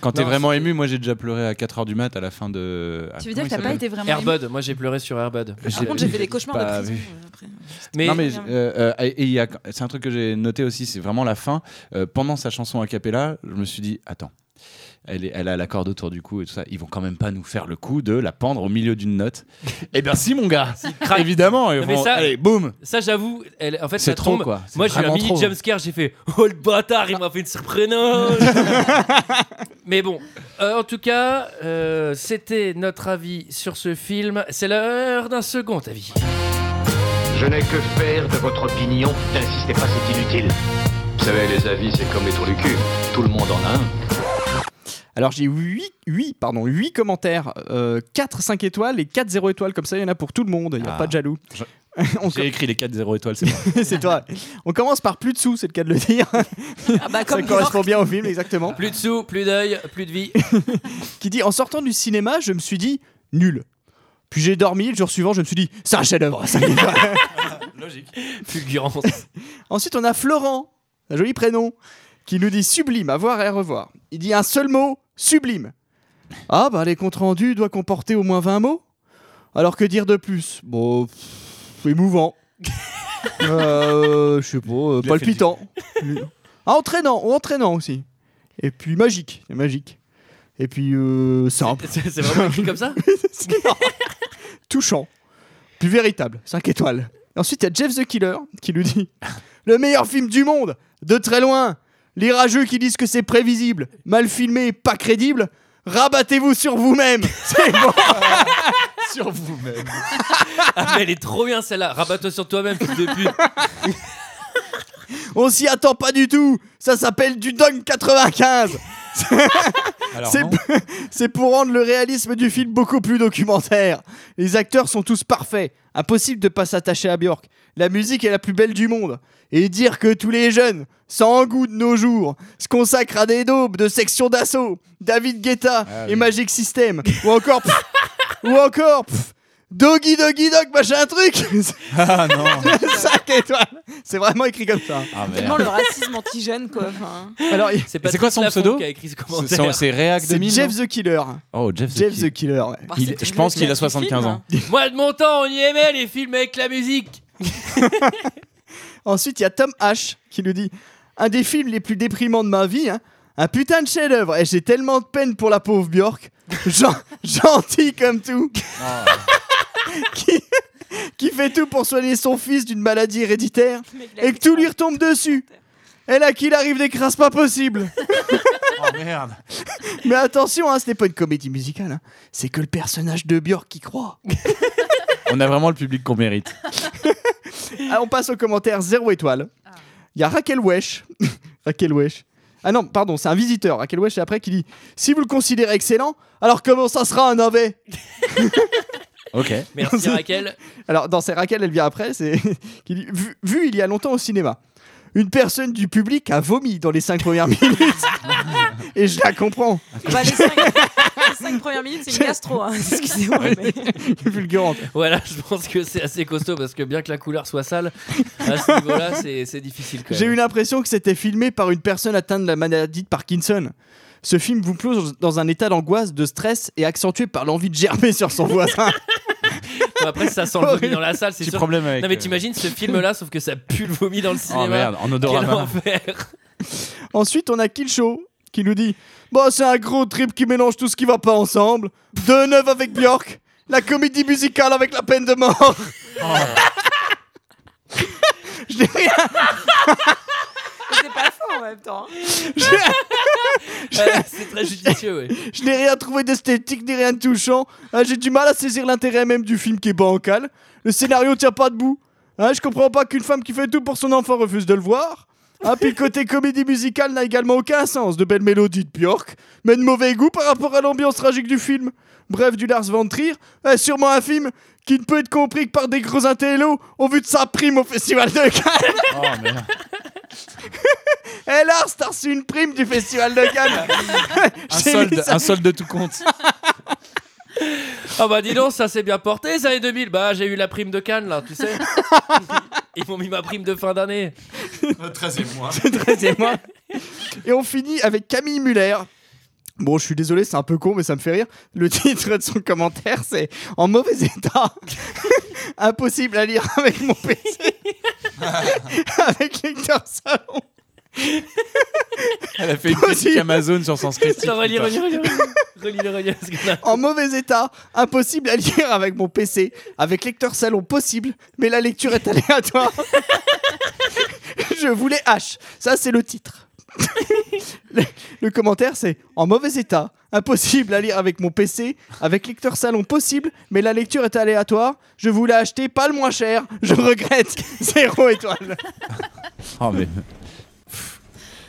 Quand t'es
Non,
vraiment ému, moi j'ai déjà pleuré à 4h du mat à la fin de. ah,
Tu
comment
veux dire que
il
t'as pas
s'appelle
été vraiment
Airbud, moi j'ai pleuré sur Airbud.
Par contre, j'ai fait des cauchemars de
pas
prison.
vu.
euh, après.
Mais-
Non, mais euh, euh, et- et il y a- c'est un truc que j'ai noté aussi, c'est vraiment la fin. Euh, pendant sa chanson a cappella, je me suis dit, attends, elle, est- elle a la corde autour du cou et tout ça, ils vont quand même pas nous faire le coup de la pendre au milieu d'une note. Eh bien si mon gars,
craque.
évidemment, ils
Non, mais
vont-
ça-
allez, boum
Ça, j'avoue, elle- en fait,
C'est
ça
trop,
tombe.
quoi. C'est
Moi, j'ai eu un
vraiment
mini
trop.
jumpscare, j'ai fait Oh le bâtard, il m'a fait une surprenante Mais bon, euh, en tout cas, euh, c'était notre avis sur ce film. C'est l'heure d'un second avis.
Je n'ai que faire de votre opinion. N'insistez pas, c'est inutile. Vous savez, les avis, c'est comme les trous du cul. Tout le monde en a un.
Alors j'ai 8, pardon, 8 commentaires, 4 5 étoiles et 4 0 étoiles, comme ça il y en a pour tout le monde, il n'y a
Ah.
pas de jaloux.
J'ai écrit les 4-0 étoiles, c'est moi.
c'est toi. On commence par plus de sous, c'est le cas de le dire.
comme
ça correspond bien au film, exactement.
Plus de sous, plus d'œil, plus de vie.
Qui dit En sortant du cinéma, je me suis dit nul. Puis j'ai dormi, le jour suivant, je me suis dit c'est un chef-d'œuvre. cinq étoiles.
Logique. Fulgurance.
Ensuite, on a Florent, un joli prénom, qui nous dit sublime à voir et à revoir. Il dit un seul mot sublime. Ah, bah les comptes rendus doivent comporter au moins 20 mots. Alors que dire de plus Bon, pff, émouvant. Euh, je sais pas, euh,
Il a fait le
palpitant. Ah, entraînant, ou entraînant aussi. Et puis magique, c'est magique. Et puis euh, simple.
C'est c'est vraiment écrit comme ça
touchant, puis véritable, 5 étoiles. Ensuite, il y a Jeff the Killer qui nous dit Le meilleur film du monde, de très loin. Les rageux qui disent que c'est prévisible, mal filmé, pas crédible, rabattez-vous sur vous-même. C'est bon.
Sur vous-même.
Ah, mais elle est trop bien celle-là. Rabat-toi sur toi-même, fils de pute.
On s'y attend pas du tout. Ça s'appelle du Dunk 95.
Alors
C'est
non.
c'est pour rendre le réalisme du film beaucoup plus documentaire. Les acteurs sont tous parfaits. Impossible de pas s'attacher à Björk. La musique est la plus belle du monde. Et dire que tous les jeunes, sans goût de nos jours, se consacrent à des daubes de section d'assaut, David Guetta
Ah
et Magic System, ou encore, pff, ou encore, pff, Doggy Doggy Dog, machin truc.
Ah non.
5 étoiles. C'est vraiment écrit comme ça.
Ah, merde.
Tellement le racisme anti-jeune quoi. enfin.
Alors, il-
pas
C'est quoi
Tite
son
Lafont
pseudo
qui a écrit ce
C'est-
commentaire.
c'est- C'est Réac
c'est
2000
Jeff
non
the Killer.
Oh, Jeff the
Jeff
Killer.
the Killer. ouais.
Bah,
Il- je pense qu'il a 75
hein.
ans.
Moi, de mon temps, on y aimait les films avec la musique.
Ensuite, il y a Tom H qui nous dit un des films les plus déprimants de ma vie, hein. un putain de chef-d'œuvre. Et j'ai tellement de peine pour la pauvre
Ah.
Björk, Gen- gentil comme tout, qui, qui fait tout pour soigner son fils d'une maladie héréditaire et que tout lui retombe dessus. Et là qu'il arrive des crasses pas possibles.
Oh merde.
Mais attention, hein, ce n'est pas une comédie musicale. hein. C'est que le personnage de Björk qui croit.
On a vraiment le public qu'on mérite.
Ah, on passe aux commentaires 0 étoile. Il y a Raquel Wesh. Raquel Wesh. Ah non, pardon, c'est un visiteur. Raquel Wesh, et après qui dit Si vous le considérez excellent, alors comment ça sera un navet
Ok.
Merci Raquel.
Alors, dans ces Raquel, elle vient après, c'est qui dit vu, vu il y a longtemps au cinéma, une personne du public a vomi dans les 5 premières minutes. Et je la comprends.
Bah, les 5 premières minutes, c'est une gastro. hein. Excusez-moi. mais-
Fulgurante.
Voilà, je pense que c'est assez costaud parce que bien que la couleur soit sale, à ce niveau-là, c'est c'est difficile quand même.
J'ai eu l'impression que c'était filmé par une personne atteinte de la maladie de Parkinson. Ce film vous plonge dans un état d'angoisse, de stress et accentué par l'envie de gerber sur son voisin.
Bon, après, ça sent le vomi dans la salle, c'est
Petit
sûr.
problème avec,
non, mais
euh, Oh,
t'imagines ce film-là, sauf que ça pue le vomi dans le cinéma.
merde, en odorama.
Quel enfer.
Ensuite, on a Kilcho qui nous dit Bon, c'est un gros trip qui mélange tout ce qui va pas ensemble. De neuf avec Björk, la comédie musicale avec la peine de mort. Je n'ai rien.
C'est pas faux en même temps. hein.
c'est très judicieux, ouais.
Je n'ai rien trouvé d'esthétique ni rien de touchant. Hein, J'ai du mal à saisir l'intérêt même du film qui est bancal. Le scénario tient pas debout. Hein, je comprends pas qu'une femme qui fait tout pour son enfant refuse de le voir. Hein, puis le côté comédie musicale n'a également aucun sens. De belles mélodies de Björk, mais de mauvais goût par rapport à l'ambiance tragique du film. Bref, du Lars von Trier, hein, sûrement un film qui ne peut être compris que par des gros intellos au vu de sa prime au Festival de Cannes.
Oh merde.
Et Lars, t'as reçu une prime du Festival de Cannes.
Un
J'ai mis
solde,
ça.
un solde de tout compte.
Ah bah dis donc, ça s'est bien porté, les années 2000. Bah, j'ai eu la prime de Cannes, là, tu sais. Ils m'ont mis ma prime de fin d'année.
13 e mois.
moi Et on finit avec Camille Muller. Bon, je suis désolé, c'est un peu con, mais ça me fait rire. Le titre de son commentaire, c'est En mauvais état. Impossible à lire avec mon PC. avec lecteur salon.
Elle a fait une critique
Possible.
Amazon sur Sens Critique.
Ça va lire,
putain.
lire, lire. Relis, relis, relis, parce que là-
En mauvais état. Impossible à lire avec mon PC. Avec lecteur salon possible, mais la lecture est aléatoire. je voulais H. Ça, c'est le titre. le, le commentaire, c'est En mauvais état, impossible à lire avec mon PC, avec lecteur salon possible, mais la lecture est aléatoire. Je voulais acheter pas le moins cher, je regrette. Zéro étoile.
Oh, mais. Pff,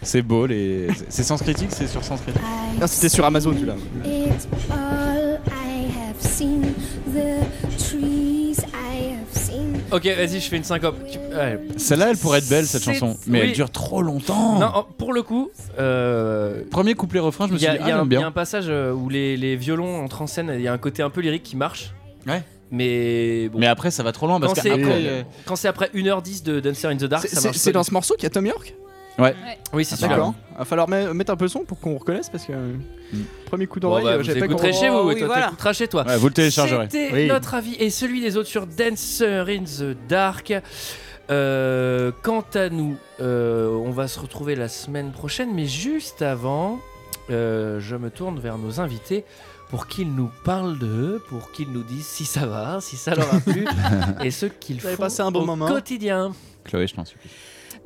C'est beau, les. c'est- C'est Sens Critique, c'est sur Sens Critique.
Non, c'était sur Amazon, celui-là.
It's all I have seen. The trees I have seen.
Ok, vas-y, je fais une syncope. Tu- ouais.
Celle-là, elle pourrait être belle, cette
C'est-
chanson, mais elle
oui.
dure trop longtemps.
Non, oh, pour le coup,
Premier couplet-refrain, je me
il y,
suis
a-
dit,
il y a
ah,
un-
j'aime
il y a un
bien.
passage euh, où les, les violons entrent en scène, il y a un côté un peu lyrique qui marche.
Ouais.
Mais
Mais après, ça va trop loin parce
Quand
que
c'est
après,
quand-
euh,
quand c'est après 1h10 de Dancer in the Dark, ça marche pas du tout.
morceau qu'il y a Tom York
Ouais.
Oui, c'est celui-là.
D'accord. Va falloir me- mettre un peu de son pour qu'on reconnaisse parce que. euh, Premier coup
Bon,
d'oreille,
bah,
euh,
vous
j'avais pas
écouterez
compris.
chez vous,
Oh,
ouais,
oui,
toi,
voilà.
t'écouteras chez toi.
euh, Ouais, vous le téléchargerez.
C'était
Oui.
notre avis et celui des autres sur Dancer in the Dark. Euh, quant à nous, euh, on va se retrouver la semaine prochaine, mais juste avant, euh, je me tourne vers nos invités pour qu'ils nous parlent d'eux, pour qu'ils nous disent si ça va, si ça leur a plu, et ce qu'ils
Vous avez
font
passé un bon
au
moment
quotidien.
Chloé, je t'en supplie.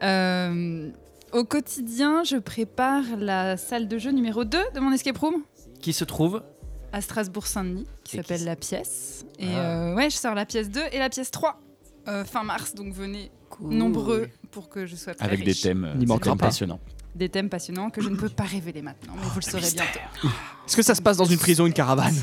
Euh, au quotidien, je prépare la salle de jeu numéro 2 de mon escape room
Qui se trouve
à Strasbourg-Saint-Denis, qui s'appelle La Pièce. Et
Ah.
euh, ouais, je sors la pièce 2 et la pièce 3 euh, fin mars, donc venez nombreux pour que je sois très
Avec des
riche.
thèmes, euh,
N'y manquera
thèmes
pas.
passionnants.
Des thèmes passionnants que je ne peux pas révéler maintenant, mais vous le saurez bientôt.
Est-ce que ça se passe dans une prison, une caravane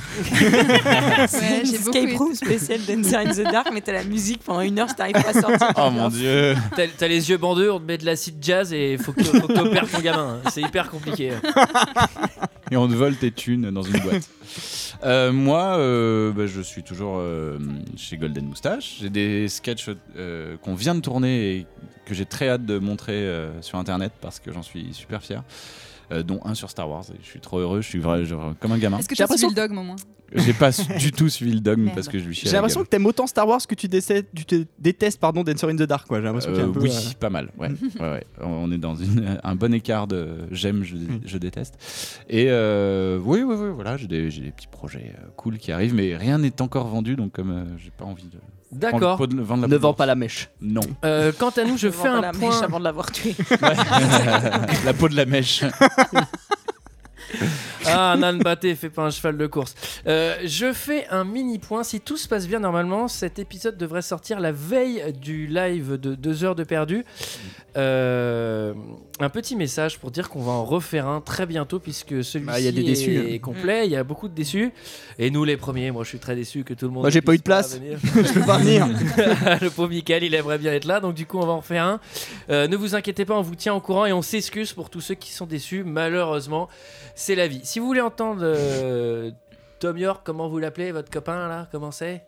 Ouais, j'ai beaucoup
Escape room
été-
spécial Dancer in the Dark, mais t'as la musique pendant une heure si t'arrives pas à sortir.
Oh mon dieu.
T'as t'as les yeux bandeux, on te met de l'acide jazz et faut que faut que t'opères ton gamin. hein. C'est hyper compliqué.
Et on te vole tes thunes dans une boîte. Euh, moi, euh, bah, je suis toujours euh, chez Golden Moustache. J'ai des sketchs euh, qu'on vient de tourner et que j'ai très hâte de montrer euh, sur internet parce que j'en suis super fier. Euh, dont un sur Star Wars. Et je suis trop heureux, je suis vrai, genre, comme un gamin.
Est-ce que tu as suivi le dogme au moins
J'ai pas su- du tout suivi le dogme parce que je lui chie. à
J'ai
la
l'impression
gueule.
que t'aimes autant Star Wars que tu, décè- tu te détestes pardon, Dancer in the Dark. quoi. J'ai l'impression qu'il y a
Euh,
un peu,
oui,
euh,
pas mal. Ouais. ouais, ouais. On est dans une- un bon écart de j'aime, je,
Mm.
je déteste. Et euh, oui, oui, oui, voilà, j'ai des, j'ai des petits projets euh, cool qui arrivent, mais rien n'est encore vendu, donc comme euh, j'ai pas envie de.
D'accord.
vendre- de- vendre la
Ne
peau de
vends
pas la mèche.
Non.
Euh, quant à nous, je
Ne
fais
vends pas
un
la
point.
mèche avant de l'avoir tué.
la peau de la mèche.
Ah, un âne batté fait pas un cheval de course. Euh, je fais un mini point. Si tout se passe bien, normalement, cet épisode devrait sortir la veille du live de 2 heures de perdu. Euh, un petit message pour dire qu'on va en refaire un très bientôt, puisque celui-ci
Bah, il y a des
est
déçus, hein.
complet. Il y a beaucoup de déçus. Et nous, les premiers, moi, je suis très déçu que tout le monde.
Moi, j'ai
ne
pas eu de
puisse
place.
venir.
Je peux pas venir.
le pauvre Michael, il aimerait bien être là, donc du coup, on va en faire un. Euh, ne vous inquiétez pas, on vous tient au courant et on s'excuse pour tous ceux qui sont déçus. Malheureusement, c'est la vie. Si vous voulez entendre euh, Tom York, comment vous l'appelez, votre copain là Comment c'est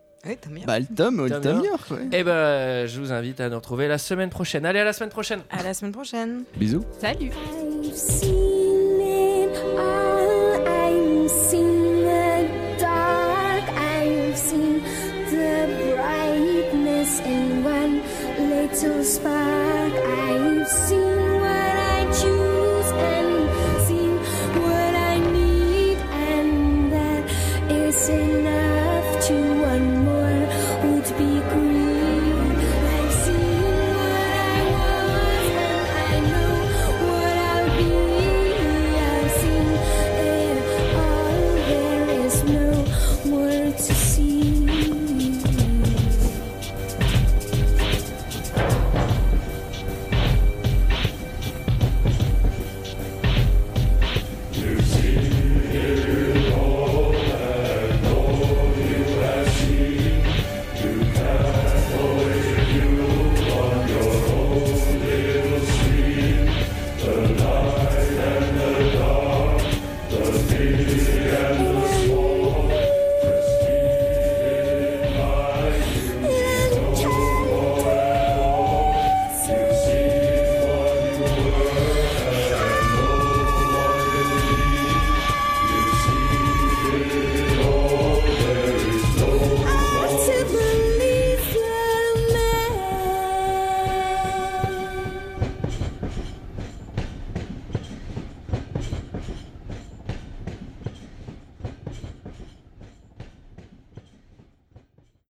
Bah, le Tom, le Tom York, ouais.
Et ben, je vous invite à nous retrouver la semaine prochaine. Allez, à la semaine prochaine.
À la semaine prochaine.
Bisous.
Salut.
I've seen it all. I've seen the dark. I've seen the brightness in one little spark. I've seen